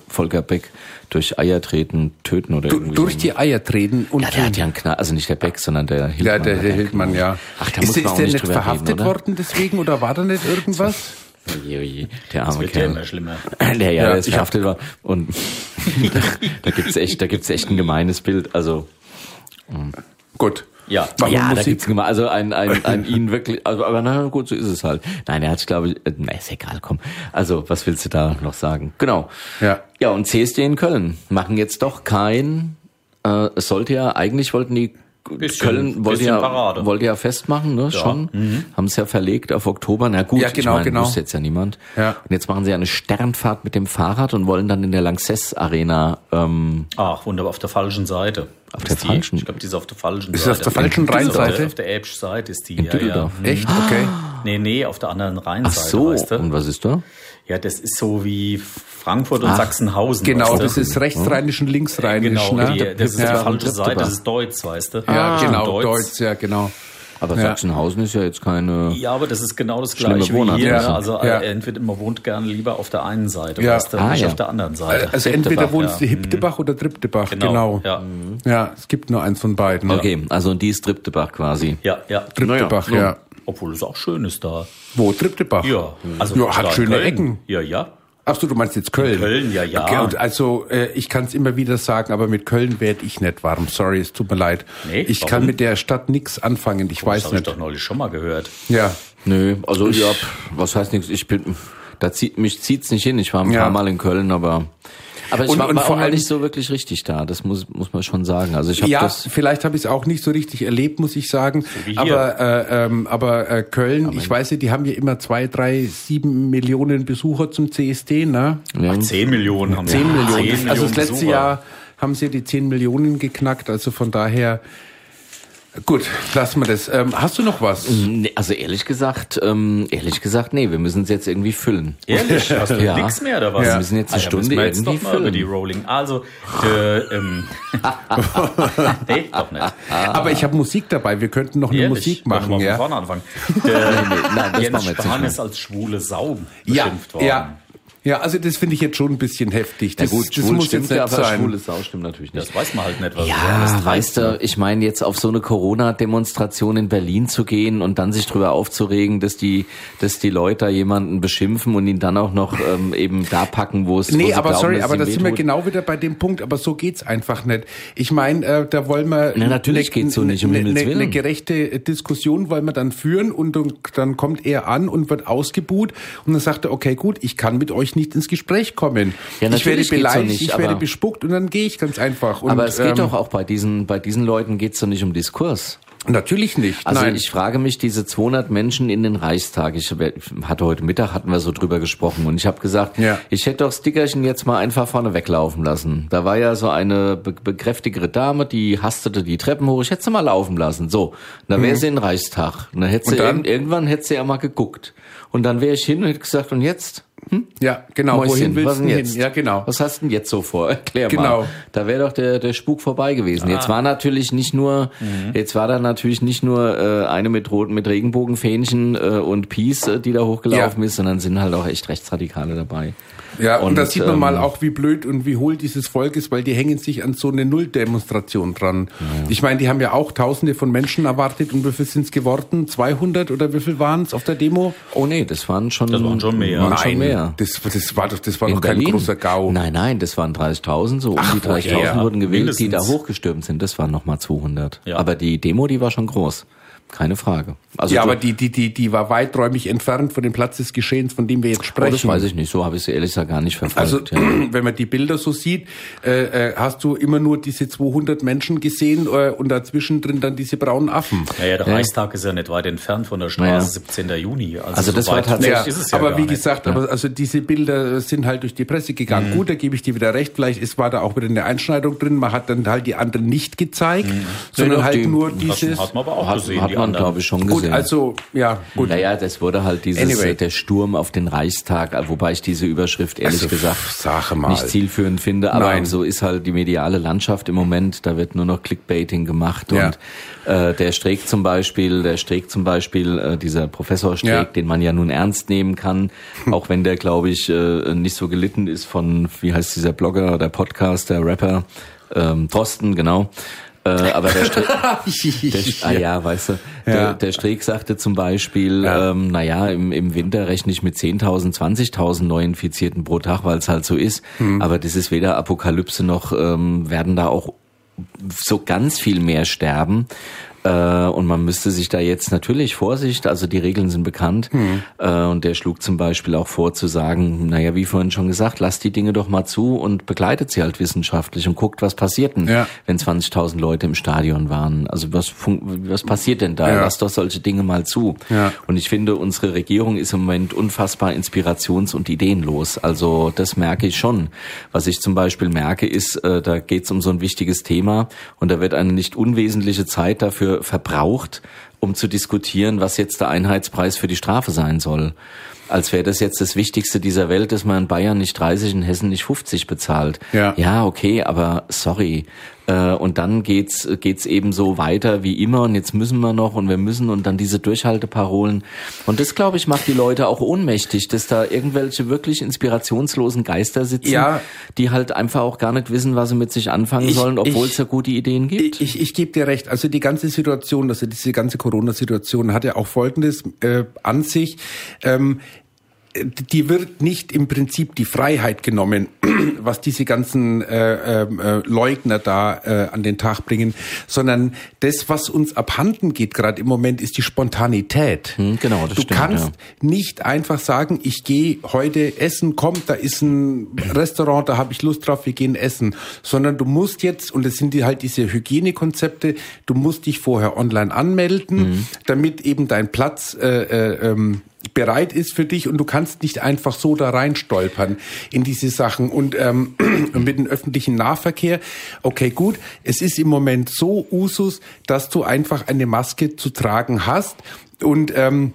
[SPEAKER 1] Volker Beck durch Eier treten, töten oder
[SPEAKER 3] du,
[SPEAKER 1] irgendwie
[SPEAKER 3] durch
[SPEAKER 1] so.
[SPEAKER 3] die Eier treten und
[SPEAKER 1] Ja, der hat ja einen Knall, also nicht der Beck, sondern der Hildmann.
[SPEAKER 3] ja, der,
[SPEAKER 1] hat
[SPEAKER 3] der
[SPEAKER 1] einen
[SPEAKER 3] Hildmann,
[SPEAKER 1] Knall.
[SPEAKER 3] ja.
[SPEAKER 1] Ach, da
[SPEAKER 3] ist
[SPEAKER 1] muss
[SPEAKER 3] der,
[SPEAKER 1] man
[SPEAKER 3] ist
[SPEAKER 1] auch
[SPEAKER 3] der
[SPEAKER 1] nicht
[SPEAKER 3] nicht
[SPEAKER 1] drüber
[SPEAKER 3] verhaftet
[SPEAKER 1] reden, oder?
[SPEAKER 3] worden deswegen oder war da nicht irgendwas?
[SPEAKER 1] Oje, oje, Der arme
[SPEAKER 2] wird ja
[SPEAKER 1] Kerl.
[SPEAKER 2] immer schlimmer.
[SPEAKER 1] Der ja,
[SPEAKER 3] Ja,
[SPEAKER 1] der ist
[SPEAKER 3] ich
[SPEAKER 1] verhaftet war. Und da, da gibt's echt, da gibt's echt ein gemeines Bild. Also
[SPEAKER 3] Gut.
[SPEAKER 2] Ja.
[SPEAKER 3] Machen wir
[SPEAKER 1] ja, da
[SPEAKER 3] Musik.
[SPEAKER 1] gibt's immer, also ein, ein, ein ihn wirklich, also, aber na gut, so ist es halt. Nein, er hat, glaube ich, äh, na, ist egal, komm. Also, was willst du da noch sagen? Genau.
[SPEAKER 3] Ja.
[SPEAKER 1] Ja, und CSD in Köln machen jetzt doch kein, äh, es sollte ja, eigentlich wollten die
[SPEAKER 2] Bisschen-
[SPEAKER 1] Köln wollte
[SPEAKER 2] bisschen
[SPEAKER 1] ja,
[SPEAKER 2] Parade. Mhm.
[SPEAKER 1] wollte ja festmachen, ne, schon. Haben es ja verlegt auf Oktober. Na gut,
[SPEAKER 3] Ja, genau,
[SPEAKER 1] ich meine,
[SPEAKER 3] genau.
[SPEAKER 1] wusste jetzt ja niemand.
[SPEAKER 3] Ja.
[SPEAKER 1] Und jetzt machen sie ja eine Sternfahrt mit dem Fahrrad und wollen dann in der Lanxess Arena, ähm,
[SPEAKER 2] Ach, wunderbar, auf der falschen Seite. Auf
[SPEAKER 1] der falschen?
[SPEAKER 2] Die, ich glaube, die ist auf der falschen
[SPEAKER 3] Ist
[SPEAKER 2] Seite.
[SPEAKER 3] auf der falschen
[SPEAKER 2] Die ist auf
[SPEAKER 3] Rheinseite?
[SPEAKER 2] der- Auf der Edge-Seite ist die.
[SPEAKER 1] In
[SPEAKER 2] ja,
[SPEAKER 1] Düsseldorf.
[SPEAKER 2] Ja.
[SPEAKER 3] Echt? Okay.
[SPEAKER 1] Ah.
[SPEAKER 2] Nee, nee, auf der anderen
[SPEAKER 1] ach
[SPEAKER 2] Rheinseite,
[SPEAKER 1] so.
[SPEAKER 2] weißt du?
[SPEAKER 1] Und was ist da?
[SPEAKER 2] Ja, das ist so wie Frankfurt und Sachsenhausen.
[SPEAKER 3] Genau,
[SPEAKER 2] weißt du?
[SPEAKER 3] das
[SPEAKER 1] ne?
[SPEAKER 3] ist rechtsrheinisch und linksrheinisch.
[SPEAKER 2] Genau,
[SPEAKER 3] ne?
[SPEAKER 2] die, das ist
[SPEAKER 3] ja,
[SPEAKER 2] die falsche
[SPEAKER 1] Dritte
[SPEAKER 2] Seite,
[SPEAKER 1] Bar.
[SPEAKER 2] das ist Deutsch, weißt du?
[SPEAKER 3] ja, genau,
[SPEAKER 2] Deutsch.
[SPEAKER 3] Deutsch, ja, genau.
[SPEAKER 1] Aber
[SPEAKER 3] Ja.
[SPEAKER 1] Sachsenhausen ist ja jetzt keine.
[SPEAKER 2] Ja, aber das ist genau das
[SPEAKER 1] Schlimme
[SPEAKER 2] gleiche wie
[SPEAKER 1] Wohnart,
[SPEAKER 2] hier.
[SPEAKER 3] ja.
[SPEAKER 2] ne? Also
[SPEAKER 3] Ja.
[SPEAKER 2] äh, entweder man wohnt gerne lieber auf der einen Seite,
[SPEAKER 3] Ja.
[SPEAKER 2] weißt du,
[SPEAKER 1] Ah,
[SPEAKER 2] nicht
[SPEAKER 1] ja.
[SPEAKER 2] auf der anderen Seite.
[SPEAKER 3] Also entweder wohnst du Hiptebach oder Triptebach, genau.
[SPEAKER 2] Mhm. Ja.
[SPEAKER 3] Ja, es gibt nur eins von beiden.
[SPEAKER 1] Okay, also und die ist Triptebach quasi.
[SPEAKER 2] ja, ja.
[SPEAKER 3] Triptebach,
[SPEAKER 1] Naja,
[SPEAKER 3] ja.
[SPEAKER 2] Obwohl es auch schön ist da.
[SPEAKER 3] Wo? Triptebach?
[SPEAKER 2] Ja, also
[SPEAKER 3] Hm. Ja, hat
[SPEAKER 2] klar,
[SPEAKER 3] schöne
[SPEAKER 2] Köln.
[SPEAKER 3] Ecken.
[SPEAKER 2] Ja, ja.
[SPEAKER 3] Ach so, du meinst jetzt Köln?
[SPEAKER 2] Köln, ja, ja.
[SPEAKER 3] Okay, und also äh, ich kann es immer wieder sagen, aber mit Köln werde ich nicht warm. Sorry, es tut mir leid.
[SPEAKER 2] Nee,
[SPEAKER 3] ich
[SPEAKER 2] warum?
[SPEAKER 3] kann mit der Stadt nichts anfangen. Ich
[SPEAKER 2] das
[SPEAKER 3] weiß
[SPEAKER 2] habe ich
[SPEAKER 3] nicht.
[SPEAKER 2] doch neulich schon mal gehört.
[SPEAKER 3] Ja,
[SPEAKER 1] Nö, also ich hab, was heißt nichts, ich bin, da zieht, mich zieht's nicht hin. Ich war ein
[SPEAKER 3] Ja.
[SPEAKER 1] paar Mal in Köln, aber, aber ich
[SPEAKER 3] Und-
[SPEAKER 1] war,
[SPEAKER 3] und
[SPEAKER 1] war
[SPEAKER 3] vor
[SPEAKER 1] auch noch
[SPEAKER 3] allem-
[SPEAKER 1] nicht so wirklich richtig da. Das muss, muss man schon sagen. Also ich habe
[SPEAKER 3] ja
[SPEAKER 1] das,
[SPEAKER 3] vielleicht habe ich es auch nicht so richtig erlebt, muss ich sagen.
[SPEAKER 2] wie hier.
[SPEAKER 3] aber äh, ähm, aber äh, Köln, ich weiß nicht, die haben ja immer zwei, drei, sieben Millionen Besucher zum CSD, ne?
[SPEAKER 1] ja,
[SPEAKER 2] 10 Millionen haben
[SPEAKER 3] 10
[SPEAKER 2] wir.
[SPEAKER 3] Millionen.
[SPEAKER 2] 10
[SPEAKER 3] also das letzte
[SPEAKER 2] Besucher.
[SPEAKER 3] Jahr haben sie die 10 Millionen geknackt, also von daher. Gut, lassen wir das. Ähm, hast du noch was?
[SPEAKER 1] nee, also ehrlich gesagt, ähm, ehrlich gesagt, nee, wir müssen es jetzt irgendwie füllen.
[SPEAKER 2] Ehrlich, hast du
[SPEAKER 1] Ja.
[SPEAKER 2] nichts mehr oder was?
[SPEAKER 1] Ja. Wir müssen jetzt eine
[SPEAKER 2] Alter, müssen
[SPEAKER 1] Stunde
[SPEAKER 2] wir jetzt
[SPEAKER 1] irgendwie
[SPEAKER 2] doch mal über
[SPEAKER 1] füllen.
[SPEAKER 2] die Rolling. Also, äh, ähm, nee, doch nicht.
[SPEAKER 1] Ah.
[SPEAKER 3] Aber ich habe Musik dabei. Wir könnten noch eine
[SPEAKER 2] Ehrlich,
[SPEAKER 3] Musik
[SPEAKER 2] wollen wir
[SPEAKER 3] machen,
[SPEAKER 2] mal
[SPEAKER 3] ja.
[SPEAKER 2] von vorne anfangen. Der,
[SPEAKER 1] Nein, das
[SPEAKER 2] Jens
[SPEAKER 1] machen wir jetzt nicht
[SPEAKER 2] Spahn
[SPEAKER 1] mehr.
[SPEAKER 2] ist als schwule Sau
[SPEAKER 3] Ja,
[SPEAKER 2] beschimpft worden.
[SPEAKER 3] ja, ja. Also das finde ich jetzt schon ein bisschen heftig. Das, das
[SPEAKER 1] schwul
[SPEAKER 3] muss jetzt
[SPEAKER 1] stimmt ja,
[SPEAKER 3] nicht
[SPEAKER 1] aber
[SPEAKER 3] sein.
[SPEAKER 1] schwule Sau stimmt natürlich nicht.
[SPEAKER 2] Das weiß man halt nicht, was es
[SPEAKER 1] Ja,
[SPEAKER 2] ist.
[SPEAKER 1] Ah, weißt du, ich meine, jetzt auf so eine Corona-Demonstration in Berlin zu gehen und dann sich drüber aufzuregen, dass die, dass die Leute da jemanden beschimpfen und ihn dann auch noch ähm, eben da packen, wo es wo
[SPEAKER 3] Nee,
[SPEAKER 1] sie
[SPEAKER 3] aber
[SPEAKER 1] glauben,
[SPEAKER 3] sorry,
[SPEAKER 1] dass es
[SPEAKER 3] aber
[SPEAKER 1] ihm
[SPEAKER 3] da sind wir
[SPEAKER 1] wehtut.
[SPEAKER 3] genau wieder bei dem Punkt. Aber so geht's einfach nicht. Ich meine, äh, da wollen wir ne-
[SPEAKER 1] Na, natürlich geht's so nicht, um
[SPEAKER 3] eine,
[SPEAKER 1] Himmels
[SPEAKER 3] eine, eine
[SPEAKER 1] Willen.
[SPEAKER 3] gerechte Diskussion wollen wir dann führen und dann- dann kommt er an und wird ausgebuht und dann sagt er, okay, gut, ich kann mit euch nicht ins Gespräch kommen.
[SPEAKER 1] Ja,
[SPEAKER 3] ich werde
[SPEAKER 1] natürlich geht's so
[SPEAKER 3] beleidigt,
[SPEAKER 1] nicht,
[SPEAKER 3] ich werde
[SPEAKER 1] aber-
[SPEAKER 3] bespuckt und dann gehe ich ganz einfach. Und,
[SPEAKER 1] Aber es geht
[SPEAKER 3] ähm,
[SPEAKER 1] doch auch bei diesen, bei diesen Leuten geht's doch nicht um Diskurs.
[SPEAKER 3] Natürlich nicht.
[SPEAKER 1] Also
[SPEAKER 3] nein.
[SPEAKER 1] ich frage mich, diese 200 Menschen in den Reichstag, ich hab- hatte heute Mittag, hatten wir so drüber gesprochen und ich habe gesagt,
[SPEAKER 3] Ja.
[SPEAKER 1] ich hätte doch Stickerchen jetzt mal einfach vorne weglaufen lassen. Da war ja so eine be bekräftigere Dame, die hastete die Treppen hoch, ich hätte sie mal laufen lassen. So, dann wäre sie in den Reichstag. Und dann hätte
[SPEAKER 3] Mhm. Und
[SPEAKER 1] sie
[SPEAKER 3] dann?
[SPEAKER 1] irgend- irgendwann hätte sie ja mal geguckt. Und dann wäre ich hin und hätte gesagt, und jetzt?
[SPEAKER 3] ja, genau.
[SPEAKER 1] Mäuschen,
[SPEAKER 3] wohin willst
[SPEAKER 1] was
[SPEAKER 3] du
[SPEAKER 1] denn
[SPEAKER 3] hin?
[SPEAKER 1] jetzt?
[SPEAKER 3] Ja, genau.
[SPEAKER 1] Was hast du denn jetzt so vor? Erklär
[SPEAKER 3] Genau. Ah.
[SPEAKER 1] mal. Da wäre doch der, der Spuk vorbei gewesen. Jetzt war natürlich nicht nur,
[SPEAKER 3] Mhm.
[SPEAKER 1] jetzt war da natürlich nicht nur äh, eine mit roten, mit Regenbogenfähnchen äh, und Peace, äh, die da hochgelaufen
[SPEAKER 3] Ja.
[SPEAKER 1] ist, sondern sind halt auch echt Rechtsradikale dabei.
[SPEAKER 3] Ja, und,
[SPEAKER 1] Und,
[SPEAKER 3] das sieht man
[SPEAKER 1] ähm,
[SPEAKER 3] mal auch, wie blöd und wie hohl dieses Volk ist, weil die hängen sich an so eine Nulldemonstration dran. Ich meine, die haben ja auch Tausende von Menschen erwartet und wie viel sind's geworden? 200 oder wie viel waren's auf der Demo?
[SPEAKER 1] Oh nee, das waren schon,
[SPEAKER 2] Das waren schon mehr.
[SPEAKER 1] Waren schon mehr.
[SPEAKER 3] Das, das war doch, das war
[SPEAKER 1] In
[SPEAKER 3] doch kein
[SPEAKER 1] Berlin?
[SPEAKER 3] großer GAU.
[SPEAKER 1] Nein, nein, das waren 30.000, so um
[SPEAKER 3] Ach,
[SPEAKER 1] die 30.000
[SPEAKER 3] woher?
[SPEAKER 1] wurden gewählt, die da
[SPEAKER 2] Mindestens.
[SPEAKER 1] hochgestürmt sind. Das waren nochmal 200.
[SPEAKER 2] Ja.
[SPEAKER 1] Aber die Demo, die war schon groß. Keine Frage. Also
[SPEAKER 3] ja,
[SPEAKER 1] du-
[SPEAKER 3] aber die, die, die, die war weiträumig entfernt von dem Platz des Geschehens, von dem wir jetzt
[SPEAKER 1] Oh,
[SPEAKER 3] sprechen.
[SPEAKER 1] das weiß ich nicht, so habe ich sie ehrlich gesagt gar nicht verfolgt.
[SPEAKER 3] Also
[SPEAKER 1] ja.
[SPEAKER 3] wenn man die Bilder so sieht, äh, äh, hast du immer nur diese 200 Menschen gesehen äh, und dazwischen drin dann diese braunen Affen.
[SPEAKER 2] Naja, der Reichstag ist ja nicht weit entfernt von der Straße,
[SPEAKER 1] Naja.
[SPEAKER 2] 17. Juni. Also,
[SPEAKER 1] Also
[SPEAKER 2] so
[SPEAKER 1] das war
[SPEAKER 2] weit
[SPEAKER 1] tatsächlich-
[SPEAKER 2] ist es ja Mhm.
[SPEAKER 3] aber
[SPEAKER 2] gar
[SPEAKER 3] wie
[SPEAKER 2] nicht.
[SPEAKER 3] gesagt, aber also diese Bilder sind halt durch die Presse gegangen. Gut, da gebe ich dir wieder recht. Vielleicht ist war da auch wieder eine Einschneidung drin. Man hat dann halt die anderen nicht gezeigt,
[SPEAKER 1] Nee,
[SPEAKER 3] sondern
[SPEAKER 2] Mhm.
[SPEAKER 1] doch,
[SPEAKER 3] halt
[SPEAKER 1] die-
[SPEAKER 3] nur
[SPEAKER 1] das
[SPEAKER 2] das
[SPEAKER 3] dieses.
[SPEAKER 2] hat man aber auch
[SPEAKER 1] Hat-
[SPEAKER 2] gesehen.
[SPEAKER 1] hat
[SPEAKER 2] die
[SPEAKER 1] man,
[SPEAKER 2] anderen.
[SPEAKER 1] glaube ich, schon
[SPEAKER 3] Gut,
[SPEAKER 1] gesehen.
[SPEAKER 3] also, ja, gut.
[SPEAKER 1] naja, das wurde halt dieses,
[SPEAKER 3] Anyway.
[SPEAKER 1] äh, der Sturm auf den Reichstag, äh, wobei ich diese Überschrift ehrlich
[SPEAKER 3] Also,
[SPEAKER 1] gesagt
[SPEAKER 3] sag mal.
[SPEAKER 1] nicht zielführend finde, aber
[SPEAKER 3] Nein.
[SPEAKER 1] so ist halt die mediale Landschaft im Moment, da wird nur noch Clickbaiting gemacht
[SPEAKER 3] Ja.
[SPEAKER 1] und äh, der Streeck zum Beispiel, der Streeck zum Beispiel, äh, dieser Professor Streeck,
[SPEAKER 3] Ja.
[SPEAKER 1] den man ja nun ernst nehmen kann, auch wenn der, glaube ich, äh, nicht so gelitten ist von, wie heißt dieser Blogger oder Podcaster, Rapper, ähm, Thorsten, genau. Äh, aber der Streeck, der, ah ja, weißt du,
[SPEAKER 3] Ja.
[SPEAKER 1] der, der Streeck sagte zum Beispiel,
[SPEAKER 3] Ja.
[SPEAKER 1] ähm, naja, im, im Winter rechne ich mit 10.000, 20.000 Neuinfizierten pro Tag, weil es halt so ist.
[SPEAKER 3] Hm.
[SPEAKER 1] Aber das ist weder Apokalypse noch ähm, werden da auch so ganz viel mehr sterben. Äh, Und man müsste sich da jetzt natürlich Vorsicht, also die Regeln sind bekannt.
[SPEAKER 3] Hm.
[SPEAKER 1] Äh, Und der schlug zum Beispiel auch vor zu sagen, naja, wie vorhin schon gesagt, lasst die Dinge doch mal zu und begleitet sie halt wissenschaftlich und guckt, was passiert denn,
[SPEAKER 3] Ja.
[SPEAKER 1] wenn 20.000 Leute im Stadion waren. Also was, fun- was passiert denn da?
[SPEAKER 3] Ja.
[SPEAKER 1] Lasst doch solche Dinge mal zu.
[SPEAKER 3] Ja.
[SPEAKER 1] Und ich finde, unsere Regierung ist im Moment unfassbar inspirations- und ideenlos. Also das merke ich schon. Was ich zum Beispiel merke, ist, äh, da geht es um so ein wichtiges Thema und da wird eine nicht unwesentliche Zeit dafür verbraucht, um zu diskutieren, was jetzt der Einheitspreis für die Strafe sein soll. Als wäre das jetzt das Wichtigste dieser Welt, dass man in Bayern nicht 30, in Hessen nicht 50 bezahlt.
[SPEAKER 3] Ja.
[SPEAKER 1] ja, okay, aber sorry. Äh, Und dann geht's geht's eben so weiter wie immer und jetzt müssen wir noch und wir müssen und dann diese Durchhalteparolen und das glaube ich macht die Leute auch ohnmächtig, dass da irgendwelche wirklich inspirationslosen Geister sitzen,
[SPEAKER 3] Ja.
[SPEAKER 1] die halt einfach auch gar nicht wissen, was sie mit sich anfangen
[SPEAKER 3] Ich-
[SPEAKER 1] sollen, obwohl
[SPEAKER 3] ich-
[SPEAKER 1] es ja gute Ideen gibt.
[SPEAKER 3] Ich, ich, ich gebe dir recht. Also die ganze Situation, also diese ganze Corona-Situation hat ja auch Folgendes äh, an sich. Ähm, die wird nicht im Prinzip die Freiheit genommen, was diese ganzen äh, ähm, äh, Leugner da äh, an den Tag bringen, sondern das, was uns abhanden geht gerade im Moment, ist die Spontanität.
[SPEAKER 1] Hm, genau, das
[SPEAKER 3] du
[SPEAKER 1] stimmt,
[SPEAKER 3] kannst
[SPEAKER 1] ja.
[SPEAKER 3] nicht einfach sagen, ich gehe heute essen, kommt, da ist ein Restaurant, da habe ich Lust drauf, wir gehen essen, sondern du musst jetzt, und das sind die, halt diese Hygienekonzepte, du musst dich vorher online anmelden, damit eben dein Platz äh, äh, ähm, bereit ist für dich und du kannst nicht einfach so da reinstolpern in diese Sachen und ähm, mit dem öffentlichen Nahverkehr. Okay, gut, es ist im Moment so Usus, dass du einfach eine Maske zu tragen hast und ähm,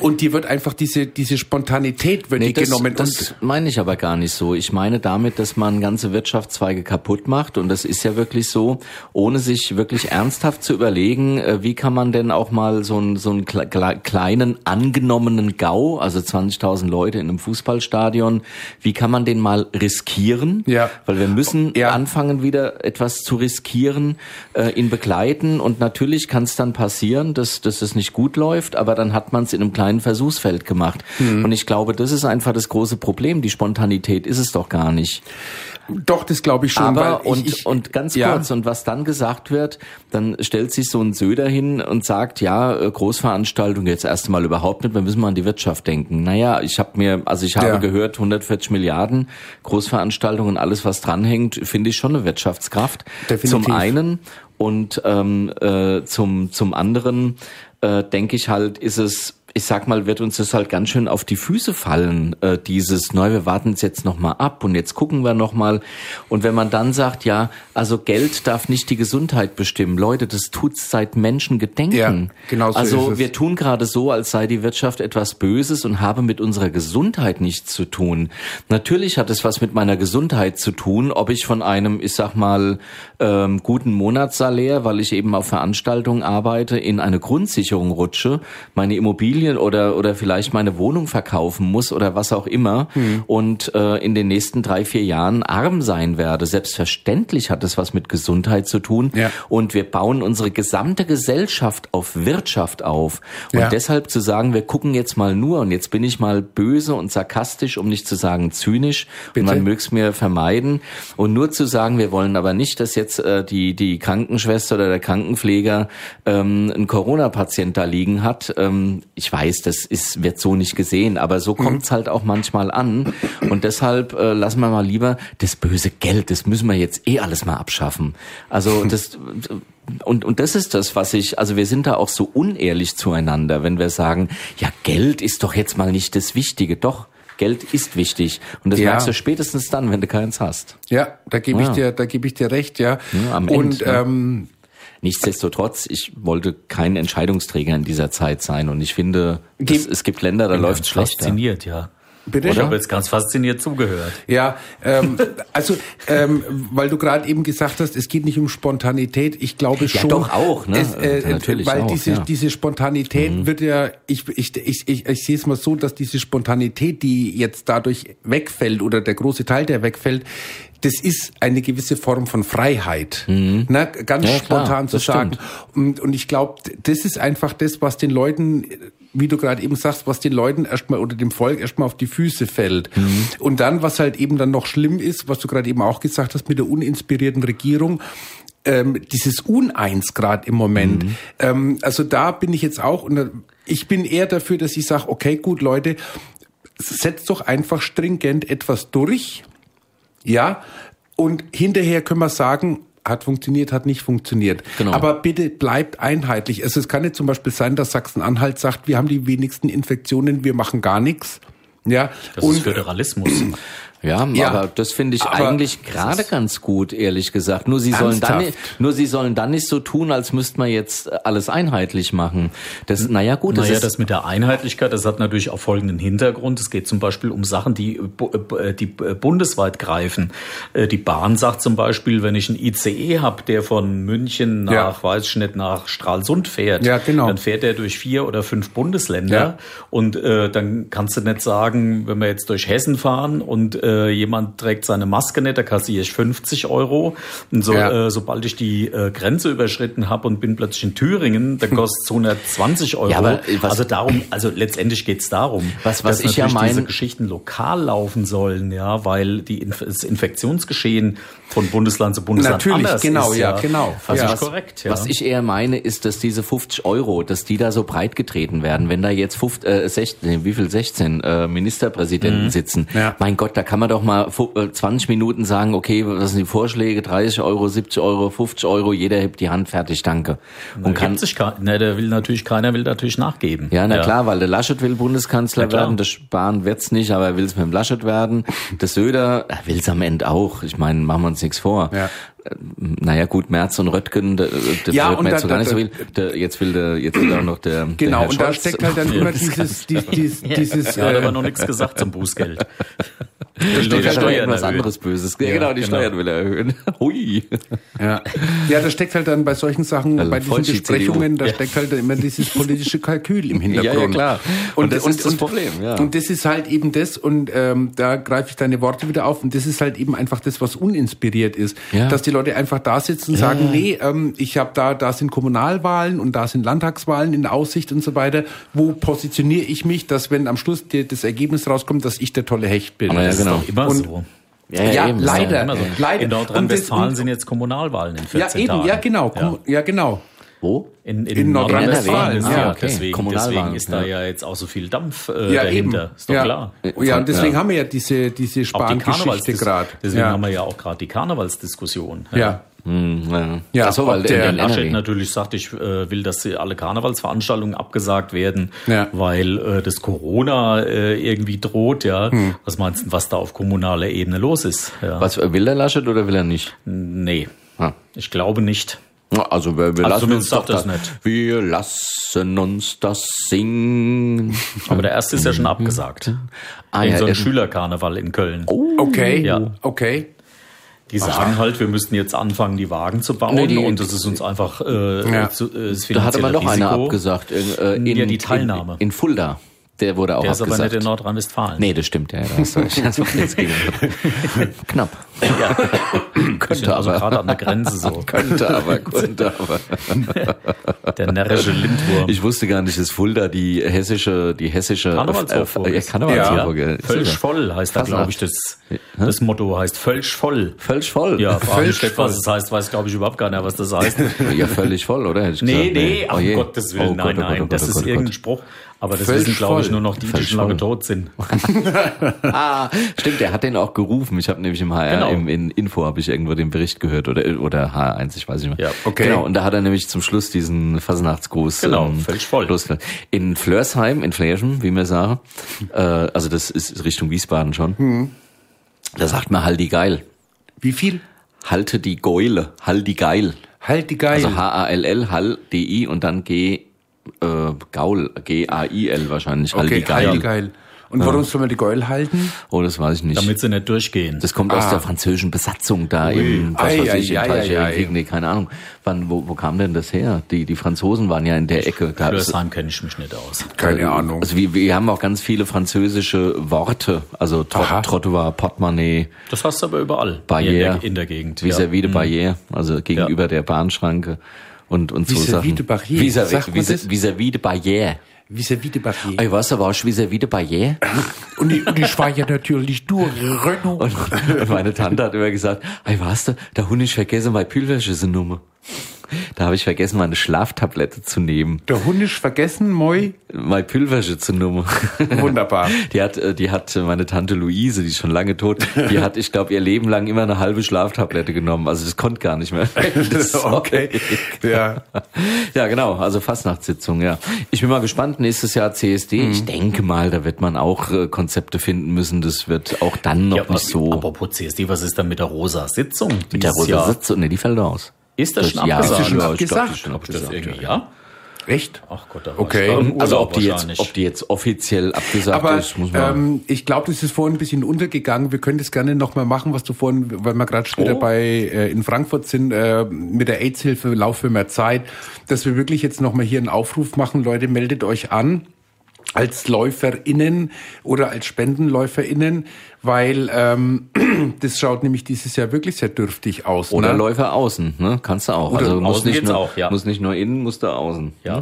[SPEAKER 3] und die wird einfach diese, diese Spontanität wird die
[SPEAKER 1] das,
[SPEAKER 3] genommen.
[SPEAKER 1] Das
[SPEAKER 3] und
[SPEAKER 1] meine ich aber gar nicht so. Ich meine damit, dass man ganze Wirtschaftszweige kaputt macht und das ist ja wirklich so, ohne sich wirklich ernsthaft zu überlegen, äh, wie kann man denn auch mal so einen so einen kle- kle- kleinen angenommenen Gau, also 20.000 Leute in einem Fußballstadion, wie kann man den mal riskieren?
[SPEAKER 3] Ja.
[SPEAKER 1] Weil wir müssen
[SPEAKER 3] Ja.
[SPEAKER 1] anfangen, wieder etwas zu riskieren, äh, ihn begleiten und natürlich kann es dann passieren, dass, dass es nicht gut läuft, aber dann hat man es in einem kleinen Versuchsfeld gemacht. Und ich glaube, das ist einfach das große Problem. Die Spontanität ist es doch gar nicht.
[SPEAKER 3] doch, das glaube ich schon.
[SPEAKER 1] Aber
[SPEAKER 3] weil
[SPEAKER 1] und,
[SPEAKER 3] ich, ich,
[SPEAKER 1] und ganz
[SPEAKER 3] ja.
[SPEAKER 1] kurz, und was dann gesagt wird, dann stellt sich so ein Söder hin und sagt, ja, äh, Großveranstaltung jetzt erstmal überhaupt nicht, wir müssen mal an die Wirtschaft denken. Naja, ich habe mir, also ich habe
[SPEAKER 3] Ja.
[SPEAKER 1] gehört, 140 Milliarden Großveranstaltungen, alles was dranhängt, finde ich schon eine Wirtschaftskraft.
[SPEAKER 3] Definitiv.
[SPEAKER 1] Zum einen und ähm, äh, zum, zum anderen äh, denke ich halt, ist es ich sag mal, wird uns das halt ganz schön auf die Füße fallen, äh, dieses, neu, wir warten es jetzt nochmal ab und jetzt gucken wir nochmal. Und wenn man dann sagt, ja, also Geld darf nicht die Gesundheit bestimmen. Leute, das tut's seit Menschengedenken.
[SPEAKER 3] Ja, genau so
[SPEAKER 1] also
[SPEAKER 3] ist es.
[SPEAKER 1] wir tun gerade so, als sei die Wirtschaft etwas Böses und habe mit unserer Gesundheit nichts zu tun. Natürlich hat es was mit meiner Gesundheit zu tun, ob ich von einem, ich sag mal, ähm, guten Monatssalär, weil ich eben auf Veranstaltungen arbeite, in eine Grundsicherung rutsche, meine Immobilien oder, oder vielleicht meine Wohnung verkaufen muss oder was auch immer
[SPEAKER 3] Hm.
[SPEAKER 1] und äh, in den nächsten drei, vier Jahren arm sein werde. Selbstverständlich hat es was mit Gesundheit zu tun
[SPEAKER 3] Ja.
[SPEAKER 1] und wir bauen unsere gesamte Gesellschaft auf Wirtschaft auf. Und
[SPEAKER 3] Ja.
[SPEAKER 1] deshalb zu sagen, wir gucken jetzt mal nur und jetzt bin ich mal böse und sarkastisch, um nicht zu sagen zynisch,
[SPEAKER 3] Bitte?
[SPEAKER 1] und man möge es mir vermeiden. Und nur zu sagen, wir wollen aber nicht, dass jetzt äh, die, die Krankenschwester oder der Krankenpfleger ähm, einen Corona-Patient da liegen hat. Ähm, ich weiß, das ist, wird so nicht gesehen, aber so kommt's halt auch manchmal an. Und deshalb äh, lassen wir mal lieber das böse Geld, das müssen wir jetzt eh alles mal abschaffen. Also das und, und das ist das, was ich, also wir sind da auch so unehrlich zueinander, wenn wir sagen, ja, Geld ist doch jetzt mal nicht das Wichtige. Doch, Geld ist wichtig. Und das
[SPEAKER 3] Ja.
[SPEAKER 1] merkst du spätestens dann, wenn du keins hast.
[SPEAKER 3] ja, da gebe ich
[SPEAKER 1] Ja.
[SPEAKER 3] dir, da gebe ich dir recht, ja.
[SPEAKER 1] Ah. Ja, am
[SPEAKER 3] und
[SPEAKER 1] Ende, ne?
[SPEAKER 3] ähm,
[SPEAKER 1] Nichtsdestotrotz, ich wollte kein Entscheidungsträger in dieser Zeit sein und ich finde, das, es gibt Länder, da läuft es schlechter.
[SPEAKER 2] Fasziniert, ja.
[SPEAKER 3] Bitte?
[SPEAKER 2] Ich habe jetzt ganz fasziniert zugehört.
[SPEAKER 3] Ja, ähm, also ähm, weil du gerade eben gesagt hast, es geht nicht um Spontanität. Ich glaube schon.
[SPEAKER 1] doch auch, ne?
[SPEAKER 3] Es, äh,
[SPEAKER 1] Natürlich
[SPEAKER 3] weil
[SPEAKER 1] auch,
[SPEAKER 3] diese
[SPEAKER 1] ja. Mhm.
[SPEAKER 3] diese Spontanität wird ja, ich ich ich ich, ich sehe es mal so, dass diese Spontanität, die jetzt dadurch wegfällt oder der große Teil der wegfällt, das ist eine gewisse Form von Freiheit, ne? ganz
[SPEAKER 1] Mhm. Ja, klar,
[SPEAKER 3] spontan zu
[SPEAKER 1] das
[SPEAKER 3] sagen.
[SPEAKER 1] stimmt.
[SPEAKER 3] Und, und ich glaube, das ist einfach das, was den Leuten, wie du gerade eben sagst, was den Leuten erstmal oder dem Volk erstmal auf die Füße fällt.
[SPEAKER 1] Mhm.
[SPEAKER 3] Und dann, was halt eben dann noch schlimm ist, was du gerade eben auch gesagt hast mit der uninspirierten Regierung, ähm, dieses Uneins grad im Moment.
[SPEAKER 1] Mhm.
[SPEAKER 3] Ähm, also da bin ich jetzt auch, und da- ich bin eher dafür, dass ich sage, okay, gut, Leute, setzt doch einfach stringent etwas durch, ja, und hinterher können wir sagen, hat funktioniert, hat nicht funktioniert.
[SPEAKER 1] Genau.
[SPEAKER 3] Aber bitte bleibt einheitlich. Also es kann nicht zum Beispiel sein, dass Sachsen-Anhalt sagt, wir haben die wenigsten Infektionen, wir machen gar nichts. Ja,
[SPEAKER 2] Das ist Föderalismus.
[SPEAKER 1] Ja,
[SPEAKER 3] Ja.
[SPEAKER 1] aber das finde ich
[SPEAKER 3] Aber
[SPEAKER 1] eigentlich gerade ganz gut, ehrlich gesagt. Nur sie sollen dann,
[SPEAKER 3] Ernsthaft?
[SPEAKER 1] nur sie sollen dann nicht so tun, als müsste man jetzt äh, alles einheitlich machen. Das, naja, gut, das
[SPEAKER 2] naja,
[SPEAKER 1] ist,
[SPEAKER 2] das mit der Einheitlichkeit, das hat natürlich auch folgenden Hintergrund. Es geht zum Beispiel um Sachen, die, äh, bu- äh, die äh, bundesweit greifen. Äh, Die Bahn sagt zum Beispiel, wenn ich einen ICE habe, E der von München nach,
[SPEAKER 3] Ja.
[SPEAKER 2] weiß ich nicht, nach Stralsund fährt,
[SPEAKER 3] Ja, genau.
[SPEAKER 2] dann fährt er durch vier oder fünf Bundesländer.
[SPEAKER 3] Ja.
[SPEAKER 2] Und äh, dann kannst du nicht sagen, wenn wir jetzt durch Hessen fahren und äh, jemand trägt seine Maske nicht, da kassiere ich 50 Euro. Und so,
[SPEAKER 3] Ja.
[SPEAKER 2] äh, sobald ich die äh, Grenze überschritten habe und bin plötzlich in Thüringen, dann kostet es 120 Euro.
[SPEAKER 1] Ja, aber, äh, was-
[SPEAKER 2] also darum, also letztendlich geht's darum,
[SPEAKER 1] Was- was
[SPEAKER 2] dass
[SPEAKER 1] ich ja
[SPEAKER 2] natürlich diese
[SPEAKER 1] mein-
[SPEAKER 2] Geschichten lokal laufen sollen, ja, weil die Inf das Infektionsgeschehen von Bundesland zu Bundesland
[SPEAKER 3] Natürlich,
[SPEAKER 2] anders
[SPEAKER 3] genau,
[SPEAKER 2] ist.
[SPEAKER 3] ja, genau.
[SPEAKER 2] Also
[SPEAKER 3] Ja.
[SPEAKER 2] ist korrekt, ja.
[SPEAKER 1] Was ich eher meine, ist, dass diese 50 Euro, dass die da so breit getreten werden. Wenn da jetzt 50, äh, 16, nee, wie viel 16 äh, Ministerpräsidenten sitzen,
[SPEAKER 3] Mhm. Ja.
[SPEAKER 1] mein Gott, da kann man doch mal fu- äh, 20 Minuten sagen, okay, was sind die Vorschläge? 30 Euro, 70 Euro, 50 Euro, jeder hebt die Hand, fertig, danke. Und
[SPEAKER 2] Da gibt sich kein, ne, der will natürlich keiner will natürlich nachgeben.
[SPEAKER 1] ja, na klar, weil der Laschet will Bundeskanzler
[SPEAKER 2] Na klar.
[SPEAKER 1] werden, der Spahn wird's nicht, aber er will's mit dem Laschet werden. Der Söder er will's am Ende auch. Ich meine, machen wir uns nichts vor.
[SPEAKER 3] Ja.
[SPEAKER 1] Äh, Naja gut, Merz und Röttgen, da, da
[SPEAKER 3] Ja,
[SPEAKER 1] wird
[SPEAKER 3] und
[SPEAKER 1] mir jetzt
[SPEAKER 3] da-
[SPEAKER 1] so gar nicht
[SPEAKER 3] da-
[SPEAKER 1] so viel. Der, jetzt will der, jetzt will auch noch der der
[SPEAKER 3] Genau,
[SPEAKER 1] Herr
[SPEAKER 3] und da
[SPEAKER 1] Scholz.
[SPEAKER 3] steckt halt dann immer dieses, dies, dies, dieses,
[SPEAKER 2] Er hat aber
[SPEAKER 3] äh,
[SPEAKER 2] noch nichts gesagt zum Bußgeld.
[SPEAKER 1] Steht halt
[SPEAKER 2] Steuern
[SPEAKER 1] irgendwas
[SPEAKER 2] erhöhen.
[SPEAKER 1] anderes Böses. Ja, genau, die
[SPEAKER 2] genau.
[SPEAKER 1] Steuern will er erhöhen. Hui.
[SPEAKER 3] ja. ja, da steckt halt dann bei solchen Sachen,
[SPEAKER 1] Also
[SPEAKER 3] bei diesen
[SPEAKER 1] voll die
[SPEAKER 3] Besprechungen,
[SPEAKER 1] CDU.
[SPEAKER 3] da steckt halt immer dieses politische Kalkül im Hintergrund.
[SPEAKER 1] Ja, ja, klar.
[SPEAKER 3] Und,
[SPEAKER 1] Und das
[SPEAKER 3] das und,
[SPEAKER 1] ist das
[SPEAKER 3] und,
[SPEAKER 1] Problem, ja.
[SPEAKER 3] Und das ist halt eben das, und ähm, da greife ich deine Worte wieder auf, und das ist halt eben einfach das, was uninspiriert ist.
[SPEAKER 1] Ja.
[SPEAKER 3] Dass die Leute einfach da sitzen und sagen, nee, ähm, ich habe da, da sind Kommunalwahlen und da sind Landtagswahlen in Aussicht und so weiter. Wo positioniere ich mich, dass wenn am Schluss dir das Ergebnis rauskommt, dass ich der tolle Hecht bin?
[SPEAKER 1] Aber ja, genau.
[SPEAKER 2] Immer
[SPEAKER 3] Und-
[SPEAKER 2] so.
[SPEAKER 1] Ja,
[SPEAKER 3] Ja,
[SPEAKER 1] eben.
[SPEAKER 3] leider.
[SPEAKER 2] Immer so.
[SPEAKER 3] leider.
[SPEAKER 2] In
[SPEAKER 3] Und
[SPEAKER 2] Nordrhein-Westfalen
[SPEAKER 3] das-
[SPEAKER 2] sind jetzt Kommunalwahlen in 14
[SPEAKER 3] Ja, eben,
[SPEAKER 2] Tagen.
[SPEAKER 3] ja, genau.
[SPEAKER 2] Ja.
[SPEAKER 3] Komm- Ja, genau.
[SPEAKER 1] Wo?
[SPEAKER 2] In, in,
[SPEAKER 3] In
[SPEAKER 2] Nordrhein-Westfalen ist
[SPEAKER 1] Nordrhein-Westfalen,
[SPEAKER 2] ja,
[SPEAKER 1] ah, okay.
[SPEAKER 2] deswegen,
[SPEAKER 1] Kommunalwahlen,
[SPEAKER 2] deswegen ist da
[SPEAKER 1] ja.
[SPEAKER 2] ja. jetzt auch so viel Dampf äh,
[SPEAKER 3] Ja,
[SPEAKER 2] dahinter.
[SPEAKER 3] eben.
[SPEAKER 2] Ist doch
[SPEAKER 3] ja.
[SPEAKER 2] klar.
[SPEAKER 3] Ja, und deswegen
[SPEAKER 1] Ja.
[SPEAKER 3] haben wir ja diese, diese
[SPEAKER 2] Auch die
[SPEAKER 3] Spahn-Geschichte gerade.
[SPEAKER 2] Karnevalsdiskussion. Deswegen haben wir ja auch gerade die Karnevalsdiskussion. ne?
[SPEAKER 3] ja.
[SPEAKER 1] Hm, ja.
[SPEAKER 3] Ja,
[SPEAKER 1] Ach so, weil
[SPEAKER 3] ob der
[SPEAKER 1] der in
[SPEAKER 2] Laschet
[SPEAKER 1] NRW.
[SPEAKER 2] natürlich sagt, ich äh, will, dass sie alle Karnevalsveranstaltungen abgesagt werden,
[SPEAKER 3] Ja.
[SPEAKER 2] weil äh, das Corona äh, irgendwie droht, ja.
[SPEAKER 3] Hm.
[SPEAKER 2] Was meinst du, was da auf kommunaler Ebene los ist? Ja.
[SPEAKER 1] Was will der Laschet oder will er nicht?
[SPEAKER 2] Nee,
[SPEAKER 1] Ah.
[SPEAKER 2] ich glaube nicht.
[SPEAKER 1] Na, Also wir, wir
[SPEAKER 2] Also
[SPEAKER 1] lassen uns
[SPEAKER 2] zumindest
[SPEAKER 1] doch
[SPEAKER 2] sagt
[SPEAKER 1] das
[SPEAKER 2] das nicht.
[SPEAKER 1] Wir lassen uns das singen.
[SPEAKER 2] Aber der erste ist ja schon abgesagt.
[SPEAKER 1] Ah,
[SPEAKER 2] in
[SPEAKER 1] ja,
[SPEAKER 2] so einem
[SPEAKER 1] in-
[SPEAKER 2] Schülerkarneval in Köln.
[SPEAKER 3] Okay.
[SPEAKER 2] Ja.
[SPEAKER 3] Okay.
[SPEAKER 2] Die sagen halt, wir müssten jetzt anfangen, die Wagen zu bauen
[SPEAKER 1] Nee, die-
[SPEAKER 2] und das ist uns einfach äh,
[SPEAKER 3] Ja.
[SPEAKER 2] zu, äh, das
[SPEAKER 1] Da hatte man
[SPEAKER 2] finanzielle
[SPEAKER 1] noch einer
[SPEAKER 2] Risiko.
[SPEAKER 1] abgesagt. In, äh, in,
[SPEAKER 2] Ja, die Teilnahme.
[SPEAKER 1] In, in Fulda. Der wurde auch
[SPEAKER 2] Der ist aber
[SPEAKER 1] abgesagt.
[SPEAKER 2] nicht in Nordrhein-Westfalen.
[SPEAKER 1] nee, das stimmt, ja. Da hast du recht. Das macht nichts gegen. Knapp.
[SPEAKER 2] Ja.
[SPEAKER 1] Könnte
[SPEAKER 2] also
[SPEAKER 1] aber. Oh
[SPEAKER 2] gerade an der Grenze so.
[SPEAKER 1] Könnte aber, könnte aber.
[SPEAKER 2] Der närrische Lindwurm.
[SPEAKER 1] Ich wusste gar nicht, dass Fulda die hessische, die hessische
[SPEAKER 2] Karnevalshochburg
[SPEAKER 1] äh, ja,
[SPEAKER 2] ist.
[SPEAKER 1] Karnevalshochburg.
[SPEAKER 2] Ja.
[SPEAKER 1] Ja.
[SPEAKER 2] Völlig voll heißt da,
[SPEAKER 1] Fasnacht.
[SPEAKER 2] glaube ich, das, das Motto heißt völlig voll.
[SPEAKER 1] Völlig voll.
[SPEAKER 2] Ja,
[SPEAKER 3] Völlig
[SPEAKER 2] völlig steht, was es heißt, weiß, glaube ich, überhaupt keiner, was das heißt.
[SPEAKER 1] ja völlig voll, oder? Hätte ich
[SPEAKER 2] Nee,
[SPEAKER 1] gesagt.
[SPEAKER 2] nee,
[SPEAKER 1] Oh
[SPEAKER 2] ach
[SPEAKER 1] je.
[SPEAKER 2] um Gottes
[SPEAKER 1] Oh
[SPEAKER 2] Willen,
[SPEAKER 1] Gott, oh
[SPEAKER 2] nein,
[SPEAKER 1] Gott,
[SPEAKER 2] nein,
[SPEAKER 1] oh Gott,
[SPEAKER 2] das
[SPEAKER 1] oh
[SPEAKER 2] ist
[SPEAKER 1] Gott, oh
[SPEAKER 2] irgendein
[SPEAKER 1] Gott.
[SPEAKER 2] Spruch. Aber das
[SPEAKER 3] Völlig
[SPEAKER 2] wissen, glaube ich,
[SPEAKER 3] voll.
[SPEAKER 2] nur noch die, die
[SPEAKER 1] Völlig
[SPEAKER 2] schon lange
[SPEAKER 1] voll. Oh
[SPEAKER 2] tot sind.
[SPEAKER 1] Ah, stimmt, der hat den auch gerufen. Ich habe nämlich im HR,
[SPEAKER 2] Genau.
[SPEAKER 1] im, in Info habe ich irgendwo den Bericht gehört oder, oder H1, ich weiß nicht mehr.
[SPEAKER 2] Ja,
[SPEAKER 3] okay.
[SPEAKER 1] Genau, und da hat er nämlich zum Schluss diesen Fasnachtsgruß. ähm,
[SPEAKER 2] Genau, völlig voll.
[SPEAKER 1] losgelassen. In Flörsheim, in Flerschen, wie man sagen, äh, also das ist Richtung Wiesbaden schon,
[SPEAKER 2] Hm.
[SPEAKER 1] da sagt man Haldi Geil.
[SPEAKER 3] Wie viel?
[SPEAKER 1] Halte die Geule, Haldi Geil.
[SPEAKER 3] Halt die Geil.
[SPEAKER 1] Also H-A-L-L, Hall, D-I und dann G, äh, Gaul, G-A-I-L wahrscheinlich, Hall, die
[SPEAKER 3] okay,
[SPEAKER 1] Geil.
[SPEAKER 3] halt die Geil. Und warum soll man die Geil halten?
[SPEAKER 1] Oh, das weiß ich nicht.
[SPEAKER 2] damit sie nicht durchgehen.
[SPEAKER 1] das kommt aus der französischen Besatzung da im, was
[SPEAKER 3] Ah. Ei,
[SPEAKER 1] weiß
[SPEAKER 3] ei,
[SPEAKER 1] ich, im
[SPEAKER 3] ei, ei, ei.
[SPEAKER 1] Teilchen, nee, keine Ahnung. Wann, wo, wo kam denn das her? Die, die Franzosen waren ja in der Ecke. Da ist-
[SPEAKER 2] Flörsheim kenne ich mich nicht aus.
[SPEAKER 3] Keine Ahnung.
[SPEAKER 1] Also wir, wir haben auch ganz viele französische Worte, also
[SPEAKER 3] Aha.
[SPEAKER 1] Trot, Trottoir, Portemonnaie,
[SPEAKER 2] Das hast du aber überall. Hier
[SPEAKER 1] Barriere.
[SPEAKER 2] In der, in der Gegend.
[SPEAKER 1] Vis-à-vis
[SPEAKER 3] Mhm.
[SPEAKER 1] de Barriere, also gegenüber
[SPEAKER 2] Ja.
[SPEAKER 1] der Bahnschranke und, und so
[SPEAKER 3] Vis-à-vis
[SPEAKER 1] Sachen.
[SPEAKER 3] de Barriere, sagt man
[SPEAKER 1] Vis-à-vis
[SPEAKER 3] das?
[SPEAKER 1] vis vis de Barriere.
[SPEAKER 3] Vis-à-vis de Barriere.
[SPEAKER 1] Ey, was, da warst du vis-à-vis de Barriere?
[SPEAKER 3] Und ich, und ich war ja natürlich durch Renault.
[SPEAKER 1] Und, und meine Tante hat immer gesagt, ey, was, da, da Hund, ich vergesse meine Pülverschüsse-Nummer. Da habe ich vergessen, meine Schlaftablette zu nehmen.
[SPEAKER 3] Der Hund ist vergessen, moi.
[SPEAKER 1] Meine Pülverschütze-Nummer.
[SPEAKER 3] Wunderbar.
[SPEAKER 1] Die hat, äh, die hat äh, meine Tante Luise, die ist schon lange tot, die hat, ich glaube, ihr Leben lang immer eine halbe Schlaftablette genommen. Also das konnte gar nicht mehr. Das ist
[SPEAKER 3] Okay. Ja.
[SPEAKER 1] Ja, genau, also Fastnachtssitzung, ja. Ich bin mal gespannt, nächstes Jahr
[SPEAKER 2] Mhm.
[SPEAKER 1] CSD. Ich denke mal, da wird man auch äh, Konzepte finden müssen. Das wird auch dann noch
[SPEAKER 2] Ja, aber,
[SPEAKER 1] nicht so.
[SPEAKER 2] Apropos CSD, was ist denn Äh, mit der rosa Sitzung?
[SPEAKER 1] mit der
[SPEAKER 2] dieses
[SPEAKER 1] rosa
[SPEAKER 2] Jahr?
[SPEAKER 1] Sitzung, ne, die fällt aus.
[SPEAKER 2] Ist das schon
[SPEAKER 1] ja, ich
[SPEAKER 2] abgesagt? Ist das schon
[SPEAKER 1] glaub, die
[SPEAKER 3] abgesagt?
[SPEAKER 1] ist schon
[SPEAKER 2] Ist das
[SPEAKER 1] abgesagt.
[SPEAKER 2] irgendwie, ja?
[SPEAKER 3] Recht.
[SPEAKER 2] Ach Gott, da war
[SPEAKER 3] Okay.
[SPEAKER 2] ich da im
[SPEAKER 1] Also
[SPEAKER 2] Urlaub
[SPEAKER 1] ob die jetzt,
[SPEAKER 2] wahrscheinlich.
[SPEAKER 1] ob die jetzt offiziell abgesagt
[SPEAKER 3] Aber
[SPEAKER 1] ist, muss man.
[SPEAKER 3] ähm, ich glaube, das ist vorhin ein bisschen untergegangen. Wir können das gerne nochmal machen, was du vorhin, weil wir gerade schon
[SPEAKER 1] Oh.
[SPEAKER 3] wieder bei äh, in Frankfurt sind, äh, mit der AIDS-Hilfe Lauf für mehr Zeit, dass wir wirklich jetzt nochmal hier einen Aufruf machen. Leute, meldet euch an als LäuferInnen oder als SpendenläuferInnen, weil ähm, das schaut nämlich dieses Jahr wirklich sehr dürftig aus.
[SPEAKER 1] oder
[SPEAKER 3] ne?
[SPEAKER 1] Läufer außen, ne? Kannst du auch. also muss
[SPEAKER 2] außen
[SPEAKER 1] nicht
[SPEAKER 2] geht's
[SPEAKER 1] nur,
[SPEAKER 2] auch, ja.
[SPEAKER 1] muss nicht nur innen, muss da außen.
[SPEAKER 2] ja.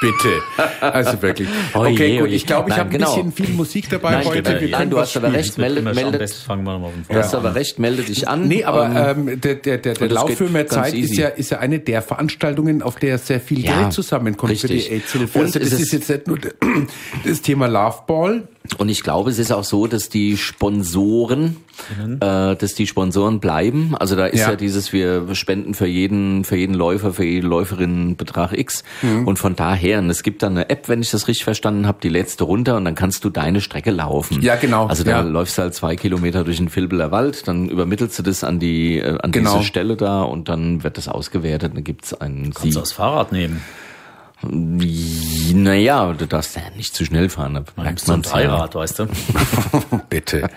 [SPEAKER 3] Bitte. Also wirklich.
[SPEAKER 1] Oh
[SPEAKER 3] Okay,
[SPEAKER 1] je, oh
[SPEAKER 3] gut.
[SPEAKER 1] je.
[SPEAKER 3] Ich glaube, ich
[SPEAKER 1] Nein,
[SPEAKER 3] habe ein
[SPEAKER 1] genau.
[SPEAKER 3] bisschen viel Musik dabei
[SPEAKER 1] Nein,
[SPEAKER 3] heute.
[SPEAKER 1] stimmt.
[SPEAKER 3] Wir
[SPEAKER 1] Nein,
[SPEAKER 3] können
[SPEAKER 1] du
[SPEAKER 3] was
[SPEAKER 1] hast aber
[SPEAKER 3] spielen.
[SPEAKER 1] recht, meldet,
[SPEAKER 2] Immer schon, Am
[SPEAKER 1] meldet,
[SPEAKER 2] besten fangen wir mal von
[SPEAKER 1] Du
[SPEAKER 2] vorne
[SPEAKER 1] hast aber recht, melde dich an.
[SPEAKER 3] Nee, aber
[SPEAKER 1] Ähm,
[SPEAKER 3] ähm, der, der, der, der
[SPEAKER 1] und das
[SPEAKER 3] Lauf
[SPEAKER 1] geht
[SPEAKER 3] für mehr
[SPEAKER 1] ganz
[SPEAKER 3] Zeit ist
[SPEAKER 1] easy.
[SPEAKER 3] ja, ist ja eine der Veranstaltungen, auf der sehr viel
[SPEAKER 1] Ja,
[SPEAKER 3] Geld zusammenkommt für
[SPEAKER 1] richtig.
[SPEAKER 3] die AIDS-Hilfe.
[SPEAKER 1] Und
[SPEAKER 3] Also das
[SPEAKER 1] es
[SPEAKER 3] ist,
[SPEAKER 1] ist-
[SPEAKER 3] jetzt nicht nur das Thema Loveball.
[SPEAKER 1] und ich glaube, es ist auch so, dass die Sponsoren, äh, dass die Sponsoren bleiben. Also da ist
[SPEAKER 3] Mhm. Ja.
[SPEAKER 1] ja, dieses, wir spenden für jeden, für jeden Läufer, für jede Läuferin Betrag X.
[SPEAKER 3] Mhm.
[SPEAKER 1] Und von daher, und es gibt dann eine App, wenn ich das richtig verstanden habe, die letzte runter und dann kannst du deine Strecke laufen.
[SPEAKER 3] Ja, genau,
[SPEAKER 1] Also da
[SPEAKER 3] ja.
[SPEAKER 1] läufst du halt zwei Kilometer durch den Vilbeler Wald, dann übermittelst du das an die, äh, an
[SPEAKER 3] Genau.
[SPEAKER 1] diese Stelle da und dann wird das ausgewertet und dann gibt's einen
[SPEAKER 2] Kannst
[SPEAKER 1] Sieg.
[SPEAKER 2] du das Fahrrad nehmen?
[SPEAKER 1] Naja, du darfst ja nicht zu schnell fahren. Da
[SPEAKER 2] Dann nimmst
[SPEAKER 1] merkt
[SPEAKER 2] du ein
[SPEAKER 1] man's ja.
[SPEAKER 2] Dreirad, weißt du?
[SPEAKER 3] Bitte.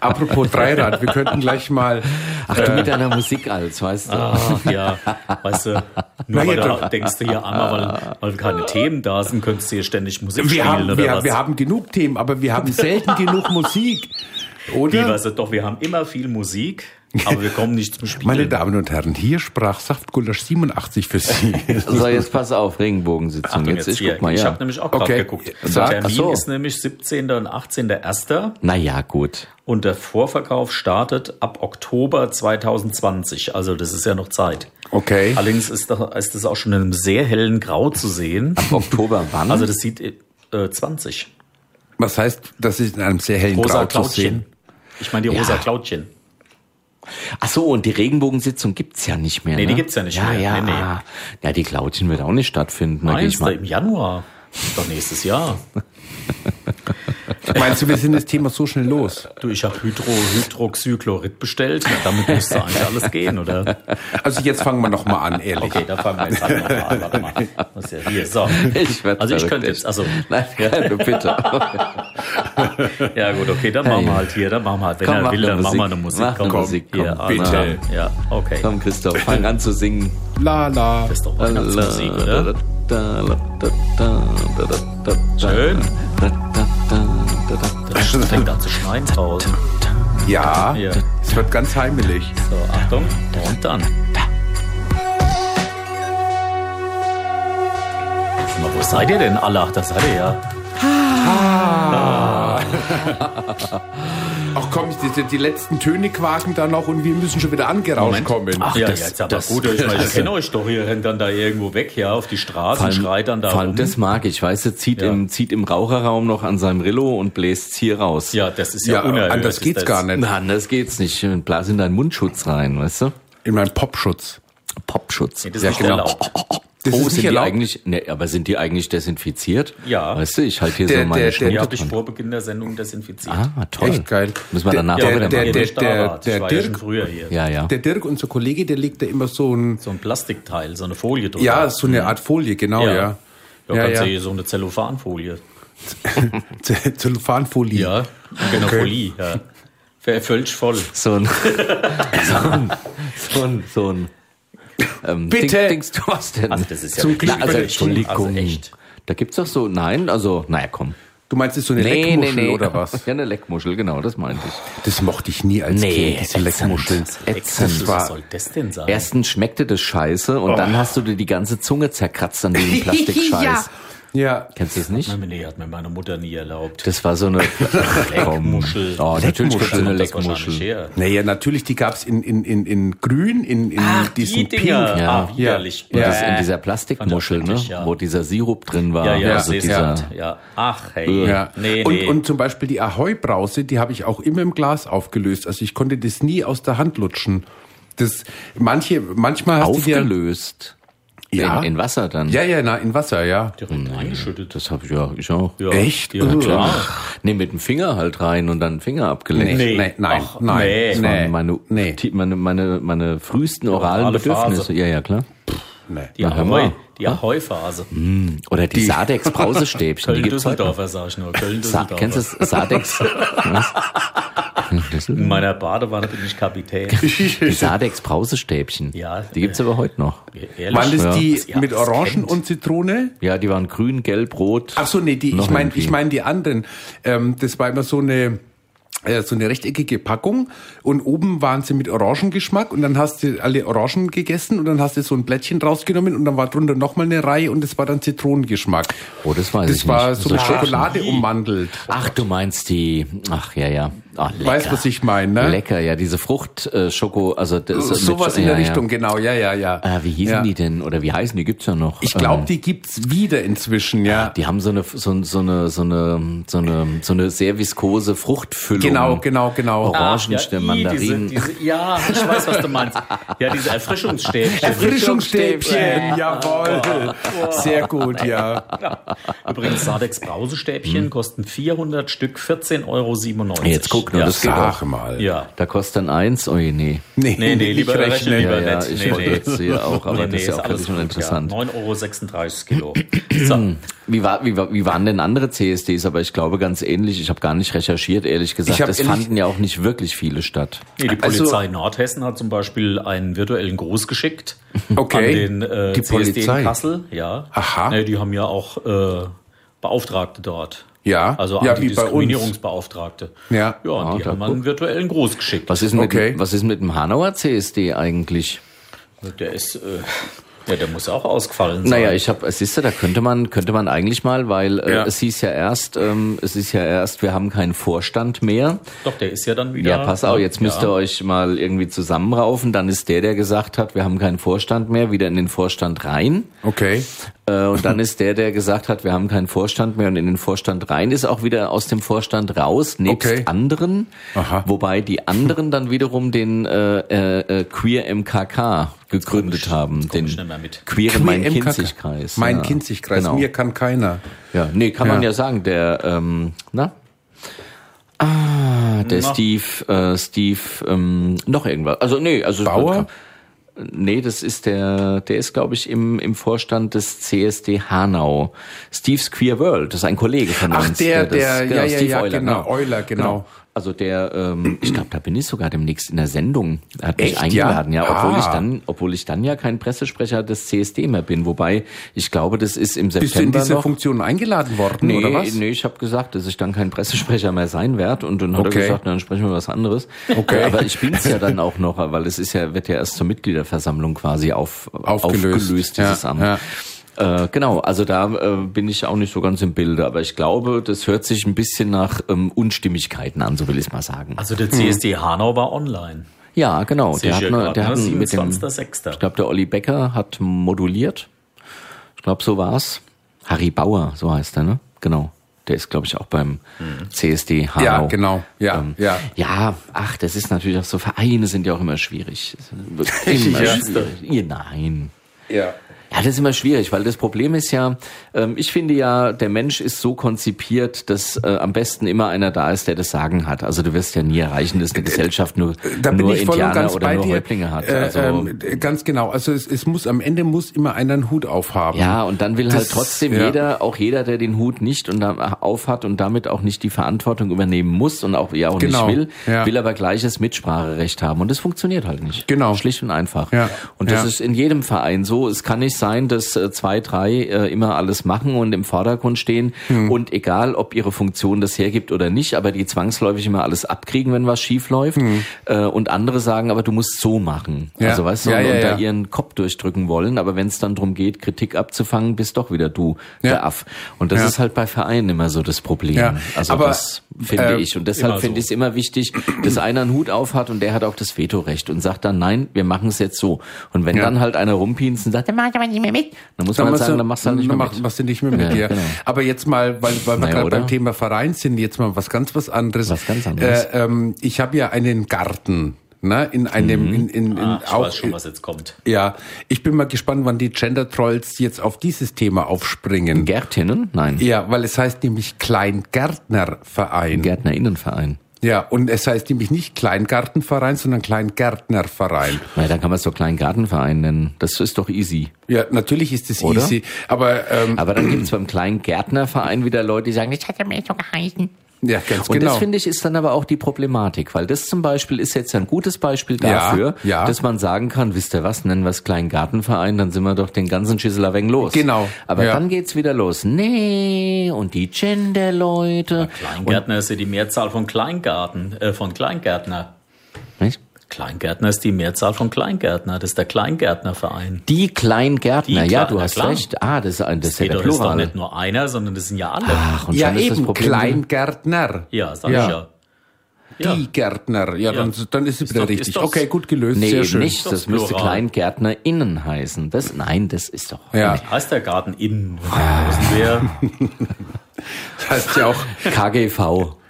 [SPEAKER 3] Apropos Dreirad, wir könnten gleich mal.
[SPEAKER 1] Ach, du mit deiner Musik als, weißt du?
[SPEAKER 2] Ah, ja, weißt du, nur
[SPEAKER 3] Na
[SPEAKER 2] weil
[SPEAKER 3] ja,
[SPEAKER 2] du
[SPEAKER 3] doch.
[SPEAKER 2] denkst du hier einmal, weil, weil keine Themen da sind, könntest du hier ständig Musik
[SPEAKER 3] Wir
[SPEAKER 2] spielen
[SPEAKER 3] haben,
[SPEAKER 2] oder
[SPEAKER 3] wir,
[SPEAKER 2] was?
[SPEAKER 3] wir haben genug Themen, aber wir haben selten genug Musik.
[SPEAKER 2] Wie,
[SPEAKER 3] Oder?
[SPEAKER 2] weißt du, doch, wir haben immer viel Musik, aber wir kommen nicht zum Spielen.
[SPEAKER 3] Meine Damen und Herren, hier sprach Saftgulasch 87 für Sie.
[SPEAKER 1] So, jetzt pass auf, Regenbogensitzung.
[SPEAKER 2] Achtung,
[SPEAKER 1] jetzt,
[SPEAKER 2] jetzt
[SPEAKER 1] ich
[SPEAKER 2] hier.
[SPEAKER 1] guck mal,
[SPEAKER 2] ich
[SPEAKER 1] ja.
[SPEAKER 2] habe nämlich auch gerade
[SPEAKER 3] Okay.
[SPEAKER 2] geguckt. Der
[SPEAKER 3] Sag.
[SPEAKER 2] Termin
[SPEAKER 1] Ach so.
[SPEAKER 2] ist nämlich 17. und 18.01.
[SPEAKER 1] Naja, gut.
[SPEAKER 2] und der Vorverkauf startet ab Oktober 2020. Also das ist ja noch Zeit.
[SPEAKER 3] Okay.
[SPEAKER 2] Allerdings ist das, ist das auch schon in einem sehr hellen Grau zu sehen.
[SPEAKER 1] Oktober wann?
[SPEAKER 2] Also das sieht äh, 20.
[SPEAKER 3] Was heißt, das ist in einem sehr hellen
[SPEAKER 2] Rosa
[SPEAKER 3] Grau zu sehen.
[SPEAKER 2] Klautchen. Ich meine die rosa Klautchen.
[SPEAKER 1] Ach so, und die Regenbogensitzung gibt's ja nicht mehr.
[SPEAKER 2] Nee,
[SPEAKER 1] ne?
[SPEAKER 2] die gibt's ja nicht
[SPEAKER 1] ja,
[SPEAKER 2] mehr.
[SPEAKER 1] Ja,
[SPEAKER 2] Nee, nee.
[SPEAKER 1] ah. ja, die Klautchen wird auch nicht stattfinden. Da geh ich
[SPEAKER 2] Meinst du,
[SPEAKER 1] mal.
[SPEAKER 2] im Januar? Ist Doch nächstes Jahr.
[SPEAKER 3] Meinst du, wir sind das Thema so schnell los?
[SPEAKER 2] Du, ich habe Hydro, Hydroxychlorid bestellt. Damit müsste eigentlich alles gehen, oder?
[SPEAKER 3] Also jetzt fangen wir nochmal an, ehrlich.
[SPEAKER 2] Okay, da fangen wir jetzt halt nochmal an. Warte mal. Das ist ja hier. So.
[SPEAKER 1] Ich werd
[SPEAKER 2] also ich
[SPEAKER 1] verrückt,
[SPEAKER 2] könnte
[SPEAKER 1] echt.
[SPEAKER 2] jetzt, also
[SPEAKER 1] Nein, keine, bitte.
[SPEAKER 2] Ja gut, okay, dann machen wir halt hier, dann machen wir halt, wenn
[SPEAKER 1] Komm,
[SPEAKER 2] er
[SPEAKER 1] mach
[SPEAKER 2] will,
[SPEAKER 1] ne
[SPEAKER 2] dann machen wir eine
[SPEAKER 1] Musik.
[SPEAKER 2] Musik.
[SPEAKER 1] Mach ne Musik, komm,
[SPEAKER 2] hier,
[SPEAKER 1] bitte.
[SPEAKER 2] bitte. Ja, okay.
[SPEAKER 1] Komm, Christoph, fang an zu singen.
[SPEAKER 3] La la.
[SPEAKER 2] Das ist doch Weihnachtsmusik, oder? Schön. Das fängt an zu schneien draußen.
[SPEAKER 3] Ja,
[SPEAKER 2] Ja.
[SPEAKER 3] es wird ganz heimelig.
[SPEAKER 2] So, Achtung. Und dann. Na, wo seid ihr denn alle? Ach, da seid ihr ja.
[SPEAKER 3] Ach komm, die, die, die letzten Töne quaken da noch und wir müssen schon wieder angerauscht kommen.
[SPEAKER 2] Ach, ja,
[SPEAKER 1] das-
[SPEAKER 2] jetzt aber
[SPEAKER 1] das-
[SPEAKER 2] gut. Ich, meine, ich
[SPEAKER 1] das-
[SPEAKER 2] kenne euch doch. Ihr rennt dann da irgendwo weg, ja, auf die Straße, schreit dann da
[SPEAKER 1] vor allem
[SPEAKER 2] rum.
[SPEAKER 1] das mag ich, weißt du, zieht,
[SPEAKER 2] Ja.
[SPEAKER 1] im, zieht im Raucherraum noch an seinem Rillo und bläst's hier raus.
[SPEAKER 2] ja, das ist ja,
[SPEAKER 3] ja,
[SPEAKER 2] unerhört.
[SPEAKER 3] anders
[SPEAKER 2] ist
[SPEAKER 3] geht's
[SPEAKER 2] das.
[SPEAKER 3] gar nicht.
[SPEAKER 1] Na, anders geht's nicht. Blas in deinen Mundschutz rein, weißt du?
[SPEAKER 3] In meinen Popschutz.
[SPEAKER 1] Popschutz.
[SPEAKER 2] Nee, das
[SPEAKER 3] Ja,
[SPEAKER 2] ist
[SPEAKER 3] genau.
[SPEAKER 2] genau. erlaubt.
[SPEAKER 3] Das
[SPEAKER 1] oh,
[SPEAKER 3] ist nicht
[SPEAKER 1] sind die
[SPEAKER 3] erlaubt.
[SPEAKER 1] eigentlich, ne, aber sind die eigentlich desinfiziert?
[SPEAKER 2] Ja.
[SPEAKER 1] Weißt du, ich halte hier
[SPEAKER 3] Der-
[SPEAKER 1] so meine
[SPEAKER 3] der- der-
[SPEAKER 2] Die
[SPEAKER 1] Schnute
[SPEAKER 2] habe ich
[SPEAKER 1] dran.
[SPEAKER 2] vor Beginn der Sendung desinfiziert.
[SPEAKER 1] Ah, toll.
[SPEAKER 3] Echt geil.
[SPEAKER 1] Müssen wir
[SPEAKER 3] Der-
[SPEAKER 1] danach
[SPEAKER 3] der-
[SPEAKER 1] auch wieder
[SPEAKER 3] der-
[SPEAKER 1] machen.
[SPEAKER 2] der, ich
[SPEAKER 3] der-
[SPEAKER 2] da war.
[SPEAKER 3] der
[SPEAKER 2] ich war ja schon
[SPEAKER 3] Dirk-
[SPEAKER 2] früher hier.
[SPEAKER 1] ja, ja.
[SPEAKER 3] Der Dirk, unser Kollege, der legt da immer so ein,
[SPEAKER 2] So ein Plastikteil, so eine Folie drüber.
[SPEAKER 3] ja, so eine Art Folie, genau,
[SPEAKER 2] Ja.
[SPEAKER 3] ja.
[SPEAKER 2] Ja,
[SPEAKER 3] Ja,
[SPEAKER 2] kannst
[SPEAKER 3] ja.
[SPEAKER 2] du hier so eine Zellophanfolie.
[SPEAKER 3] Ze- Zellophanfolie.
[SPEAKER 2] Ja, genau, Folie, ja. Ver- Völlig voll.
[SPEAKER 1] So ein, so ein, so ein, so ein ähm,
[SPEAKER 3] Bitte.
[SPEAKER 1] Ding, Dings, du was denn?
[SPEAKER 2] Also das ist ja
[SPEAKER 1] Zum
[SPEAKER 2] wirklich
[SPEAKER 1] Glück, also
[SPEAKER 2] völlig-
[SPEAKER 1] Entschuldigung.
[SPEAKER 2] also echt.
[SPEAKER 1] Da gibt's doch so, nein, also, naja, komm.
[SPEAKER 3] Du meinst, das ist so eine Leckmuschel oder was?
[SPEAKER 1] Ja, eine Leckmuschel, genau, das meinte ich.
[SPEAKER 3] Das mochte ich nie als
[SPEAKER 1] Nee,
[SPEAKER 3] Kind, diese Leckmuscheln.
[SPEAKER 1] ätzend.
[SPEAKER 3] Das war-
[SPEAKER 2] Was soll das denn sein?
[SPEAKER 1] Erstens schmeckte das scheiße und dann hast du dir die ganze Zunge zerkratzt an diesem Plastikscheiß.
[SPEAKER 3] Ja. Ja,
[SPEAKER 1] Kennst du das nicht?
[SPEAKER 2] nee, hat mir meine Mutter nie erlaubt.
[SPEAKER 1] Das war so eine
[SPEAKER 2] Leckmuschel.
[SPEAKER 1] Oh, natürlich gibt's eine
[SPEAKER 2] Kommt das wahrscheinlich
[SPEAKER 1] Leckmuschel.
[SPEAKER 2] her.
[SPEAKER 3] naja, natürlich, die gab's in, in, in, in grün, in, in
[SPEAKER 2] Die
[SPEAKER 3] diesen
[SPEAKER 2] Dinger.
[SPEAKER 3] Pink.
[SPEAKER 1] Ja.
[SPEAKER 2] Ah, widerlich.
[SPEAKER 1] Und
[SPEAKER 3] Ja.
[SPEAKER 1] das in dieser Plastikmuschel, ne?
[SPEAKER 2] Fand ich ja.
[SPEAKER 1] Wo dieser Sirup drin war.
[SPEAKER 2] Ja, ja,
[SPEAKER 1] also
[SPEAKER 2] ja,
[SPEAKER 1] dieser,
[SPEAKER 2] ja. ja. Ach, hey.
[SPEAKER 3] Ja.
[SPEAKER 2] Nee,
[SPEAKER 3] und,
[SPEAKER 2] nee.
[SPEAKER 3] und zum Beispiel die Ahoi-Brause, die habe ich auch immer im Glas aufgelöst. Also ich konnte das nie aus der Hand lutschen. Das, manche, manchmal hast du
[SPEAKER 1] aufgelöst.
[SPEAKER 3] dir, ja,
[SPEAKER 1] In, in Wasser dann.
[SPEAKER 3] ja, ja, na, in Wasser, ja.
[SPEAKER 2] Direkt eingeschüttet.
[SPEAKER 1] Das habe ich ja, ich auch. Äh,
[SPEAKER 2] Ja.
[SPEAKER 3] Echt?
[SPEAKER 2] Ja,
[SPEAKER 3] Ugh.
[SPEAKER 2] klar.
[SPEAKER 1] Nee, mit dem Finger halt rein und dann den Finger abgeleckt.
[SPEAKER 2] Nee.
[SPEAKER 3] nein, nein,
[SPEAKER 2] Ach,
[SPEAKER 3] nein,
[SPEAKER 2] nee.
[SPEAKER 1] Das waren
[SPEAKER 3] nee,
[SPEAKER 1] meine,
[SPEAKER 3] nee,
[SPEAKER 1] die- meine, meine, meine frühesten oralen
[SPEAKER 2] orale
[SPEAKER 1] Bedürfnisse.
[SPEAKER 2] Phase.
[SPEAKER 1] Ja, ja, klar.
[SPEAKER 3] nee.
[SPEAKER 2] Die
[SPEAKER 1] hör
[SPEAKER 2] Ahoi,
[SPEAKER 1] mal.
[SPEAKER 2] die Ahoi-Phase.
[SPEAKER 1] Oder die, Sadex Brausestäbchen, die gibt's heute. noch.
[SPEAKER 2] Köln-Düsseldorfer, sag ich nur.
[SPEAKER 1] Sa
[SPEAKER 2] Köln-Düsseldorfer.
[SPEAKER 1] kennst du das? Sadex? Was?
[SPEAKER 2] In meiner Badewanne bin ich Kapitän.
[SPEAKER 1] die Sadex Brausestäbchen.
[SPEAKER 2] Ja.
[SPEAKER 1] Die
[SPEAKER 3] äh,
[SPEAKER 1] gibt's aber heute noch.
[SPEAKER 2] Ehrlich.
[SPEAKER 3] Waren das die
[SPEAKER 2] Ja,
[SPEAKER 3] mit
[SPEAKER 2] das
[SPEAKER 3] Orangen
[SPEAKER 2] kennt.
[SPEAKER 3] und Zitrone?
[SPEAKER 1] Ja, die waren grün, gelb, rot.
[SPEAKER 3] Ach so, nee, die,
[SPEAKER 1] Noch
[SPEAKER 3] ich meine, ich
[SPEAKER 1] irgendwie.
[SPEAKER 3] meine die anderen. Ähm, das war immer so eine äh, so eine rechteckige Packung und oben waren sie mit Orangengeschmack und dann hast du alle Orangen gegessen und dann hast du so ein Blättchen rausgenommen und dann war drunter nochmal eine Reihe und das war dann Zitronengeschmack.
[SPEAKER 1] Oh, das weiß ich
[SPEAKER 3] Das war
[SPEAKER 1] nicht.
[SPEAKER 3] so mit
[SPEAKER 1] schlecht.
[SPEAKER 3] Schokolade ummantelt.
[SPEAKER 1] Ach, du meinst die, ach ja, ja. Ach, lecker.
[SPEAKER 3] Weißt, was ich meine, ne?
[SPEAKER 1] Lecker, ja, diese Frucht, äh, Schoko, also das mit Scho-
[SPEAKER 3] Sowas in der
[SPEAKER 1] ja, ja.
[SPEAKER 3] Richtung, genau, ja, ja, ja.
[SPEAKER 1] Äh, wie hießen
[SPEAKER 3] ja.
[SPEAKER 1] die denn? Oder wie heißen die? Gibt's ja noch.
[SPEAKER 3] Ich glaube,
[SPEAKER 1] Äh,
[SPEAKER 3] die gibt's wieder inzwischen, ja.
[SPEAKER 1] Ah, die haben so eine, so, so eine, so eine, so eine, so eine sehr viskose Fruchtfüllung.
[SPEAKER 3] Genau, genau, genau.
[SPEAKER 1] Oh, Orangenstimme,
[SPEAKER 2] Ah, ja, i,
[SPEAKER 1] Mandarinen.
[SPEAKER 2] Diese, diese, ja, ich weiß, was du meinst. Ja, diese Erfrischungsstäbchen.
[SPEAKER 3] Erfrischungsstäbchen, jawohl. Sehr gut, ja.
[SPEAKER 2] Übrigens, Sadex Brausestäbchen kosten 400 Stück 14,97 Euro.
[SPEAKER 1] Hm. Jetzt guck nur,
[SPEAKER 2] ja.
[SPEAKER 1] das geht auch.
[SPEAKER 3] mal.
[SPEAKER 2] Ja.
[SPEAKER 1] Da kostet dann eins, oh je, nee.
[SPEAKER 3] Nee,
[SPEAKER 2] Nee, nee, lieber
[SPEAKER 3] nicht
[SPEAKER 2] rechnen,
[SPEAKER 3] rechnen.
[SPEAKER 2] lieber
[SPEAKER 1] Ja, ja,
[SPEAKER 2] nicht.
[SPEAKER 1] ich
[SPEAKER 2] Nee,
[SPEAKER 1] wollte
[SPEAKER 2] nee.
[SPEAKER 1] jetzt hier auch, aber
[SPEAKER 2] Nee,
[SPEAKER 1] das ist
[SPEAKER 2] nee,
[SPEAKER 1] ja auch
[SPEAKER 2] alles
[SPEAKER 1] wirklich schon
[SPEAKER 2] gut,
[SPEAKER 1] interessant.
[SPEAKER 2] Ja. 9,36 Euro Kilo. So,
[SPEAKER 1] Wie, war, wie, war, wie waren denn andere CSDs? Aber ich glaube ganz ähnlich. Ich habe gar nicht recherchiert, ehrlich gesagt.
[SPEAKER 3] Ich hab
[SPEAKER 1] Es
[SPEAKER 3] ehrlich-
[SPEAKER 1] fanden ja auch nicht wirklich viele statt.
[SPEAKER 2] nee, die
[SPEAKER 3] Also-
[SPEAKER 2] Polizei Nordhessen hat zum Beispiel einen virtuellen Gruß geschickt.
[SPEAKER 3] Okay.
[SPEAKER 2] An den äh,
[SPEAKER 3] Die
[SPEAKER 2] CSD
[SPEAKER 3] Polizei.
[SPEAKER 2] in Kassel, ja.
[SPEAKER 3] Aha.
[SPEAKER 2] Nee, die haben ja auch äh, Beauftragte dort.
[SPEAKER 3] Ja.
[SPEAKER 2] Also
[SPEAKER 3] Ja, wie bei uns.
[SPEAKER 2] Antidiskriminierungsbeauftragte.
[SPEAKER 3] Ja.
[SPEAKER 2] Ja, und die
[SPEAKER 1] Ah, da
[SPEAKER 2] haben einen virtuellen Gruß geschickt.
[SPEAKER 1] Was ist denn mit,
[SPEAKER 3] Okay.
[SPEAKER 1] was ist denn mit dem Hanauer CSD eigentlich?
[SPEAKER 2] Der ist, äh, ja, der muss auch ausgefallen sein.
[SPEAKER 1] Naja, ich habe, siehst du, da könnte man, könnte man eigentlich mal, weil äh,
[SPEAKER 3] Ja.
[SPEAKER 1] es hieß ja erst, ähm, es ist ja erst, wir haben keinen Vorstand mehr.
[SPEAKER 2] Doch, der ist ja dann wieder.
[SPEAKER 1] Ja, pass auf, jetzt müsst ihr
[SPEAKER 2] Ja.
[SPEAKER 1] euch mal irgendwie zusammenraufen. Dann ist der, der gesagt hat, wir haben keinen Vorstand mehr, wieder in den Vorstand rein.
[SPEAKER 3] Okay.
[SPEAKER 1] Äh, und dann ist der, der gesagt hat, wir haben keinen Vorstand mehr und in den Vorstand rein, ist auch wieder aus dem Vorstand raus, nebst
[SPEAKER 3] Okay.
[SPEAKER 1] anderen.
[SPEAKER 3] Aha.
[SPEAKER 1] Wobei die anderen dann wiederum den äh, äh, äh, Queer MKK gegründet haben.
[SPEAKER 2] komm
[SPEAKER 1] Den
[SPEAKER 2] ich nicht mehr mit.
[SPEAKER 1] Queeren
[SPEAKER 3] MKK.
[SPEAKER 1] Main-Kinzig-Kreis.
[SPEAKER 3] Mein
[SPEAKER 1] ja.
[SPEAKER 3] Kinzigkreis.
[SPEAKER 1] Genau.
[SPEAKER 3] Mir kann keiner.
[SPEAKER 1] Ja, nee, kann man
[SPEAKER 3] Ja.
[SPEAKER 1] ja sagen, der, ähm, na? Ah, der Steve, äh, Steve, ähm, noch irgendwas. Also, nee, also.
[SPEAKER 3] Bauer?
[SPEAKER 1] Nee, das ist der, der ist, glaube ich, im, im Vorstand des CSD Hanau. Steve's Queer World, das ist ein Kollege von
[SPEAKER 3] Ach,
[SPEAKER 1] uns.
[SPEAKER 3] der,
[SPEAKER 1] das-
[SPEAKER 3] der, ja, ja, ja, genau,
[SPEAKER 1] ne?
[SPEAKER 3] Euler, genau.
[SPEAKER 1] Also der, ähm, ich glaube, da bin ich sogar demnächst in der Sendung. Er hat mich
[SPEAKER 3] Echt,
[SPEAKER 1] eingeladen, ja,
[SPEAKER 3] ja?
[SPEAKER 1] obwohl
[SPEAKER 3] Ah.
[SPEAKER 1] ich dann, obwohl ich dann ja kein Pressesprecher des CSD mehr bin. Wobei, ich glaube, das ist im September
[SPEAKER 3] Bist du in diese
[SPEAKER 1] noch.
[SPEAKER 3] Funktion eingeladen worden,
[SPEAKER 1] Nee,
[SPEAKER 3] oder was?
[SPEAKER 1] nee ich habe gesagt, dass ich dann kein Pressesprecher mehr sein werde und dann hat
[SPEAKER 3] Okay.
[SPEAKER 1] er gesagt, dann sprechen wir was anderes.
[SPEAKER 3] Okay.
[SPEAKER 1] Aber ich bin's ja dann auch noch, weil es ist ja wird ja erst zur Mitgliederversammlung quasi auf,
[SPEAKER 3] Aufgelöst.
[SPEAKER 1] aufgelöst, dieses
[SPEAKER 3] Ja,
[SPEAKER 1] Amt.
[SPEAKER 3] ja.
[SPEAKER 1] Äh, genau, also da äh, bin ich auch nicht so ganz im Bilde, aber ich glaube, das hört sich ein bisschen nach ähm, Unstimmigkeiten an, so will ich mal sagen.
[SPEAKER 2] Also der CSD Hanau war online.
[SPEAKER 1] Ja, genau. Der
[SPEAKER 2] Sehe ich
[SPEAKER 1] hat,
[SPEAKER 2] ja
[SPEAKER 1] ne,
[SPEAKER 2] grad,
[SPEAKER 1] der
[SPEAKER 2] ne?
[SPEAKER 1] hat ne, mit dem,
[SPEAKER 2] 27.06..
[SPEAKER 1] ich glaube, der Olli Becker hat moduliert. Ich glaube, so war's. Harry Bauer, so heißt er, ne? Genau. Der ist, glaube ich, auch beim CSD Hanau.
[SPEAKER 3] Ja, genau. Ja,
[SPEAKER 1] Ähm,
[SPEAKER 3] ja.
[SPEAKER 1] ja, ach, das ist natürlich auch so, Vereine sind ja auch immer schwierig. Immer schwierig. Ja, Nein.
[SPEAKER 3] Ja.
[SPEAKER 1] Ja, das ist immer schwierig, weil das Problem ist ja, ähm, ich finde ja, der Mensch ist so konzipiert, dass äh, am besten immer einer da ist, der das Sagen hat. Also du wirst ja nie erreichen, dass eine Gesellschaft nur,
[SPEAKER 3] Äh, Da bin
[SPEAKER 1] nur
[SPEAKER 3] ich voll und
[SPEAKER 1] Indianer
[SPEAKER 3] ganz
[SPEAKER 1] oder
[SPEAKER 3] bei
[SPEAKER 1] nur
[SPEAKER 3] dir.
[SPEAKER 1] Häuptlinge hat.
[SPEAKER 3] Äh,
[SPEAKER 1] Also,
[SPEAKER 3] ähm, äh, ganz genau. Also es, es muss am Ende muss immer einer einen Hut aufhaben.
[SPEAKER 1] ja, und dann will
[SPEAKER 3] das-
[SPEAKER 1] halt trotzdem
[SPEAKER 3] ja.
[SPEAKER 1] jeder, auch jeder, der den Hut nicht und da aufhat und damit auch nicht die Verantwortung übernehmen muss und auch ja auch
[SPEAKER 3] Genau,
[SPEAKER 1] nicht will,
[SPEAKER 3] ja.
[SPEAKER 1] will aber gleiches Mitspracherecht haben. Und das funktioniert halt nicht.
[SPEAKER 3] Genau.
[SPEAKER 1] Schlicht und einfach.
[SPEAKER 3] Ja,
[SPEAKER 1] Und das
[SPEAKER 3] ja.
[SPEAKER 1] ist in jedem Verein so. Es kann nicht sein, dass äh, zwei, drei äh, immer alles machen und im Vordergrund stehen
[SPEAKER 3] Mhm.
[SPEAKER 1] und egal, ob ihre Funktion das hergibt oder nicht, aber die zwangsläufig immer alles abkriegen, wenn was schief läuft. Äh, und andere sagen, aber du musst so machen.
[SPEAKER 3] Mhm. Ja.
[SPEAKER 1] Also weißt du,
[SPEAKER 3] Ja,
[SPEAKER 1] und
[SPEAKER 3] ja,
[SPEAKER 1] unter
[SPEAKER 3] ja.
[SPEAKER 1] ihren Kopf durchdrücken wollen, aber wenn es dann drum geht, Kritik abzufangen, bist doch wieder du
[SPEAKER 3] Ja.
[SPEAKER 1] der Aff. Und das
[SPEAKER 3] Ja.
[SPEAKER 1] ist halt bei Vereinen immer so das Problem.
[SPEAKER 3] Ja.
[SPEAKER 1] Also
[SPEAKER 3] Aber,
[SPEAKER 1] das finde
[SPEAKER 3] äh,
[SPEAKER 1] ich. Und deshalb
[SPEAKER 2] Ähm, immer
[SPEAKER 1] finde ich
[SPEAKER 2] so.
[SPEAKER 1] es immer wichtig, dass einer einen Hut auf hat und der hat auch das Vetorecht und sagt dann, nein, wir machen es jetzt so. Und wenn
[SPEAKER 3] Ja.
[SPEAKER 1] dann halt einer rumpinst und sagt, dann mach ich aber nicht mehr mit, dann muss
[SPEAKER 3] Dann
[SPEAKER 1] man halt
[SPEAKER 3] machst
[SPEAKER 1] sagen,
[SPEAKER 3] du-
[SPEAKER 1] dann machst du halt nicht mehr
[SPEAKER 3] dann
[SPEAKER 1] mit.
[SPEAKER 3] mach- machst du nicht mehr mit
[SPEAKER 1] Ja,
[SPEAKER 3] dir.
[SPEAKER 1] genau.
[SPEAKER 3] Aber jetzt mal, weil, weil wir
[SPEAKER 1] Naja,
[SPEAKER 3] gerade
[SPEAKER 1] oder?
[SPEAKER 3] beim Thema Verein sind, jetzt mal was ganz was anderes.
[SPEAKER 1] Was ganz anderes.
[SPEAKER 3] Äh, ähm, ich habe ja einen Garten, ne? In
[SPEAKER 1] Mhm.
[SPEAKER 3] einem, in, in,
[SPEAKER 1] Hm,
[SPEAKER 3] in
[SPEAKER 2] Ah, ich
[SPEAKER 3] auch,
[SPEAKER 2] weiß schon, was jetzt kommt.
[SPEAKER 3] ja. Ich bin mal gespannt, wann die Gender Trolls jetzt auf dieses Thema aufspringen.
[SPEAKER 1] Gärtinnen? Nein.
[SPEAKER 3] ja, weil es heißt nämlich Kleingärtnerverein.
[SPEAKER 1] Gärtnerinnenverein.
[SPEAKER 3] ja, und es heißt nämlich nicht Kleingartenverein, sondern Kleingärtnerverein.
[SPEAKER 1] Na, dann kann man es doch Kleingartenverein nennen. Das ist doch easy.
[SPEAKER 3] Ja, natürlich ist es
[SPEAKER 1] Oder?
[SPEAKER 3] easy, aber ähm,
[SPEAKER 1] Aber dann gibt's beim kleinen Gärtnerverein wieder Leute, die sagen, ich hatte mir so geheißen.
[SPEAKER 3] ja, ganz
[SPEAKER 1] Und
[SPEAKER 3] genau.
[SPEAKER 1] das finde ich ist dann aber auch die Problematik, weil das zum Beispiel ist jetzt ein gutes Beispiel
[SPEAKER 3] Ja,
[SPEAKER 1] dafür,
[SPEAKER 3] ja.
[SPEAKER 1] dass man sagen kann, wisst ihr was, nennen wir es Kleingartenverein, dann sind wir doch den ganzen Schisselaweng los.
[SPEAKER 3] Genau,
[SPEAKER 1] Aber
[SPEAKER 3] ja.
[SPEAKER 1] dann geht's wieder los. Nee, und die Genderleute.
[SPEAKER 2] Kleingärtner ist ja die Mehrzahl von Kleingarten, äh, von Kleingärtner.
[SPEAKER 1] Nicht?
[SPEAKER 2] Kleingärtner ist die Mehrzahl von Kleingärtner. Das ist der Kleingärtnerverein.
[SPEAKER 1] Die Kleingärtner,
[SPEAKER 2] Die
[SPEAKER 1] ja,
[SPEAKER 2] Klein-
[SPEAKER 1] du
[SPEAKER 2] na
[SPEAKER 1] hast
[SPEAKER 2] klar.
[SPEAKER 1] recht. Ah, das ist ein, das ist ja der
[SPEAKER 2] Peter ist doch
[SPEAKER 1] Plural.
[SPEAKER 2] nicht nur einer, sondern das sind ja alle.
[SPEAKER 1] Ach, und
[SPEAKER 3] ja,
[SPEAKER 1] schon ist das
[SPEAKER 3] eben,
[SPEAKER 1] Problem. ne?
[SPEAKER 3] Kleingärtner.
[SPEAKER 2] Ja, sag ich ja. Ja.
[SPEAKER 3] Die Gärtner. Ja, Dann, dann ist es wieder
[SPEAKER 2] doch-
[SPEAKER 3] richtig.
[SPEAKER 2] ist doch-
[SPEAKER 3] okay, gut gelöst.
[SPEAKER 1] Nee,
[SPEAKER 3] Sehr
[SPEAKER 1] eben
[SPEAKER 3] schön.
[SPEAKER 1] nicht. Das
[SPEAKER 2] Das
[SPEAKER 1] müsste
[SPEAKER 2] Plural.
[SPEAKER 1] KleingärtnerInnen heißen. Das, nein, das ist doch.
[SPEAKER 3] Ja,
[SPEAKER 2] Heißt der Garten innen?
[SPEAKER 1] Ah.
[SPEAKER 2] Wissen wir.
[SPEAKER 3] das heißt ja auch.
[SPEAKER 1] KGV,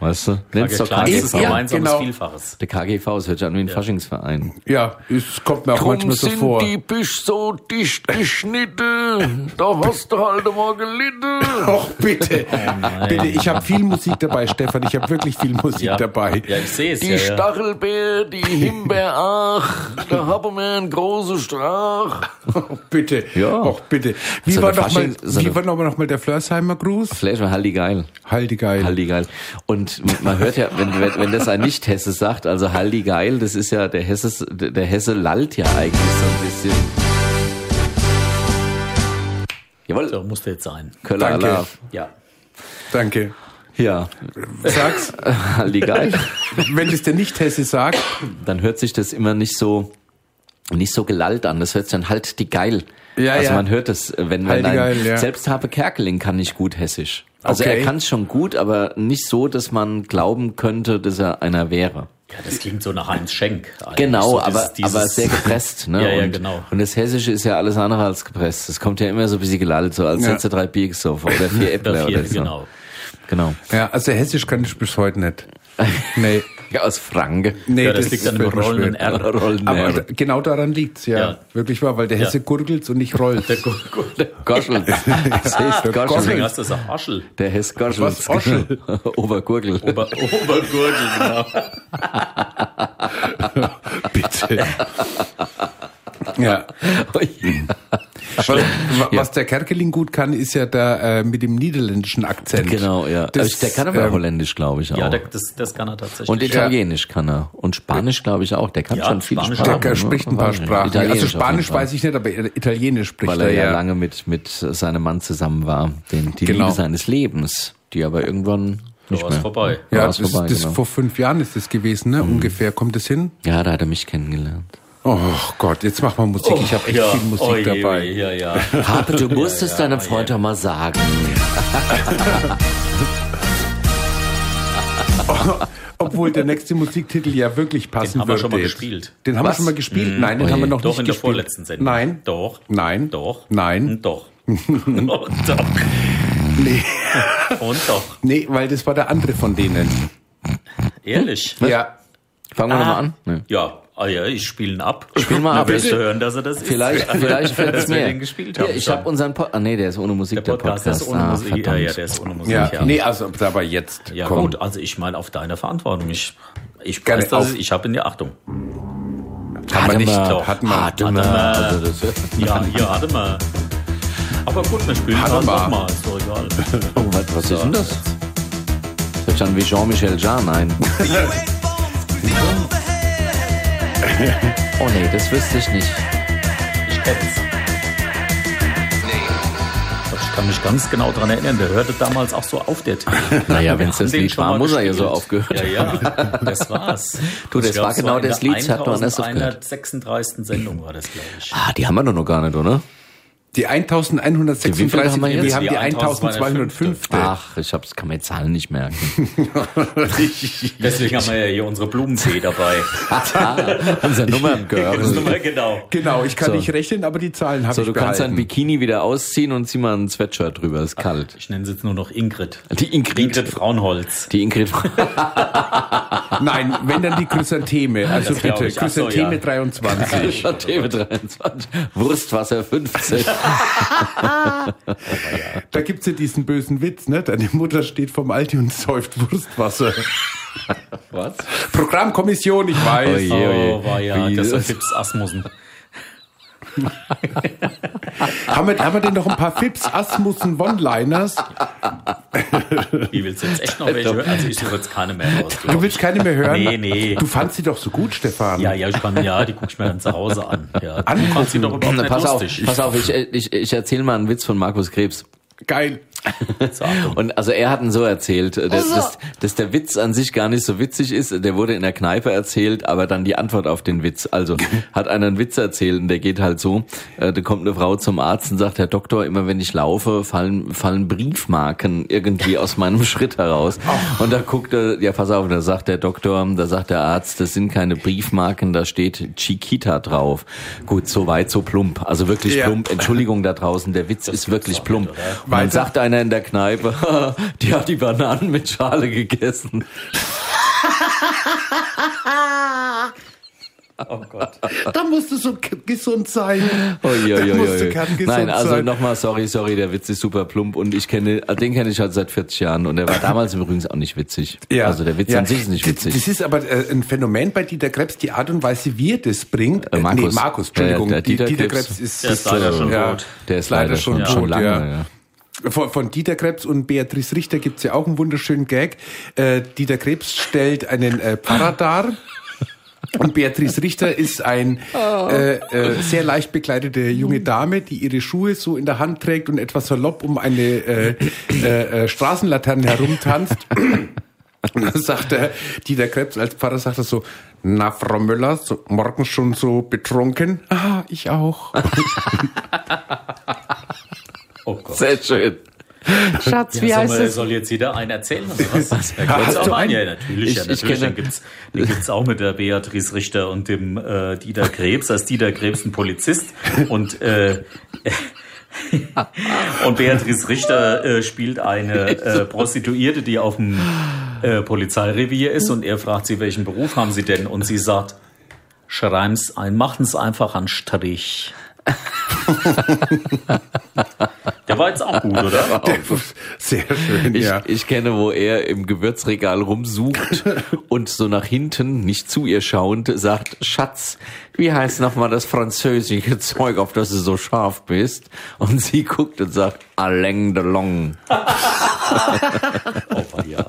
[SPEAKER 1] weißt du? Nenn's doch
[SPEAKER 2] Klar, das ist
[SPEAKER 1] KGV.
[SPEAKER 3] Ja,
[SPEAKER 2] gemeinsames
[SPEAKER 3] genau.
[SPEAKER 2] Vielfaches.
[SPEAKER 1] Der KGV, es hört sich an wie ein Faschingsverein.
[SPEAKER 3] Ja, es kommt mir auch manchmal so vor.
[SPEAKER 1] Bisch so dicht geschnitten, da hast du halt mal gelitten.
[SPEAKER 3] Och, bitte. bitte, ich habe viel Musik dabei, Stefan. Ich habe wirklich viel Musik
[SPEAKER 2] Ja.
[SPEAKER 3] dabei.
[SPEAKER 2] Ja, ich sehe es. Ja, ja.
[SPEAKER 1] Stachelbeer, die Himbeer, ach, da haben wir einen großen Strach.
[SPEAKER 3] Och, Oh, bitte.
[SPEAKER 1] Ja.
[SPEAKER 3] Och, bitte. Wie
[SPEAKER 1] So
[SPEAKER 3] war
[SPEAKER 1] eine
[SPEAKER 3] nochmal
[SPEAKER 1] Fasching- so eine-
[SPEAKER 3] wie war noch mal noch mal der Flörsheimer Gruß?
[SPEAKER 1] Flash war halt die geil.
[SPEAKER 3] Haldi geil.
[SPEAKER 1] Haldi geil. Und man hört ja, wenn, wenn, wenn das ein Nicht-Hesse sagt, also Haldi geil, das ist ja, der Hesse, der Hesse lallt ja eigentlich so ein bisschen.
[SPEAKER 2] So
[SPEAKER 1] Jawohl,
[SPEAKER 2] musste jetzt sein.
[SPEAKER 1] Köller
[SPEAKER 3] danke.
[SPEAKER 1] Alarv.
[SPEAKER 2] Ja.
[SPEAKER 3] Danke.
[SPEAKER 1] Ja,
[SPEAKER 3] Sag's,
[SPEAKER 1] Haldi geil.
[SPEAKER 3] wenn es der Nicht-Hesse sagt.
[SPEAKER 1] dann hört sich das immer nicht so nicht so gelallt an. Das hört sich dann halt die geil.
[SPEAKER 3] Ja,
[SPEAKER 1] also
[SPEAKER 3] ja.
[SPEAKER 1] man hört es, wenn
[SPEAKER 3] Halt
[SPEAKER 1] man
[SPEAKER 3] die geil, ja.
[SPEAKER 1] selbst Habe Kerkeling kann nicht gut Hessisch. Also
[SPEAKER 3] Okay.
[SPEAKER 1] er kann es schon gut, aber nicht so, dass man glauben könnte, dass er einer wäre.
[SPEAKER 2] ja, das klingt so nach Heinz Schenk. eigentlich.
[SPEAKER 1] Genau,
[SPEAKER 2] so
[SPEAKER 1] aber
[SPEAKER 2] dieses-
[SPEAKER 1] aber sehr gepresst. Ne?
[SPEAKER 2] Ja, ja,
[SPEAKER 1] und,
[SPEAKER 2] genau.
[SPEAKER 1] Und das Hessische ist ja alles andere als gepresst. Es kommt ja immer so ein bisschen gelallt, so als
[SPEAKER 3] Ja.
[SPEAKER 1] hättest du drei Bier gesoffen oder vier Äpfel
[SPEAKER 2] Oder
[SPEAKER 1] oder
[SPEAKER 2] vier,
[SPEAKER 1] so.
[SPEAKER 2] genau.
[SPEAKER 1] genau.
[SPEAKER 3] Ja, also Hessisch kann ich bis heute nicht. Nee.
[SPEAKER 1] Ja, aus Franke.
[SPEAKER 3] Nee,
[SPEAKER 2] Ja, das liegt an dem
[SPEAKER 3] wird mir
[SPEAKER 2] rollenden
[SPEAKER 3] schwer.
[SPEAKER 2] R.
[SPEAKER 1] Rollen
[SPEAKER 3] Aber
[SPEAKER 1] aber
[SPEAKER 3] da- genau daran liegt's, ja.
[SPEAKER 2] Ja.
[SPEAKER 3] Wirklich wahr, weil der Hesse gurgelt und nicht rollt.
[SPEAKER 1] Goschel.
[SPEAKER 3] Der
[SPEAKER 2] Deswegen
[SPEAKER 3] gurgelt.
[SPEAKER 2] hast du es auch Aschel.
[SPEAKER 1] Der Hess Goschel.
[SPEAKER 3] Was? Oschel?
[SPEAKER 1] Obergurgel.
[SPEAKER 2] Ober, Obergurgel, genau.
[SPEAKER 3] Bitte. ja. Weil, wa- Was der Kerkeling gut kann, ist ja da äh, mit dem niederländischen Akzent.
[SPEAKER 1] Genau, ja.
[SPEAKER 3] Das,
[SPEAKER 1] der kann aber
[SPEAKER 3] ähm,
[SPEAKER 1] holländisch, glaube ich, auch.
[SPEAKER 2] Ja, der, das, das kann er tatsächlich.
[SPEAKER 1] und Italienisch kann er. Und Spanisch, glaube ich, auch. Der kann
[SPEAKER 2] Ja,
[SPEAKER 1] schon viel
[SPEAKER 2] Spanisch
[SPEAKER 1] Sprachen.
[SPEAKER 3] Der spricht ein paar
[SPEAKER 1] Weiß ich nicht.
[SPEAKER 3] Sprachen.
[SPEAKER 1] Italienisch
[SPEAKER 3] Also
[SPEAKER 1] auf jeden
[SPEAKER 3] Spanisch
[SPEAKER 1] Fall.
[SPEAKER 3] weiß ich nicht, aber Italienisch spricht
[SPEAKER 1] Weil er ja,
[SPEAKER 3] ja.
[SPEAKER 1] lange mit, mit seinem Mann zusammen war. Den, die
[SPEAKER 3] Genau.
[SPEAKER 1] Liebe seines Lebens. Die aber irgendwann nicht
[SPEAKER 2] war's
[SPEAKER 1] mehr.
[SPEAKER 2] vorbei.
[SPEAKER 1] Da
[SPEAKER 3] Ja,
[SPEAKER 1] war's
[SPEAKER 3] das, ist-
[SPEAKER 1] vorbei,
[SPEAKER 3] das
[SPEAKER 1] genau. Mhm.
[SPEAKER 3] vor fünf Jahren ist das gewesen, ne? Ungefähr. Kommt das hin?
[SPEAKER 1] Ja, da hat er mich kennengelernt.
[SPEAKER 3] Oh Gott, jetzt mach mal Musik. ich habe echt
[SPEAKER 2] Oh, ja.
[SPEAKER 3] viel Musik
[SPEAKER 2] Oi,
[SPEAKER 3] dabei.
[SPEAKER 2] oi, Ja, ja.
[SPEAKER 1] Harpe, du musst es deinem Freund doch mal sagen.
[SPEAKER 3] Obwohl der nächste Musiktitel ja wirklich passen
[SPEAKER 2] Den haben wir
[SPEAKER 3] würde
[SPEAKER 2] schon mal
[SPEAKER 3] jetzt.
[SPEAKER 2] gespielt. Mhm.
[SPEAKER 3] Den haben wir schon mal gespielt? Nein, den haben wir noch
[SPEAKER 2] Doch,
[SPEAKER 3] nicht
[SPEAKER 2] in der
[SPEAKER 3] gespielt.
[SPEAKER 2] vorletzten Sendung.
[SPEAKER 3] Nein.
[SPEAKER 2] Doch.
[SPEAKER 3] Nein.
[SPEAKER 2] Doch.
[SPEAKER 3] Nein.
[SPEAKER 2] Und doch. Und doch. Nee. Und doch.
[SPEAKER 3] Nee, weil das war der andere von denen.
[SPEAKER 2] Ehrlich.
[SPEAKER 3] Ja.
[SPEAKER 1] Fangen wir nochmal an. Nee.
[SPEAKER 2] Ja. Ah ja, ich spielen ab.
[SPEAKER 1] Spiel mal
[SPEAKER 2] Na,
[SPEAKER 1] ab.
[SPEAKER 2] Willst du
[SPEAKER 1] Bitte.
[SPEAKER 2] hören, dass er das ist?
[SPEAKER 1] Vielleicht, vielleicht fällt es
[SPEAKER 2] dass wir
[SPEAKER 1] mir.
[SPEAKER 2] den gespielt haben.
[SPEAKER 1] Hier, ich habe
[SPEAKER 2] schon.
[SPEAKER 1] unseren Podcast. Ah, nee, der ist ohne Musik,
[SPEAKER 2] der Podcast, ist ohne
[SPEAKER 1] ah,
[SPEAKER 2] Musik. Ja,
[SPEAKER 1] verdammt.
[SPEAKER 2] ja, der ist ohne Musik.
[SPEAKER 3] Ja,
[SPEAKER 2] Ja,
[SPEAKER 3] nee, also aber jetzt.
[SPEAKER 2] ja
[SPEAKER 3] komm.
[SPEAKER 2] gut, also ich meine auf deine Verantwortung. Ich, ich
[SPEAKER 3] Gerne,
[SPEAKER 2] weiß, dass
[SPEAKER 3] auf-
[SPEAKER 2] ich, ich habe in der Achtung.
[SPEAKER 3] Hat man
[SPEAKER 1] Hatte
[SPEAKER 3] nicht
[SPEAKER 1] man,
[SPEAKER 3] doch. Hat man.
[SPEAKER 1] Hatte man. Also das,
[SPEAKER 2] Ja, ja, hatte mal. Aber gut, wir spielen
[SPEAKER 3] Hatte
[SPEAKER 2] halt
[SPEAKER 3] mal.
[SPEAKER 2] nochmal. Ist doch egal.
[SPEAKER 1] oh, was, was ist denn das? Das ist dann wie Jean-Michel Jarre, nein. oh nee, das wüsste ich nicht.
[SPEAKER 2] Ich kenn's. Ich kann mich ganz genau dran erinnern. Der hörte damals auch so auf der Tür.
[SPEAKER 1] Naja, wenn es das
[SPEAKER 2] Den
[SPEAKER 1] Lied
[SPEAKER 2] schon mal
[SPEAKER 1] war, muss er ja so
[SPEAKER 2] gespielt.
[SPEAKER 1] aufgehört.
[SPEAKER 2] Ja, ja, das war's.
[SPEAKER 1] Du, das
[SPEAKER 2] Ich glaub,
[SPEAKER 1] war
[SPEAKER 2] es
[SPEAKER 1] genau
[SPEAKER 2] in der
[SPEAKER 1] das Lied, es hat nur anders aufgehört.
[SPEAKER 2] 1136. Sendung war das, glaube ich.
[SPEAKER 1] Ah, die haben wir doch noch gar nicht, oder?
[SPEAKER 3] Die
[SPEAKER 1] Wie viele
[SPEAKER 3] 1136,
[SPEAKER 1] haben wir jetzt?
[SPEAKER 3] wir haben
[SPEAKER 2] Die
[SPEAKER 3] die 1205.
[SPEAKER 1] Ach, ich hab's, kann mir Zahlen nicht merken.
[SPEAKER 2] Deswegen haben wir ja hier unsere Blumenfee dabei.
[SPEAKER 1] Unser Nummern gehört.
[SPEAKER 2] Nummer genau.
[SPEAKER 3] Genau, ich kann
[SPEAKER 1] So.
[SPEAKER 3] nicht rechnen, aber die Zahlen habe
[SPEAKER 1] So,
[SPEAKER 3] ich
[SPEAKER 1] du kannst dein
[SPEAKER 3] behalten.
[SPEAKER 1] Bikini wieder ausziehen und zieh mal ein Sweatshirt drüber, ist kalt.
[SPEAKER 2] Ich nenne sie jetzt nur noch Ingrid.
[SPEAKER 1] Die Ingrid.
[SPEAKER 2] Ingrid Fraunholz.
[SPEAKER 1] Die Ingrid,
[SPEAKER 3] Nein, wenn dann die Chrysantheme. Also
[SPEAKER 2] Das glaub
[SPEAKER 3] bitte,
[SPEAKER 2] ich. Ach so,
[SPEAKER 3] Chrysantheme
[SPEAKER 2] ja.
[SPEAKER 3] 23.
[SPEAKER 1] Schantebe 23, Wurstwasser 15.
[SPEAKER 3] Da gibt's ja diesen bösen Witz, ne? Deine Mutter steht vom Aldi und säuft Wurstwasser.
[SPEAKER 1] Was?
[SPEAKER 3] Programmkommission, ich weiß.
[SPEAKER 1] Oh je, oh
[SPEAKER 2] Oh, war ja,
[SPEAKER 1] Wie
[SPEAKER 2] das war
[SPEAKER 1] das-
[SPEAKER 2] Fips Asmussen.
[SPEAKER 3] Haben, wir, haben wir denn noch ein paar Fips, Asmussen, One-Liners?
[SPEAKER 2] Wie willst du jetzt echt noch welche hören? Also ich suche jetzt keine mehr raus. glaub
[SPEAKER 3] Du willst keine mehr hören?
[SPEAKER 2] Nee, nee.
[SPEAKER 3] Du fandst sie doch so gut, Stefan.
[SPEAKER 2] Ja, ja, ich kann, ja, die gucke ich mir dann zu Hause an. Ja, du
[SPEAKER 3] Angucken.
[SPEAKER 2] fandst sie doch überhaupt nicht
[SPEAKER 1] Pass auf,
[SPEAKER 2] lustig.
[SPEAKER 1] pass auf, ich, ich, ich erzähle mal einen Witz von Markus Krebs.
[SPEAKER 3] Geil.
[SPEAKER 2] So, Achtung.
[SPEAKER 1] Und also er hat ihn so erzählt, äh, dass, dass, dass der Witz an sich gar nicht so witzig ist. Der wurde in der Kneipe erzählt, aber dann die Antwort auf den Witz. Also hat einer einen Witz erzählt und der geht halt so, äh, da kommt eine Frau zum Arzt und sagt, Herr Doktor, immer wenn ich laufe, fallen, fallen Briefmarken irgendwie aus meinem Schritt heraus. Und da guckt er, ja pass auf, da sagt der Doktor, da sagt der Arzt, das sind keine Briefmarken, da steht Chiquita drauf. Gut, so weit, so plump. Also wirklich
[SPEAKER 3] Ja.
[SPEAKER 1] plump. Entschuldigung da draußen, der Witz ist wirklich plump. Und dann
[SPEAKER 3] Weiter.
[SPEAKER 1] sagt einer in der Kneipe, die hat die Bananen mit Schale gegessen.
[SPEAKER 2] Oh Gott.
[SPEAKER 3] Da musst du so k- gesund sein. Da musst du
[SPEAKER 1] Uiuiui.
[SPEAKER 3] kerngesund
[SPEAKER 1] Nein, also
[SPEAKER 3] sein.
[SPEAKER 1] nochmal, sorry, sorry, der Witz ist super plump und ich kenne, den kenne ich halt seit 40 Jahren und der war damals übrigens auch nicht witzig. Also der Witz
[SPEAKER 3] ja.
[SPEAKER 1] an sich ist nicht
[SPEAKER 3] Das-
[SPEAKER 1] witzig.
[SPEAKER 3] Das ist aber äh, ein Phänomen bei Dieter Krebs, die Art und Weise, wie er das bringt.
[SPEAKER 1] Äh, Markus.
[SPEAKER 3] Nee, Markus, Entschuldigung.
[SPEAKER 1] Der- der
[SPEAKER 3] Die-
[SPEAKER 1] Dieter Krebs.
[SPEAKER 3] ist,
[SPEAKER 2] Der ist leider schon
[SPEAKER 3] ja,
[SPEAKER 2] tot.
[SPEAKER 1] der ist leider, schon,
[SPEAKER 3] tot.
[SPEAKER 1] schon lange.
[SPEAKER 3] ja.
[SPEAKER 1] Ja.
[SPEAKER 3] Von, von Dieter Krebs und Beatrice Richter gibt's ja auch einen wunderschönen Gag. Äh, Dieter Krebs stellt einen äh, Pfarrer dar. Und Beatrice Richter ist ein äh, äh, sehr leicht bekleidete junge Dame, die ihre Schuhe so in der Hand trägt und etwas salopp um eine äh, äh, äh, Straßenlaterne herumtanzt. Und dann sagt er, Dieter Krebs als Pfarrer sagt er so, na Frau Müller, so, morgen schon so betrunken? Ah, ich auch.
[SPEAKER 2] Oh Gott.
[SPEAKER 1] Sehr schön.
[SPEAKER 2] Ja, soll, mal- soll jetzt jeder einen erzählen oder was? Da gibt's
[SPEAKER 3] Hast
[SPEAKER 2] auch
[SPEAKER 3] du
[SPEAKER 2] einen? Ja,
[SPEAKER 3] einen?
[SPEAKER 2] natürlich.
[SPEAKER 1] Ich-
[SPEAKER 2] ja,
[SPEAKER 1] ich
[SPEAKER 2] natürlich.
[SPEAKER 1] kenne-
[SPEAKER 2] den gibt's, den gibt's auch mit der Beatrice Richter und dem äh, Dieter Krebs. Da ist Dieter Krebs ein Polizist und äh, und Beatrice Richter äh, spielt eine äh, Prostituierte, die auf dem äh, Polizeirevier ist und er fragt sie, welchen Beruf haben sie denn? Und sie sagt, schreiben's ein, machen's einfach an Strich. Der war jetzt auch gut, oder?
[SPEAKER 3] Sehr schön,
[SPEAKER 1] Ich,
[SPEAKER 3] ja.
[SPEAKER 1] ich kenne, wo er im Gewürzregal rumsucht und so nach hinten, nicht zu ihr schauend, sagt, Schatz, wie heißt nochmal das französische Zeug, auf das du so scharf bist? Und sie guckt und sagt, Alain Delon.
[SPEAKER 2] Oh, ja.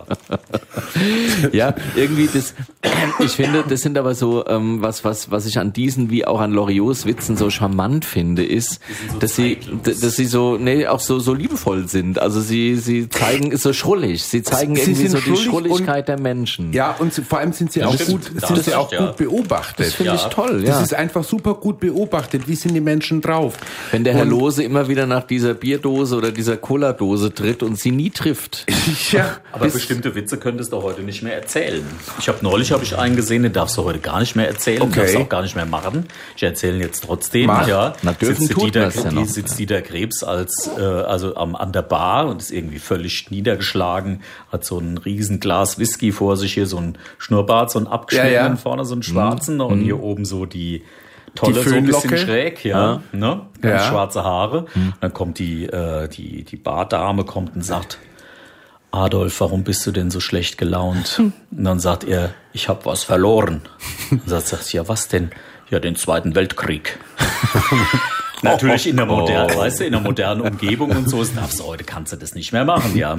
[SPEAKER 1] Ja, irgendwie das, ich finde, das sind aber so, ähm, was, was, was ich an diesen wie auch an Loriots Witzen so charmant finde, ist, dass sie, d- dass sie so, nee, auch so, so liebevoll sind. Also sie, sie zeigen, ist so schrullig. Sie zeigen
[SPEAKER 3] Sie
[SPEAKER 1] irgendwie
[SPEAKER 3] sind
[SPEAKER 1] so die
[SPEAKER 3] schrullig und-
[SPEAKER 1] Schrulligkeit der Menschen.
[SPEAKER 3] Ja, und sie- vor allem sind sie auch
[SPEAKER 2] stimmt.
[SPEAKER 3] gut,
[SPEAKER 2] Das
[SPEAKER 3] sind sie
[SPEAKER 2] stimmt,
[SPEAKER 3] auch
[SPEAKER 2] ja.
[SPEAKER 3] gut beobachtet.
[SPEAKER 1] Finde ich toll, ja.
[SPEAKER 3] Das ist einfach super gut beobachtet. Wie sind die Menschen drauf?
[SPEAKER 1] Wenn der Herr Lose immer wieder nach dieser Bierdose Glasdose oder dieser Cola-Dose tritt und sie nie trifft.
[SPEAKER 3] Ja.
[SPEAKER 2] Aber bestimmte Witze könntest du heute nicht mehr erzählen. Ich habe neulich habe ich einen gesehen, den darfst du heute gar nicht mehr erzählen,
[SPEAKER 3] Okay.
[SPEAKER 2] darfst du auch gar nicht mehr machen. Ich erzähle ihn jetzt trotzdem.
[SPEAKER 3] Mach.
[SPEAKER 2] Ja,
[SPEAKER 1] Na, dürfen
[SPEAKER 2] sitzt,
[SPEAKER 1] tut
[SPEAKER 2] Dieter,
[SPEAKER 1] man's ja noch.
[SPEAKER 2] sitzt Dieter Krebs als äh, also am, an der Bar und ist irgendwie völlig niedergeschlagen, hat so ein riesen Glas Whisky vor sich hier, so ein Schnurrbart, so ein abgeschnittenen
[SPEAKER 3] Ja, ja.
[SPEAKER 2] vorne,
[SPEAKER 1] Mhm.
[SPEAKER 2] so einen schwarzen und hier oben so die tolle, so ein
[SPEAKER 3] Föhnlocke.
[SPEAKER 2] bisschen schräg, ja, ne? Ganz
[SPEAKER 3] Ja.
[SPEAKER 2] schwarze Haare. Dann kommt die, äh, die, die Bardame kommt und sagt, Adolf, warum bist du denn so schlecht gelaunt? Und dann sagt er, ich habe was verloren. Und dann sagt sie, ja, was denn? Ja, den Zweiten Weltkrieg. Natürlich in der modernen, weißt du, in der modernen Umgebung und so, das darfst du heute, kannst du das nicht mehr machen, ja.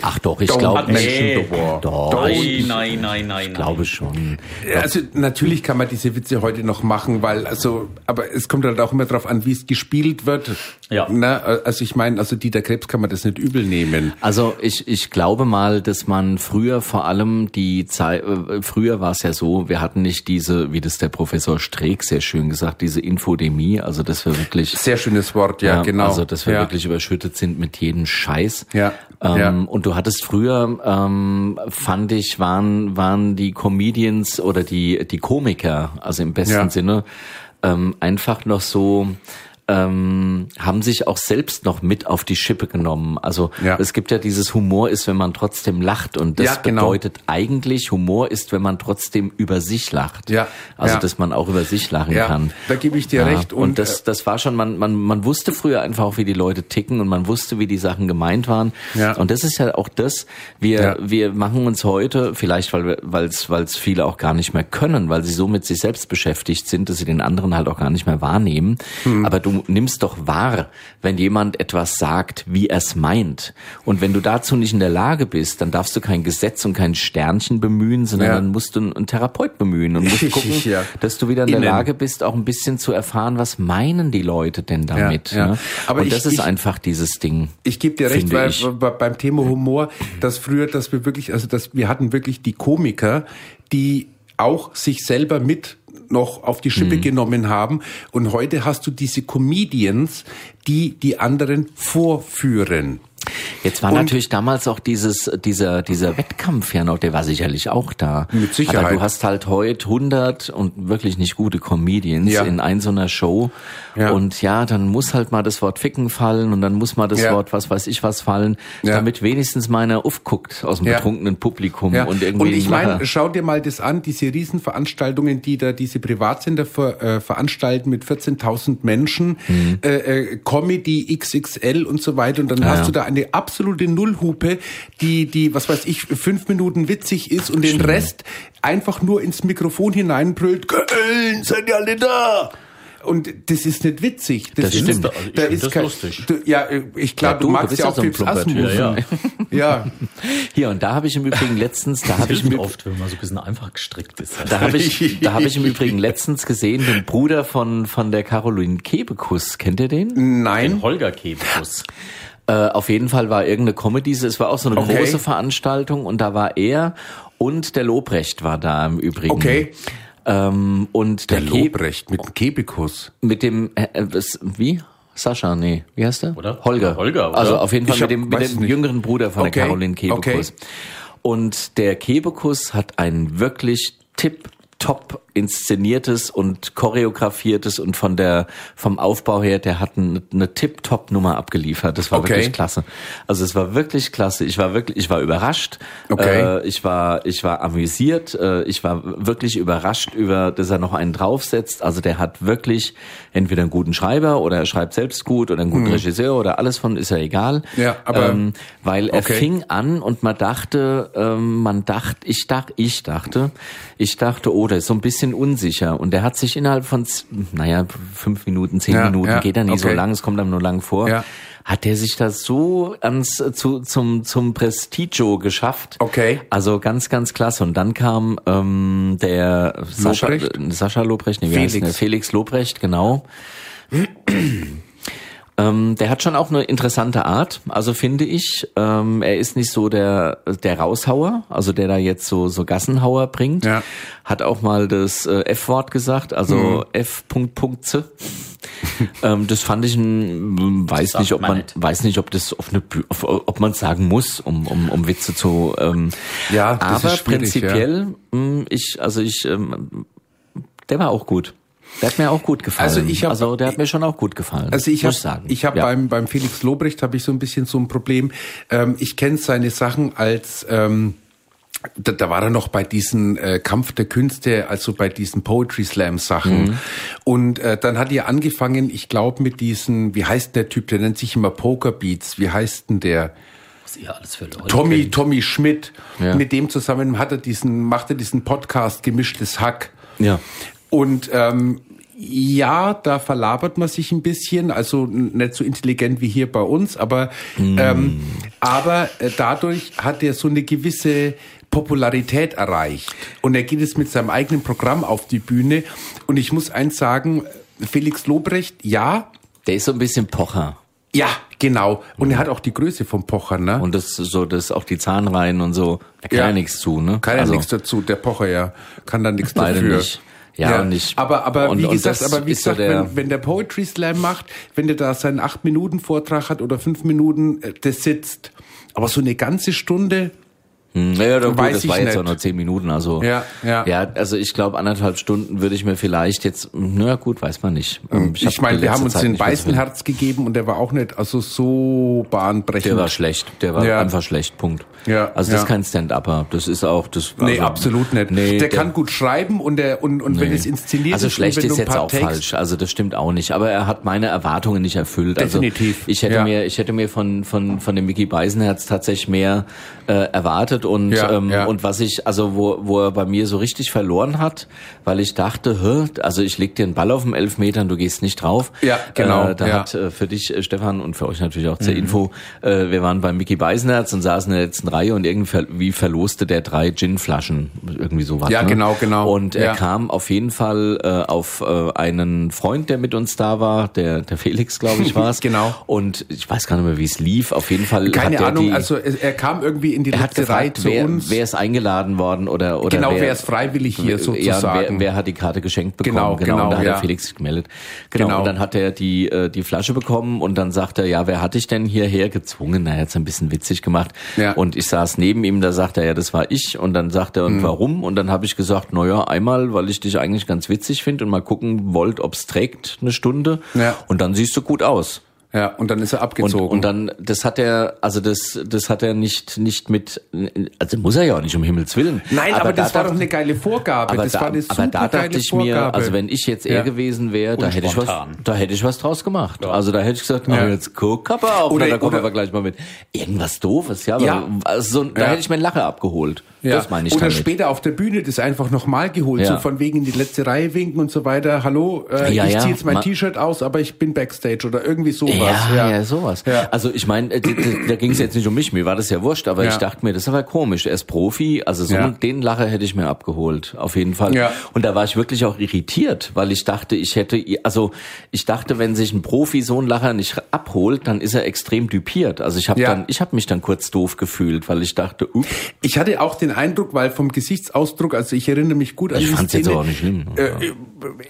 [SPEAKER 1] Ach doch, ich
[SPEAKER 3] Don't
[SPEAKER 1] glaube
[SPEAKER 3] mention
[SPEAKER 1] nicht.
[SPEAKER 2] Nee.
[SPEAKER 3] the war.
[SPEAKER 1] Doch,
[SPEAKER 2] Nein,
[SPEAKER 1] ich
[SPEAKER 2] nein, nein, nein.
[SPEAKER 1] glaube schon.
[SPEAKER 3] Ja, Also natürlich kann man diese Witze heute noch machen, weil also, aber es kommt halt auch immer drauf an, wie es gespielt wird.
[SPEAKER 2] Ja.
[SPEAKER 3] Na, also ich meine, also Dieter Krebs kann man das nicht übel nehmen.
[SPEAKER 1] Also ich, ich glaube mal, dass man früher vor allem die Zeit, äh, früher war es ja so, wir hatten nicht diese, wie das der Professor Streeck sehr schön gesagt, diese Infodemie, also dass wir wirklich
[SPEAKER 3] Sehr schönes Wort, ja, genau.
[SPEAKER 1] Also, dass wir
[SPEAKER 3] ja.
[SPEAKER 1] wirklich überschüttet sind mit jedem Scheiß.
[SPEAKER 3] Ja,
[SPEAKER 1] Ähm,
[SPEAKER 3] ja.
[SPEAKER 1] Und du hattest früher, ähm, fand ich, waren, waren die Comedians oder die, die Komiker, also im besten
[SPEAKER 3] Ja.
[SPEAKER 1] Sinne, ähm, einfach noch so, ähm, haben sich auch selbst noch mit auf die Schippe genommen. Also
[SPEAKER 3] Ja.
[SPEAKER 1] es gibt ja dieses Humor ist, wenn man trotzdem lacht und das
[SPEAKER 3] Ja, genau.
[SPEAKER 1] bedeutet eigentlich Humor ist, wenn man trotzdem über sich lacht.
[SPEAKER 3] Ja,
[SPEAKER 1] Also
[SPEAKER 3] ja.
[SPEAKER 1] dass man auch über sich lachen
[SPEAKER 3] Ja,
[SPEAKER 1] kann.
[SPEAKER 3] da gebe ich dir recht.
[SPEAKER 1] Und,
[SPEAKER 3] Und, äh,
[SPEAKER 1] das, das war schon, man, man, man wusste früher einfach auch, wie die Leute ticken und man wusste, wie die Sachen gemeint waren.
[SPEAKER 3] Ja.
[SPEAKER 1] Und das ist ja auch das, wir,
[SPEAKER 3] Ja.
[SPEAKER 1] wir machen uns heute, vielleicht weil es weil's viele auch gar nicht mehr können, weil sie so mit sich selbst beschäftigt sind, dass sie den anderen halt auch gar nicht mehr wahrnehmen.
[SPEAKER 3] Hm.
[SPEAKER 1] Aber du nimmst doch wahr, wenn jemand etwas sagt, wie er es meint. Und wenn du dazu nicht in der Lage bist, dann darfst du kein Gesetz und kein Sternchen bemühen, sondern
[SPEAKER 3] Ja.
[SPEAKER 1] dann musst du einen einen Therapeut bemühen und musst gucken,
[SPEAKER 3] Ja.
[SPEAKER 1] dass du wieder in der
[SPEAKER 3] Innen.
[SPEAKER 1] Lage bist, auch ein bisschen zu erfahren, was meinen die Leute denn damit.
[SPEAKER 3] Ja, ja.
[SPEAKER 1] Ne?
[SPEAKER 3] Aber
[SPEAKER 1] und
[SPEAKER 3] ich-
[SPEAKER 1] das ist
[SPEAKER 3] ich-
[SPEAKER 1] einfach dieses Ding.
[SPEAKER 3] Ich gebe dir recht,
[SPEAKER 1] finde
[SPEAKER 3] weil
[SPEAKER 1] ich.
[SPEAKER 3] b- b- beim Thema Humor, dass früher, dass wir wirklich, also dass wir hatten wirklich die Komiker, die auch sich selber mit noch auf die
[SPEAKER 1] Mhm.
[SPEAKER 3] Schippe genommen haben. Und heute hast du diese Comedians, die die anderen vorführen.
[SPEAKER 1] Jetzt war
[SPEAKER 3] Und-
[SPEAKER 1] natürlich damals auch dieses, dieser, dieser Wettkampf ja noch, der war sicherlich auch da.
[SPEAKER 3] Mit Sicherheit.
[SPEAKER 1] Aber du hast halt heute 100 und wirklich nicht gute Comedians
[SPEAKER 3] Ja.
[SPEAKER 1] in ein so einer Show.
[SPEAKER 3] Ja.
[SPEAKER 1] Und ja, dann muss halt mal das Wort Ficken fallen und dann muss mal das
[SPEAKER 3] Ja.
[SPEAKER 1] Wort was weiß ich was fallen,
[SPEAKER 3] Ja.
[SPEAKER 1] damit wenigstens mal einer aufguckt aus dem
[SPEAKER 3] Ja.
[SPEAKER 1] betrunkenen Publikum
[SPEAKER 3] Ja.
[SPEAKER 1] Um, und irgendwie
[SPEAKER 3] ich
[SPEAKER 1] einen
[SPEAKER 3] meine,
[SPEAKER 1] Lacher.
[SPEAKER 3] schau dir mal das an, diese Riesenveranstaltungen, die da diese Privatsender ver, äh, veranstalten mit 14.000 Menschen, äh, äh, Comedy XXL und so weiter. Und dann
[SPEAKER 1] Mhm.
[SPEAKER 3] hast
[SPEAKER 1] ja.
[SPEAKER 3] du da eine absolute Nullhupe, die, die, was weiß ich, fünf Minuten witzig ist und den Rest einfach nur ins Mikrofon hineinbrüllt, Köln, seid ihr alle da? Und das ist nicht witzig. Das,
[SPEAKER 1] Das stimmt.
[SPEAKER 2] Also ich
[SPEAKER 3] da
[SPEAKER 2] find
[SPEAKER 3] ist
[SPEAKER 2] das
[SPEAKER 3] kein,
[SPEAKER 2] lustig.
[SPEAKER 3] Du, ja, äh, ich
[SPEAKER 1] Ja,
[SPEAKER 3] glaube, du,
[SPEAKER 1] du, du
[SPEAKER 3] magst
[SPEAKER 1] bist
[SPEAKER 3] ja
[SPEAKER 1] ja
[SPEAKER 3] auch
[SPEAKER 1] so ein
[SPEAKER 3] Pips
[SPEAKER 1] Plumpert. Ja,
[SPEAKER 3] Asmus.
[SPEAKER 2] ja.
[SPEAKER 3] ja.
[SPEAKER 1] Hier und da habe ich im Übrigen letztens, da
[SPEAKER 2] Das
[SPEAKER 1] habe ich
[SPEAKER 2] hilft
[SPEAKER 1] im,
[SPEAKER 2] oft, wenn man so ein bisschen einfach gestrickt ist.
[SPEAKER 1] Da habe ich, da habe ich im Übrigen letztens gesehen den Bruder von von der Caroline Kebekus. Kennt ihr den?
[SPEAKER 3] Nein.
[SPEAKER 2] den Holger Kebekus.
[SPEAKER 1] Äh, auf jeden Fall war irgendeine Comedy. Es war auch so eine
[SPEAKER 3] Okay.
[SPEAKER 1] große Veranstaltung und da war er und der Lobrecht war da im Übrigen.
[SPEAKER 3] Okay.
[SPEAKER 1] Ähm, und der,
[SPEAKER 3] Der
[SPEAKER 1] Ke-
[SPEAKER 3] Lobrecht mit dem Kebekus.
[SPEAKER 1] mit dem äh, äh, was, wie Sascha, nee, wie heißt der?
[SPEAKER 2] Oder?
[SPEAKER 1] Holger.
[SPEAKER 2] Holger, oder?
[SPEAKER 1] Also auf jeden Fall
[SPEAKER 3] Ich hab-
[SPEAKER 1] mit dem, mit
[SPEAKER 3] weiß
[SPEAKER 1] dem
[SPEAKER 3] nicht.
[SPEAKER 1] jüngeren Bruder von
[SPEAKER 3] Okay,
[SPEAKER 1] der Caroline Kebekus.
[SPEAKER 3] okay.
[SPEAKER 1] Und der Kebekus hat ein wirklich tipp top inszeniertes und choreografiertes und von der vom Aufbau her, der hat eine, eine tip top Nummer abgeliefert. Das war
[SPEAKER 3] Okay.
[SPEAKER 1] wirklich klasse. Also es war wirklich klasse. Ich war wirklich, ich war überrascht.
[SPEAKER 3] Okay.
[SPEAKER 1] Äh, ich war, ich war amüsiert. Äh, ich war wirklich überrascht über, dass er noch einen draufsetzt. Also der hat wirklich entweder einen guten Schreiber oder er schreibt selbst gut oder einen guten Regisseur oder alles von ist ja egal.
[SPEAKER 3] Mhm. Ja, aber-
[SPEAKER 1] ähm, weil er
[SPEAKER 3] Okay.
[SPEAKER 1] fing an und man dachte, ähm, man dachte, ich dachte, ich dachte, ich dachte, oh, der ist so ein bisschen unsicher. Und der hat sich innerhalb von, z- naja, fünf Minuten, zehn
[SPEAKER 3] Ja,
[SPEAKER 1] Minuten
[SPEAKER 3] ja,
[SPEAKER 1] geht er nie so
[SPEAKER 3] okay.
[SPEAKER 1] lang, es kommt einem nur lang vor.
[SPEAKER 3] Ja.
[SPEAKER 1] Hat der sich das so ans zu, zum zum Prestigio geschafft?
[SPEAKER 3] Okay.
[SPEAKER 1] Also ganz ganz klasse. Und dann kam ähm, der Sascha
[SPEAKER 3] Lobrecht?
[SPEAKER 1] äh, Sascha Lobrecht, nee, wie
[SPEAKER 3] Felix.
[SPEAKER 1] Felix. Heißt der? Felix Lobrecht, genau. Ähm, der hat schon auch eine interessante Art, also finde ich. Ähm, er ist nicht so der der Raushauer, also der da jetzt so so Gassenhauer bringt.
[SPEAKER 3] Ja. Mhm.
[SPEAKER 1] Hat auch mal das äh, F-Wort gesagt, also F. Punkt Punkt Z. ähm, das fand ich ein, weiß
[SPEAKER 2] sagt
[SPEAKER 1] nicht, ob
[SPEAKER 2] man
[SPEAKER 1] man,
[SPEAKER 2] nicht.
[SPEAKER 1] weiß nicht, ob das auf eine, Bü- auf, ob man sagen muss, um, um, um Witze zu, ähm,
[SPEAKER 3] Ja, das
[SPEAKER 1] aber
[SPEAKER 3] ist schwierig,
[SPEAKER 1] prinzipiell, mh, ich, also ich, ähm, der war auch gut. Der hat mir auch gut gefallen.
[SPEAKER 3] Also ich hab-
[SPEAKER 1] also der hat mir schon auch gut gefallen.
[SPEAKER 3] Also ich
[SPEAKER 1] muss
[SPEAKER 3] habe
[SPEAKER 1] sagen.
[SPEAKER 3] ich hab
[SPEAKER 1] Ja.
[SPEAKER 3] beim beim Felix Lobrecht habe ich so ein bisschen so ein Problem. Ähm, ich kenne seine Sachen als ähm, da, da war er noch bei diesen äh, Kampf der Künste, also bei diesen Poetry Slam Sachen.
[SPEAKER 1] Mhm.
[SPEAKER 3] Und äh, dann hat er angefangen, ich glaube mit diesen, wie heißt der Typ, der nennt sich immer Poker Beats, wie heißt denn der?
[SPEAKER 2] Was ihr alles für Leute
[SPEAKER 3] Tommy, Tommy Schmidt.
[SPEAKER 1] Ja.
[SPEAKER 3] Mit dem zusammen hat er diesen, machte diesen Podcast gemischtes Hack.
[SPEAKER 1] ja.
[SPEAKER 3] Und ähm, ja, da verlabert man sich ein bisschen, also n- nicht so intelligent wie hier bei uns, aber,
[SPEAKER 1] Hm.
[SPEAKER 3] ähm, aber äh, dadurch hat er so eine gewisse Popularität erreicht. Und er geht jetzt mit seinem eigenen Programm auf die Bühne. Und ich muss eins sagen, Felix Lobrecht, ja,
[SPEAKER 1] Der ist so ein bisschen Pocher.
[SPEAKER 3] ja, genau. Und er hat auch die Größe vom Pocher, ne?
[SPEAKER 1] Hm. Und das so, das auch die Zahnreihen und so. Da kann ja, nichts zu, ne?
[SPEAKER 3] Kann ja
[SPEAKER 1] Also-
[SPEAKER 3] nichts dazu. Der Pocher ja kann da nichts
[SPEAKER 1] Beide
[SPEAKER 3] dafür.
[SPEAKER 1] nicht. Ja, und ich-
[SPEAKER 3] Aber, aber
[SPEAKER 1] und-
[SPEAKER 3] wie
[SPEAKER 1] und
[SPEAKER 3] gesagt,
[SPEAKER 1] das
[SPEAKER 3] aber wie
[SPEAKER 1] ist so
[SPEAKER 3] gesagt,
[SPEAKER 1] der-
[SPEAKER 3] wenn, wenn der Poetry Slam macht, wenn der da seinen acht Minuten Vortrag hat oder fünf Minuten, äh, das sitzt. Aber so eine ganze Stunde,
[SPEAKER 1] Naja, Hm, doch, gut,
[SPEAKER 3] Weiß
[SPEAKER 1] das
[SPEAKER 3] ich
[SPEAKER 1] war jetzt
[SPEAKER 3] nicht.
[SPEAKER 1] auch nur zehn Minuten, also.
[SPEAKER 3] Ja, ja.
[SPEAKER 1] Ja, also ich glaube, anderthalb Stunden würde ich mir vielleicht jetzt, na gut, weiß man nicht. Ähm,
[SPEAKER 3] ich,
[SPEAKER 1] hab
[SPEAKER 3] meine,
[SPEAKER 1] die
[SPEAKER 3] wir
[SPEAKER 1] letzte
[SPEAKER 3] haben uns
[SPEAKER 1] Zeit
[SPEAKER 3] den
[SPEAKER 1] nicht mehr so viel-
[SPEAKER 3] weißen Herz gegeben und der war auch nicht, also so bahnbrechend.
[SPEAKER 1] Der war schlecht, der war
[SPEAKER 3] Ja.
[SPEAKER 1] einfach schlecht, Punkt.
[SPEAKER 3] Ja,
[SPEAKER 1] Also das ist
[SPEAKER 3] ja.
[SPEAKER 1] kein Stand-Upper, das ist auch, das.
[SPEAKER 3] Nee,
[SPEAKER 1] also,
[SPEAKER 3] absolut nicht.
[SPEAKER 1] Nee,
[SPEAKER 3] der, kann gut schreiben und der und, und wenn es inszeniert
[SPEAKER 1] also
[SPEAKER 3] ist, und
[SPEAKER 1] schlecht
[SPEAKER 3] wenn
[SPEAKER 1] ist
[SPEAKER 3] du ein
[SPEAKER 1] jetzt
[SPEAKER 3] paar
[SPEAKER 1] auch
[SPEAKER 3] Text-
[SPEAKER 1] falsch. Also das stimmt auch nicht. Aber er hat meine Erwartungen nicht erfüllt.
[SPEAKER 3] Definitiv.
[SPEAKER 1] Also ich hätte
[SPEAKER 3] Ja.
[SPEAKER 1] mir, ich hätte mir von von von dem Mickey Beisenherz tatsächlich mehr äh, erwartet und
[SPEAKER 3] Ja,
[SPEAKER 1] ähm,
[SPEAKER 3] ja.
[SPEAKER 1] und was ich, also wo wo er bei mir so richtig verloren hat, weil ich dachte, hä, also ich leg dir einen Ball auf dem Elfmeter und du gehst nicht drauf.
[SPEAKER 3] Ja, genau,
[SPEAKER 1] Äh, da
[SPEAKER 3] ja. Mhm.
[SPEAKER 1] hat äh, für dich, äh, Stefan, und für euch natürlich auch zur Info, äh, wir waren bei Mickey Beisenherz und saßen in der letzten Reihe und irgendwie ver- wie verloste der drei Ginflaschen, irgendwie sowas.
[SPEAKER 3] Ja,
[SPEAKER 1] ne?
[SPEAKER 3] genau, genau.
[SPEAKER 1] Und er
[SPEAKER 3] Ja.
[SPEAKER 1] kam kam auf jeden Fall äh, auf äh, einen Freund, der mit uns da war, der, der Felix, glaube ich, war es.
[SPEAKER 3] Genau.
[SPEAKER 1] Und ich weiß gar nicht mehr, wie es lief. Auf jeden Fall
[SPEAKER 3] Keine
[SPEAKER 1] hat der
[SPEAKER 3] Ahnung,
[SPEAKER 1] die,
[SPEAKER 3] also er, er kam irgendwie in die
[SPEAKER 1] er hat
[SPEAKER 3] letzte Reihe
[SPEAKER 1] gefragt,
[SPEAKER 3] zu
[SPEAKER 1] wer,
[SPEAKER 3] uns.
[SPEAKER 1] wer ist eingeladen worden oder, oder
[SPEAKER 3] genau,
[SPEAKER 1] wer,
[SPEAKER 3] wer, ist freiwillig hier
[SPEAKER 1] Äh, Ja,
[SPEAKER 3] sozusagen?
[SPEAKER 1] wer, wer hat die Karte geschenkt bekommen?
[SPEAKER 3] Genau,
[SPEAKER 1] und
[SPEAKER 3] genau,
[SPEAKER 1] da hat
[SPEAKER 3] ja.
[SPEAKER 1] der Felix sich gemeldet. Genau,
[SPEAKER 3] Genau.
[SPEAKER 1] Und dann hat er die, äh, die Flasche bekommen und dann sagt er, ja, wer hat dich denn hierher gezwungen? Na, er hat's ein bisschen witzig gemacht.
[SPEAKER 3] Ja.
[SPEAKER 1] Und ich saß neben ihm, da sagt er, ja, das war ich. Und dann sagt er, und
[SPEAKER 3] Mhm.
[SPEAKER 1] warum? Und dann habe ich gesagt, na ja, einmal, weil ich dich eigentlich ganz witzig finde und mal gucken wollt, ob's trägt eine Stunde.
[SPEAKER 3] Ja.
[SPEAKER 1] Und dann siehst du gut aus.
[SPEAKER 3] Ja, und dann ist er
[SPEAKER 1] Und,
[SPEAKER 3] abgezogen.
[SPEAKER 1] und dann, das hat er, also das, das hat er nicht, nicht mit, also muss er ja auch nicht um Himmels Willen.
[SPEAKER 3] Nein, aber, das
[SPEAKER 1] da
[SPEAKER 3] war doch
[SPEAKER 1] dachte-
[SPEAKER 3] eine geile Vorgabe.
[SPEAKER 1] aber
[SPEAKER 3] das
[SPEAKER 1] da,
[SPEAKER 3] war eine
[SPEAKER 1] aber da
[SPEAKER 3] supergeile
[SPEAKER 1] dachte ich mir,
[SPEAKER 3] Vorgabe.
[SPEAKER 1] also wenn ich jetzt er
[SPEAKER 3] Ja.
[SPEAKER 1] gewesen wäre, da
[SPEAKER 2] Und
[SPEAKER 1] hätte ich was,
[SPEAKER 2] spontan.
[SPEAKER 1] da hätte ich was draus gemacht. Also da hätte ich gesagt, oh,
[SPEAKER 3] Ja.
[SPEAKER 1] jetzt guck aber auf,
[SPEAKER 3] Oder-
[SPEAKER 1] na, da kommen wir
[SPEAKER 3] oder-
[SPEAKER 1] aber gleich mal mit irgendwas Doofes, ja, aber
[SPEAKER 3] Ja.
[SPEAKER 1] Also, so- da
[SPEAKER 3] Ja.
[SPEAKER 1] hätte ich meinen Lacher abgeholt.
[SPEAKER 3] ja.
[SPEAKER 1] Das meine ich
[SPEAKER 3] Oder
[SPEAKER 1] damit.
[SPEAKER 3] später auf der Bühne das einfach nochmal geholt,
[SPEAKER 1] Ja.
[SPEAKER 3] so von wegen in die letzte Reihe winken und so weiter. Hallo, äh,
[SPEAKER 1] Ja,
[SPEAKER 3] ich
[SPEAKER 1] ja.
[SPEAKER 3] ziehe jetzt mein
[SPEAKER 1] Ma-
[SPEAKER 3] T-Shirt aus, aber ich bin Backstage oder irgendwie sowas.
[SPEAKER 1] Ja, ja, sowas.
[SPEAKER 3] Ja.
[SPEAKER 1] Also ich meine, äh, d- d- da ging es jetzt nicht um mich, mir war das ja wurscht, aber
[SPEAKER 3] Ja.
[SPEAKER 1] ich dachte mir, das ist aber komisch. Er ist Profi, also so
[SPEAKER 3] Ja.
[SPEAKER 1] den Lacher hätte ich mir abgeholt, auf jeden Fall.
[SPEAKER 3] Ja.
[SPEAKER 1] Und da war ich wirklich auch irritiert, weil ich dachte, ich hätte, i- also ich dachte, wenn sich ein Profi so einen Lacher nicht abholt, dann ist er extrem düpiert. Also ich habe
[SPEAKER 3] Ja.
[SPEAKER 1] dann, ich habe mich dann kurz doof gefühlt, weil ich dachte, up,
[SPEAKER 3] Ich hatte auch den Eindruck, weil vom Gesichtsausdruck, also ich erinnere mich gut an
[SPEAKER 1] ich
[SPEAKER 3] die
[SPEAKER 1] fand's jetzt
[SPEAKER 3] Szene.
[SPEAKER 1] aber auch nicht schlimm.
[SPEAKER 3] Äh, Ich-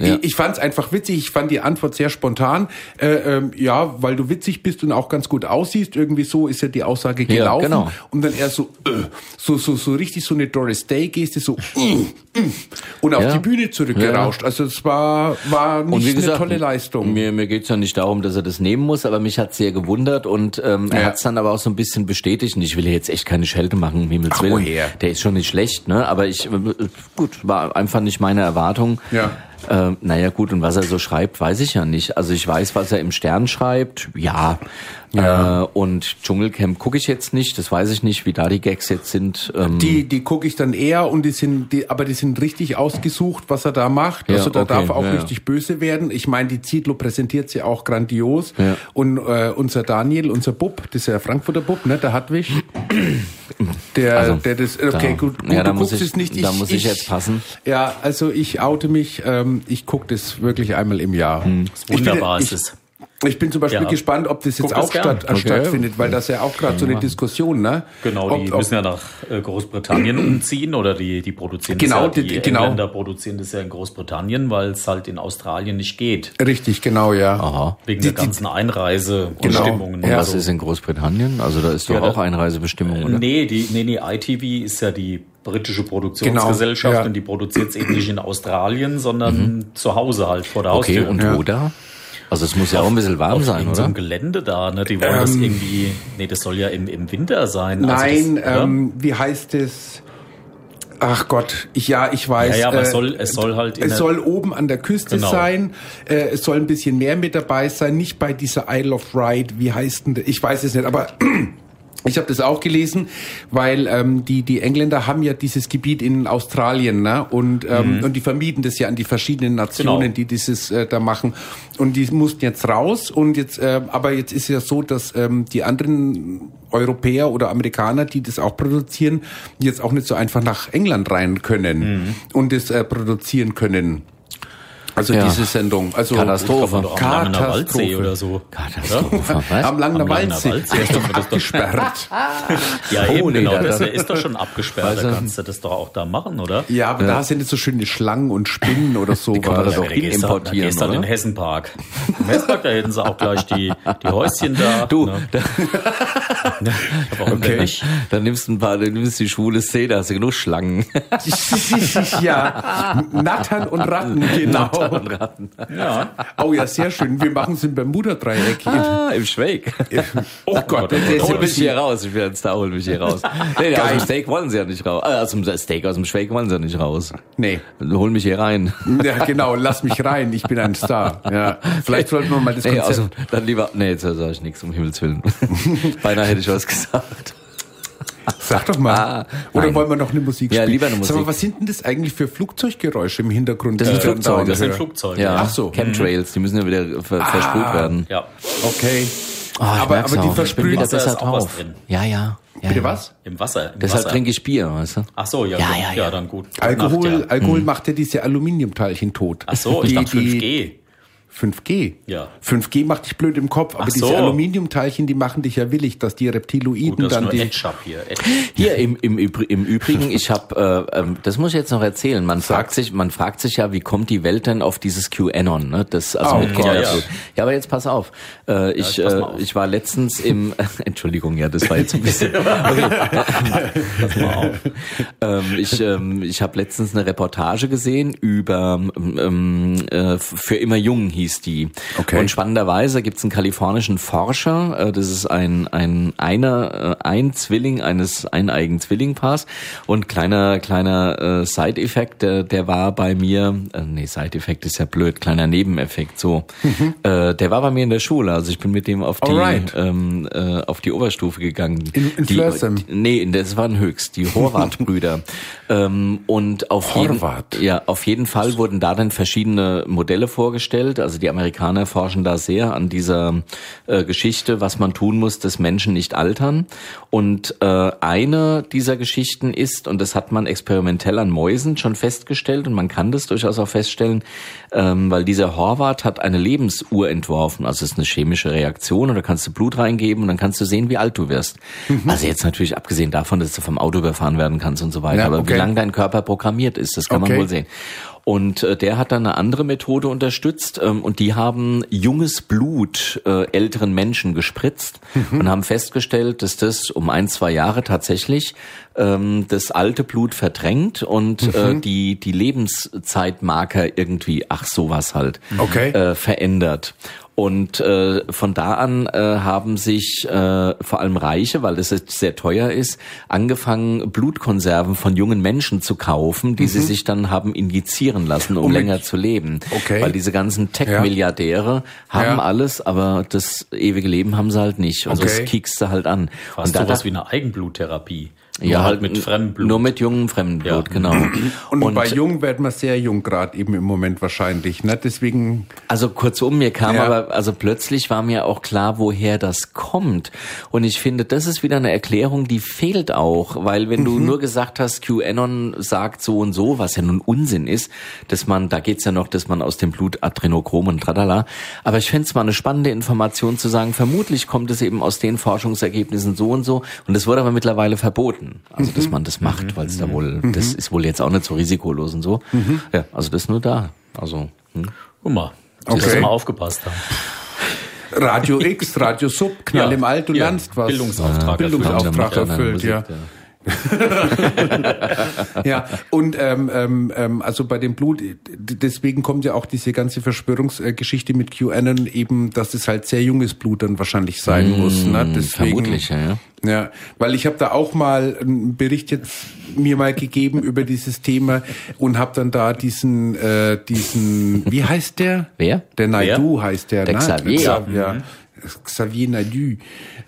[SPEAKER 1] Ja.
[SPEAKER 3] Ich fand es einfach witzig. Ich fand die Antwort sehr spontan. Äh, ähm, ja, weil du witzig bist und auch ganz gut aussiehst. Irgendwie so ist ja die Aussage
[SPEAKER 1] Ja,
[SPEAKER 3] gelaufen.
[SPEAKER 1] genau.
[SPEAKER 3] Und dann erst so, äh, so, so, so richtig so eine Doris Day Geste, so äh, äh, und auf
[SPEAKER 1] Ja.
[SPEAKER 3] die Bühne zurückgerauscht. Also es war war nicht
[SPEAKER 1] Und wie gesagt,
[SPEAKER 3] eine tolle Leistung.
[SPEAKER 1] Mir, mir geht's ja nicht darum, dass er das nehmen muss, aber mich hat's sehr gewundert und ähm, er
[SPEAKER 3] Ja.
[SPEAKER 1] hat's dann aber auch so ein bisschen bestätigt. Und ich will hier jetzt echt keine Schelte machen, um Himmels
[SPEAKER 3] Ach,
[SPEAKER 1] Willen.
[SPEAKER 3] woher?
[SPEAKER 1] Der ist schon nicht schlecht, ne? Aber ich, äh, gut, war einfach nicht meine Erwartung.
[SPEAKER 3] Ja.
[SPEAKER 1] Ähm, naja, gut, und was er so schreibt, weiß ich ja nicht. Also ich weiß, was er im Stern schreibt, ja.
[SPEAKER 3] Ja.
[SPEAKER 1] Äh, und Dschungelcamp gucke ich jetzt nicht, das weiß ich nicht, wie da die Gags jetzt sind. Ähm,
[SPEAKER 3] Die, die gucke ich dann eher und die sind, die, aber die sind richtig ausgesucht, was er da macht.
[SPEAKER 1] Ja,
[SPEAKER 3] also da
[SPEAKER 1] okay,
[SPEAKER 3] darf er auch
[SPEAKER 1] ja, ja.
[SPEAKER 3] richtig böse werden. Ich meine, die Ziedlo präsentiert sie auch grandios. Und äh, unser Daniel, unser Bub, das ist ja Frankfurter Bub, ne, der Hartwig. Der,
[SPEAKER 1] Also,
[SPEAKER 3] der das, äh, okay,
[SPEAKER 1] da-
[SPEAKER 3] gut, gut,
[SPEAKER 1] ja, da
[SPEAKER 3] du
[SPEAKER 1] muss
[SPEAKER 3] guckst
[SPEAKER 1] ich-
[SPEAKER 3] es nicht.
[SPEAKER 1] da muss ich jetzt passen.
[SPEAKER 3] Ja,
[SPEAKER 1] Hm.
[SPEAKER 3] also ich oute mich, ähm, ich gucke das wirklich einmal im Jahr. Ich bin-
[SPEAKER 2] Wunderbar
[SPEAKER 3] ich,
[SPEAKER 2] ist es.
[SPEAKER 3] Ich bin zum Beispiel
[SPEAKER 2] Ja.
[SPEAKER 3] gespannt, ob das jetzt
[SPEAKER 2] Guck das
[SPEAKER 3] auch
[SPEAKER 2] gern.
[SPEAKER 3] statt, stattfindet, weil das ja auch gerade so eine Diskussion, ne?
[SPEAKER 2] Genau,
[SPEAKER 3] ob,
[SPEAKER 2] die
[SPEAKER 3] ob,
[SPEAKER 2] müssen ja nach äh, Großbritannien umziehen oder die, die produzieren
[SPEAKER 3] Genau,
[SPEAKER 2] das ja, die,
[SPEAKER 3] die- genau.
[SPEAKER 2] Engländer produzieren das ja in Großbritannien, weil es halt in Australien nicht geht.
[SPEAKER 3] Richtig, genau, ja.
[SPEAKER 1] Aha.
[SPEAKER 2] Wegen
[SPEAKER 3] Die-
[SPEAKER 2] der ganzen Einreise
[SPEAKER 3] Genau,
[SPEAKER 2] Bestimmungen
[SPEAKER 3] ja.
[SPEAKER 2] und
[SPEAKER 1] Was
[SPEAKER 2] so.
[SPEAKER 1] ist in Großbritannien? Also da ist doch
[SPEAKER 2] Ja, da-
[SPEAKER 1] auch Einreisebestimmung, oder?
[SPEAKER 2] Nee, die, nee, nee, ITV ist ja die britische Produktionsgesellschaft
[SPEAKER 3] Genau, ja. Mhm.
[SPEAKER 2] und die produziert es eben nicht in Australien, sondern zu Hause halt vor der
[SPEAKER 1] Okay,
[SPEAKER 2] Haustür.
[SPEAKER 1] und
[SPEAKER 3] Ja.
[SPEAKER 1] wo da? Also es muss ja auch ein bisschen warm
[SPEAKER 2] auf
[SPEAKER 1] sein,
[SPEAKER 2] irgendeinem
[SPEAKER 1] oder?
[SPEAKER 2] Gelände da, ne? Die wollen das irgendwie. Nee, das soll ja im, im Winter sein.
[SPEAKER 3] Ähm. Nein,
[SPEAKER 2] also das, oder?
[SPEAKER 3] ähm, wie heißt es? Ach Gott, ich, ja, ich weiß.
[SPEAKER 2] Ja, ja, aber
[SPEAKER 3] äh,
[SPEAKER 2] es soll, es soll halt in
[SPEAKER 3] es
[SPEAKER 2] der-
[SPEAKER 3] soll oben an der Küste
[SPEAKER 2] Genau.
[SPEAKER 3] sein, äh, es soll ein bisschen mehr mit dabei sein, nicht bei dieser Isle of Wight, wie heißt denn, der- ich weiß es nicht, aber ich habe das auch gelesen, weil ähm, die, die Engländer haben ja dieses Gebiet in Australien ne? und, ähm, und die vermieten das ja an die verschiedenen Nationen,
[SPEAKER 2] Mhm. Genau.
[SPEAKER 3] die dieses äh, da machen und die mussten jetzt raus und jetzt, äh, aber jetzt ist ja so, dass ähm, die anderen Europäer oder Amerikaner, die das auch produzieren, jetzt auch nicht so einfach nach England rein können
[SPEAKER 2] Mhm.
[SPEAKER 3] und das äh, produzieren können. Also
[SPEAKER 1] Ja.
[SPEAKER 3] diese Sendung, also
[SPEAKER 1] Katastrophe.
[SPEAKER 2] Oder auch am Langener Waldsee oder so.
[SPEAKER 1] Katastrophe.
[SPEAKER 3] Am
[SPEAKER 1] Was?
[SPEAKER 3] Langener
[SPEAKER 2] Am Langener
[SPEAKER 3] Waldsee,
[SPEAKER 2] Waldsee.
[SPEAKER 3] der ist doch
[SPEAKER 2] Das ist doch-
[SPEAKER 3] abgesperrt.
[SPEAKER 2] Ja,
[SPEAKER 1] Oh,
[SPEAKER 2] eben,
[SPEAKER 1] nee,
[SPEAKER 2] genau.
[SPEAKER 1] da-
[SPEAKER 2] Das
[SPEAKER 1] da-
[SPEAKER 2] ist doch schon abgesperrt.
[SPEAKER 1] Also-
[SPEAKER 2] da kannst du das doch auch da machen, oder?
[SPEAKER 3] Ja, aber da sind jetzt so schöne Schlangen und Spinnen oder so.
[SPEAKER 1] kann man das auch
[SPEAKER 2] da gehst halt, da
[SPEAKER 1] importieren,
[SPEAKER 2] gehst halt in
[SPEAKER 1] oder?
[SPEAKER 2] den Hessenpark. Im Hessenpark, da hätten sie auch gleich die, die Häuschen da.
[SPEAKER 1] Du,
[SPEAKER 2] ne?
[SPEAKER 1] da,
[SPEAKER 2] Warum denn nicht?
[SPEAKER 1] dann nimmst du ein paar, dann nimmst du die schwule Szene, da hast du genug Schlangen.
[SPEAKER 3] ja, Nattern und Ratten, genau.
[SPEAKER 2] Ja.
[SPEAKER 3] Oh ja, sehr schön. Wir machen es im Bermuda-Dreieck.
[SPEAKER 1] Ah, Im Schwake.
[SPEAKER 3] Oh Gott, der ist
[SPEAKER 1] Hol
[SPEAKER 3] ein
[SPEAKER 1] mich hier
[SPEAKER 3] bisschen...
[SPEAKER 1] raus, ich will ein Star, hol mich hier raus. Nee, aus dem Steak wollen sie ja nicht raus. Äh, Aus dem Steak, aus dem Schwake wollen sie ja nicht raus.
[SPEAKER 3] Nee.
[SPEAKER 1] Hol mich hier rein.
[SPEAKER 3] Ja, genau, lass mich rein, ich bin ein Star. Ja. Vielleicht sollten wir mal das
[SPEAKER 1] Nee, also- aus dem,
[SPEAKER 3] Konzept...
[SPEAKER 1] dann lieber, nee, jetzt sage ich nichts, um Himmels Willen. Beinahe hätte ich was gesagt.
[SPEAKER 3] Sag doch mal.
[SPEAKER 1] Ah,
[SPEAKER 3] Oder
[SPEAKER 1] nein.
[SPEAKER 3] wollen wir noch eine Musik
[SPEAKER 1] Ja,
[SPEAKER 3] spielen?
[SPEAKER 1] lieber eine
[SPEAKER 3] Sag mal,
[SPEAKER 1] Musik.
[SPEAKER 3] was sind denn das eigentlich für Flugzeuggeräusche im Hintergrund? äh,
[SPEAKER 1] Das
[SPEAKER 3] die
[SPEAKER 1] sind
[SPEAKER 3] ich dann
[SPEAKER 1] Flugzeuge.
[SPEAKER 3] dauernd
[SPEAKER 1] Äh, Das
[SPEAKER 2] Das sind
[SPEAKER 3] höre?
[SPEAKER 2] Flugzeuge.
[SPEAKER 1] Ja,
[SPEAKER 3] Ach so.
[SPEAKER 1] Chemtrails, die müssen ja wieder ver versprüht werden.
[SPEAKER 2] Ja.
[SPEAKER 3] Okay.
[SPEAKER 1] Oh, ich
[SPEAKER 3] aber
[SPEAKER 1] merk's
[SPEAKER 3] aber die
[SPEAKER 1] auch, ich bin
[SPEAKER 3] versprühen...
[SPEAKER 1] wieder
[SPEAKER 2] Wasser
[SPEAKER 1] besser
[SPEAKER 2] ist auch was
[SPEAKER 1] drauf.
[SPEAKER 2] drin.
[SPEAKER 1] Ja, ja. ja
[SPEAKER 3] Bitte
[SPEAKER 1] ja.
[SPEAKER 3] was?
[SPEAKER 2] Im Wasser. Im
[SPEAKER 1] Deshalb
[SPEAKER 2] Wasser.
[SPEAKER 1] trinke ich Bier, weißt du?
[SPEAKER 2] Ach so, ja,
[SPEAKER 1] Ja,
[SPEAKER 2] gut.
[SPEAKER 1] ja,
[SPEAKER 2] ja,
[SPEAKER 1] ja.
[SPEAKER 2] dann gut. Gute
[SPEAKER 3] Alkohol,
[SPEAKER 2] Nacht, ja. Mhm.
[SPEAKER 3] Alkohol macht ja diese Aluminiumteilchen tot.
[SPEAKER 2] Ach so, ich
[SPEAKER 3] Die-
[SPEAKER 2] dachte
[SPEAKER 3] die-
[SPEAKER 2] 5G.
[SPEAKER 3] 5G.
[SPEAKER 2] Ja.
[SPEAKER 3] 5G macht dich blöd im Kopf, aber
[SPEAKER 2] Ach
[SPEAKER 3] diese
[SPEAKER 2] so.
[SPEAKER 3] Aluminiumteilchen, die machen dich ja willig, dass die Reptiloiden
[SPEAKER 2] Gut, das ist
[SPEAKER 3] dann
[SPEAKER 2] nur
[SPEAKER 3] die.
[SPEAKER 2] Edge Up hier. Edge.
[SPEAKER 1] Hier im, im, Übr- im Übrigen, ich habe, äh, ähm, das muss ich jetzt noch erzählen. Man fragt sich, man fragt sich ja, wie kommt die Welt denn auf dieses QAnon? Ne? Das also
[SPEAKER 3] Oh
[SPEAKER 1] mit
[SPEAKER 3] Gott.
[SPEAKER 1] Kindern-
[SPEAKER 2] Ja, ja.
[SPEAKER 1] ja, aber jetzt pass auf. Äh, ich,
[SPEAKER 2] jetzt pass
[SPEAKER 1] äh,
[SPEAKER 2] mal auf.
[SPEAKER 1] ich war letztens im, Entschuldigung, ja, das war jetzt ein bisschen.
[SPEAKER 2] Pass mal auf.
[SPEAKER 1] ähm, ich ähm, ich habe letztens eine Reportage gesehen über ähm, äh, Für immer jung hieß die.
[SPEAKER 3] Okay.
[SPEAKER 1] Und spannenderweise gibt's einen kalifornischen Forscher, äh, das ist ein ein einer äh, ein Zwilling eines eineigen Zwillingpaars und kleiner kleiner äh, Side-Effekt, äh, der war bei mir, äh, nee, Side-Effekt ist ja blöd, kleiner Nebeneffekt so. Äh, der war bei mir in der Schule, also ich bin mit dem auf die
[SPEAKER 3] Mhm. Alright.
[SPEAKER 1] ähm, äh, auf die Oberstufe gegangen.
[SPEAKER 3] In- in
[SPEAKER 1] die,
[SPEAKER 3] Flörsheim?
[SPEAKER 1] die, Nee, das waren höchst, die Horvath-Brüder. ähm, und auf
[SPEAKER 3] Horvath.
[SPEAKER 1] jeden, ja, auf jeden Fall wurden da dann verschiedene Modelle vorgestellt. Also die Amerikaner forschen da sehr an dieser äh, Geschichte, was man tun muss, dass Menschen nicht altern. Und äh, eine dieser Geschichten ist, und das hat man experimentell an Mäusen schon festgestellt, und man kann das durchaus auch feststellen, ähm, weil dieser Horvath hat eine Lebensuhr entworfen. Also es ist eine chemische Reaktion und da kannst du Blut reingeben und dann kannst du sehen, wie alt du wirst.
[SPEAKER 3] Mhm.
[SPEAKER 1] Also jetzt natürlich abgesehen davon, dass du vom Auto überfahren werden kannst und so weiter,
[SPEAKER 3] Ja,
[SPEAKER 1] aber
[SPEAKER 3] okay.
[SPEAKER 1] wie lange dein Körper programmiert ist, das kann
[SPEAKER 3] Okay.
[SPEAKER 1] man wohl sehen. Und äh, der hat dann eine andere Methode unterstützt ähm, und die haben junges Blut äh, älteren Menschen gespritzt und haben festgestellt, dass das um ein, zwei Jahre tatsächlich ähm, das alte Blut verdrängt und äh, die, die Lebenszeitmarker irgendwie, ach sowas halt,
[SPEAKER 3] Okay.
[SPEAKER 1] äh, verändert. Und äh, von da an äh, haben sich äh, vor allem Reiche, weil das jetzt sehr teuer ist, angefangen, Blutkonserven von jungen Menschen zu kaufen, die sie
[SPEAKER 3] Mhm.
[SPEAKER 1] sich dann haben injizieren lassen, um
[SPEAKER 3] Um mit-
[SPEAKER 1] länger zu leben.
[SPEAKER 3] Okay.
[SPEAKER 1] Weil diese ganzen Tech-Milliardäre haben
[SPEAKER 3] Ja.
[SPEAKER 1] alles, aber das ewige Leben haben sie halt nicht. Also
[SPEAKER 3] Okay.
[SPEAKER 1] das kiekst du halt an.
[SPEAKER 2] Hast
[SPEAKER 1] da
[SPEAKER 2] du was
[SPEAKER 1] dach-
[SPEAKER 2] wie eine Eigenbluttherapie? Nur halt mit Fremdblut.
[SPEAKER 1] Nur mit jungem Fremdenblut, genau.
[SPEAKER 3] Und, bei jung werden wir sehr jung gerade eben im Moment wahrscheinlich. Ne? Deswegen,
[SPEAKER 1] Also kurzum, mir kam
[SPEAKER 3] Ja.
[SPEAKER 1] aber, also plötzlich war mir auch klar, woher das kommt. Und ich finde, das ist wieder eine Erklärung, die fehlt auch, weil wenn du nur gesagt hast, QAnon sagt so und so, was ja nun Unsinn ist, dass man, da geht's ja noch, dass man aus dem Blut Adrenochrom und tradala. Aber ich fände es mal eine spannende Information zu sagen, vermutlich kommt es eben aus den Forschungsergebnissen so und so. Und das wurde aber mittlerweile verboten. Also, dass man das macht, weil es da wohl, das ist wohl jetzt auch nicht so risikolos und so. Ja, also das nur da. Also, hm.
[SPEAKER 2] Guck mal, dass
[SPEAKER 3] Okay.
[SPEAKER 2] wir mal aufgepasst haben.
[SPEAKER 3] Radio X, Radio Sub, Knall
[SPEAKER 2] Ja.
[SPEAKER 3] im Alt, du
[SPEAKER 2] Ja.
[SPEAKER 3] lernst was.
[SPEAKER 2] Bildungsauftrag
[SPEAKER 3] Bildungsauftrag
[SPEAKER 1] erfüllt, ja, mit der
[SPEAKER 3] erfüllt, ja.
[SPEAKER 1] Musik, ja.
[SPEAKER 3] Ja, und ähm, ähm, ähm, also bei dem Blut, d- deswegen kommt ja auch diese ganze Verschwörungsgeschichte mit QAnon eben, dass es halt sehr junges Blut dann wahrscheinlich sein muss. Ne? Deswegen,
[SPEAKER 1] Mm, vermutlich, ja, ja.
[SPEAKER 3] Ja, weil ich habe da auch mal einen Bericht jetzt mir mal gegeben über dieses Thema und habe dann da diesen, äh, diesen, wie heißt der?
[SPEAKER 1] Wer?
[SPEAKER 3] Der Naidu heißt der.
[SPEAKER 1] Der
[SPEAKER 3] ne?
[SPEAKER 1] Xavier.
[SPEAKER 3] Xavier. Xavier Naidu.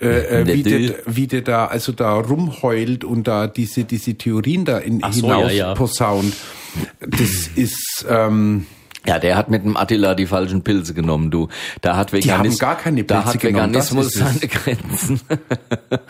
[SPEAKER 3] Äh, äh, wie,
[SPEAKER 1] Naidu.
[SPEAKER 3] der, wie der da also da rumheult und da diese, diese Theorien da in,
[SPEAKER 2] Ach so,
[SPEAKER 3] hinaus
[SPEAKER 2] ja, ja.
[SPEAKER 3] posaunt. Das ist, ähm,
[SPEAKER 1] Ja, der hat mit dem Attila die falschen Pilze genommen, du. Da hat Veganismus,
[SPEAKER 3] haben gar keine
[SPEAKER 1] da
[SPEAKER 3] Pilze
[SPEAKER 1] hat
[SPEAKER 3] genommen, das
[SPEAKER 1] Veganismus
[SPEAKER 3] ist es.
[SPEAKER 1] seine Grenzen.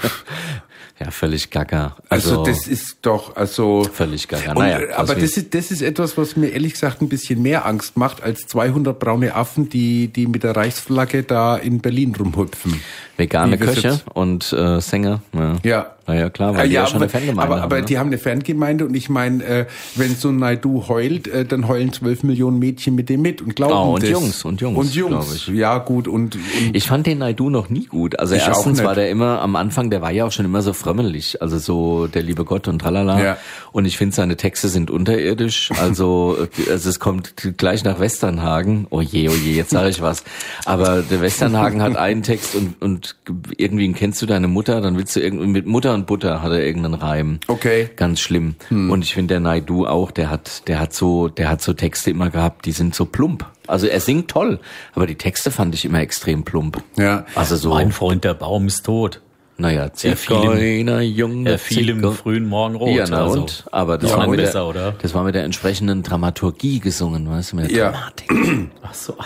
[SPEAKER 1] ja, völlig gaga.
[SPEAKER 3] also,
[SPEAKER 1] Also,
[SPEAKER 3] das ist doch, also.
[SPEAKER 1] völlig gaga.
[SPEAKER 3] Und,
[SPEAKER 1] Naja,
[SPEAKER 3] äh,
[SPEAKER 1] was
[SPEAKER 3] aber
[SPEAKER 1] willst
[SPEAKER 3] das ist, das ist etwas, was mir ehrlich gesagt ein bisschen mehr Angst macht als 200 braune Affen, die, die mit der Reichsflagge da in Berlin rumhüpfen.
[SPEAKER 1] vegane
[SPEAKER 3] Wie wir
[SPEAKER 1] Köche
[SPEAKER 3] jetzt-
[SPEAKER 1] und äh, Sänger. Ja.
[SPEAKER 3] Ja.
[SPEAKER 1] Naja, klar, weil
[SPEAKER 3] Ah,
[SPEAKER 1] die ja schon eine
[SPEAKER 3] aber-
[SPEAKER 1] Fangemeinde
[SPEAKER 3] aber,
[SPEAKER 1] haben,
[SPEAKER 3] aber
[SPEAKER 1] ne?
[SPEAKER 3] die haben eine Fangemeinde und ich meine, äh, wenn so ein Naidu heult, äh, dann heulen 12 Millionen Mädchen mit dem mit und glauben
[SPEAKER 1] Oh, und
[SPEAKER 3] das.
[SPEAKER 1] Jungs, und Jungs,
[SPEAKER 3] Und
[SPEAKER 1] glaub
[SPEAKER 3] Jungs,
[SPEAKER 1] ich.
[SPEAKER 3] ja gut. Und, und
[SPEAKER 1] Ich fand den Naidu noch nie gut. Also
[SPEAKER 3] Ähm, Ich auch
[SPEAKER 1] erstens
[SPEAKER 3] nicht.
[SPEAKER 1] war der immer am Anfang, der war ja auch schon immer so frömmelig, also so der liebe Gott und tralala.
[SPEAKER 3] Ja.
[SPEAKER 1] Und ich finde seine Texte sind unterirdisch. Also, äh, also es kommt gleich nach Westernhagen. Oh je, oh je, jetzt sage ich was. Aber der Westernhagen hat einen Text und und irgendwie kennst du deine Mutter, dann willst du irgendwie mit Mutter und Butter hat er irgendeinen Reim.
[SPEAKER 3] Okay.
[SPEAKER 1] Ganz schlimm. Und ich finde der Naidu auch, der hat der hat so der hat so Texte immer gehabt, die sind so plump. Also er singt toll, aber die Texte fand ich immer extrem plump.
[SPEAKER 3] Ja.
[SPEAKER 1] Also so,
[SPEAKER 2] Mein Freund, der Baum ist tot.
[SPEAKER 1] naja,
[SPEAKER 2] Er fiel im-
[SPEAKER 1] Zigeuner, Junge,
[SPEAKER 2] Er fiel im
[SPEAKER 1] Zigeuner.
[SPEAKER 2] frühen Morgen rot.
[SPEAKER 1] Ja, na
[SPEAKER 2] also.
[SPEAKER 1] und? Aber das,
[SPEAKER 2] Ja,
[SPEAKER 1] war
[SPEAKER 2] und?
[SPEAKER 1] mit der,
[SPEAKER 2] Besser, oder?
[SPEAKER 1] das war mit der entsprechenden Dramaturgie gesungen, weißt du, mit der
[SPEAKER 3] Ja.
[SPEAKER 1] Dramatik.
[SPEAKER 2] Ach so, ah,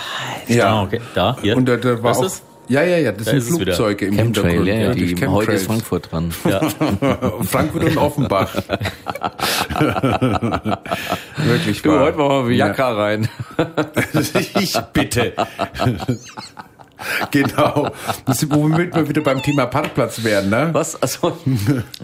[SPEAKER 3] Ja.
[SPEAKER 2] ja. okay. Da, hier.
[SPEAKER 3] und da, da war
[SPEAKER 2] Das
[SPEAKER 3] auch,
[SPEAKER 2] ist-
[SPEAKER 3] ja, ja, ja, das
[SPEAKER 2] Da
[SPEAKER 3] sind
[SPEAKER 2] ist es wieder.
[SPEAKER 3] Flugzeuge im
[SPEAKER 1] Chemtrail,
[SPEAKER 3] Hintergrund.
[SPEAKER 1] ja, ja, die,
[SPEAKER 3] Chemtrails.
[SPEAKER 1] heute ist Frankfurt dran.
[SPEAKER 3] Frankfurt und Offenbach. Wirklich wahr.
[SPEAKER 1] Jacka rein.
[SPEAKER 3] Ich bitte. genau. Das ist, womit wir wieder beim Thema Parkplatz werden, ne?
[SPEAKER 1] Was? Also,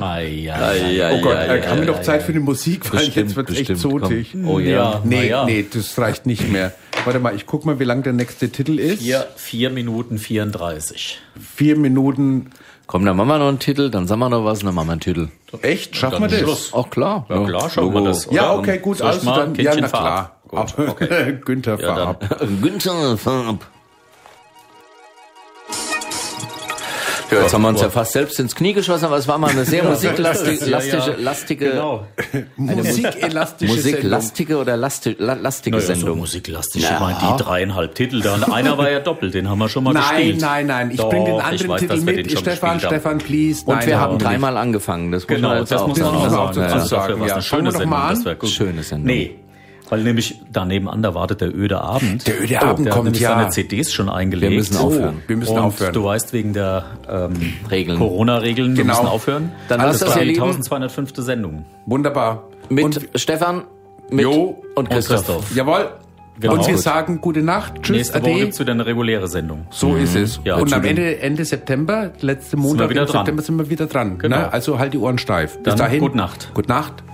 [SPEAKER 2] Ei, ei,
[SPEAKER 1] ja,
[SPEAKER 3] oh Gott,
[SPEAKER 1] ja,
[SPEAKER 3] äh,
[SPEAKER 1] ja,
[SPEAKER 3] haben wir
[SPEAKER 1] ja,
[SPEAKER 3] noch Zeit für die Musik, weil jetzt wird echt
[SPEAKER 1] komm.
[SPEAKER 3] zotig.
[SPEAKER 1] Oh ja.
[SPEAKER 2] Ja. Na
[SPEAKER 3] Nee,
[SPEAKER 2] ja.
[SPEAKER 3] nee, das reicht nicht mehr. Warte mal, ich guck mal, wie lang der nächste Titel ist.
[SPEAKER 2] Hier, 4 Minuten 34.
[SPEAKER 3] Vier Minuten.
[SPEAKER 1] Komm, dann machen wir noch einen Titel, dann sagen wir noch was, und dann machen wir einen Titel.
[SPEAKER 3] Echt? Schaffen wir das?
[SPEAKER 2] Schluss.
[SPEAKER 1] Auch klar.
[SPEAKER 2] Ja, klar, schauen wir
[SPEAKER 1] Logo.
[SPEAKER 2] das.
[SPEAKER 3] Ja,
[SPEAKER 2] oder?
[SPEAKER 3] okay, gut.
[SPEAKER 2] Soll ich
[SPEAKER 3] Also
[SPEAKER 2] mal?
[SPEAKER 3] dann, ja,
[SPEAKER 2] Kindchen
[SPEAKER 3] na
[SPEAKER 2] Farb.
[SPEAKER 3] klar.
[SPEAKER 2] Gut, okay.
[SPEAKER 3] Günther
[SPEAKER 2] Ja, dann.
[SPEAKER 3] Farb.
[SPEAKER 1] Günther Farb. Ja, jetzt haben wir uns ja fast selbst ins Knie geschossen, aber es war mal eine sehr musiklastige,
[SPEAKER 2] Ja, ja.
[SPEAKER 1] lastige, lastige,
[SPEAKER 2] Genau.
[SPEAKER 3] Musikelastische Sendung.
[SPEAKER 1] musiklastige oder lasti la lastige
[SPEAKER 2] Naja, so
[SPEAKER 1] Sendung.
[SPEAKER 2] musiklastig. Ich meine, die dreieinhalb Titel da. Und einer war ja doppelt, den haben wir schon mal
[SPEAKER 3] Nein,
[SPEAKER 2] gespielt.
[SPEAKER 3] nein, nein. Ich
[SPEAKER 2] Doch,
[SPEAKER 3] bringe den
[SPEAKER 2] ich
[SPEAKER 3] anderen
[SPEAKER 2] weiß,
[SPEAKER 3] Titel
[SPEAKER 2] dass wir den
[SPEAKER 3] mit.
[SPEAKER 2] schon
[SPEAKER 3] Stefan,
[SPEAKER 2] gespielt haben.
[SPEAKER 3] Stefan, please.
[SPEAKER 1] Und wir haben
[SPEAKER 3] wir nicht.
[SPEAKER 1] dreimal angefangen. Das muss man
[SPEAKER 2] Genau,
[SPEAKER 1] jetzt
[SPEAKER 2] das
[SPEAKER 1] auch
[SPEAKER 2] muss man
[SPEAKER 1] sagen.
[SPEAKER 2] auch
[SPEAKER 3] Das muss man auch
[SPEAKER 2] sagen.
[SPEAKER 3] dazu
[SPEAKER 2] Das
[SPEAKER 3] sagen,
[SPEAKER 2] dafür war es
[SPEAKER 3] ja.
[SPEAKER 2] eine schöne
[SPEAKER 3] Fangen wir doch mal
[SPEAKER 2] Sendung.
[SPEAKER 3] an.
[SPEAKER 2] Das war gut.
[SPEAKER 1] Schöne Sendung.
[SPEAKER 2] Nee, weil nämlich daneben an, da wartet der öde Abend. Oh,
[SPEAKER 3] Der öde Abend
[SPEAKER 2] der hat
[SPEAKER 3] kommt,
[SPEAKER 2] nämlich
[SPEAKER 3] ja.
[SPEAKER 2] seine CDs schon eingelegt. Oh.
[SPEAKER 1] Wir müssen aufhören.
[SPEAKER 3] Wir müssen
[SPEAKER 2] Und
[SPEAKER 3] aufhören.
[SPEAKER 2] du weißt, wegen der ähm,
[SPEAKER 1] Regeln.
[SPEAKER 2] Corona-Regeln, wir
[SPEAKER 3] Genau.
[SPEAKER 2] müssen aufhören.
[SPEAKER 1] Dann
[SPEAKER 2] Alles
[SPEAKER 1] lasst das,
[SPEAKER 2] klar.
[SPEAKER 1] ihr
[SPEAKER 2] die
[SPEAKER 1] Lieben.
[SPEAKER 2] 1205. Sendung.
[SPEAKER 3] Wunderbar.
[SPEAKER 1] Mit
[SPEAKER 3] und,
[SPEAKER 1] Stefan, mit
[SPEAKER 3] Jo,
[SPEAKER 1] und Christoph.
[SPEAKER 2] Christoph.
[SPEAKER 3] jawohl.
[SPEAKER 2] Genau.
[SPEAKER 3] Und wir
[SPEAKER 2] Gut.
[SPEAKER 3] sagen gute Nacht. Tschüss,
[SPEAKER 2] Nächste Woche
[SPEAKER 3] Ade.
[SPEAKER 2] gibt's wieder eine reguläre Sendung.
[SPEAKER 3] So ist es.
[SPEAKER 2] Mhm. Ja,
[SPEAKER 3] und am
[SPEAKER 2] zu dem-
[SPEAKER 3] Ende, Ende September, letzte Montag
[SPEAKER 2] wieder
[SPEAKER 3] im
[SPEAKER 2] dran.
[SPEAKER 3] September sind wir wieder dran.
[SPEAKER 2] Genau.
[SPEAKER 3] Ne? Also halt die Ohren steif. Bis
[SPEAKER 2] Dann
[SPEAKER 3] dahin.
[SPEAKER 2] gute Nacht.
[SPEAKER 3] Gute Nacht.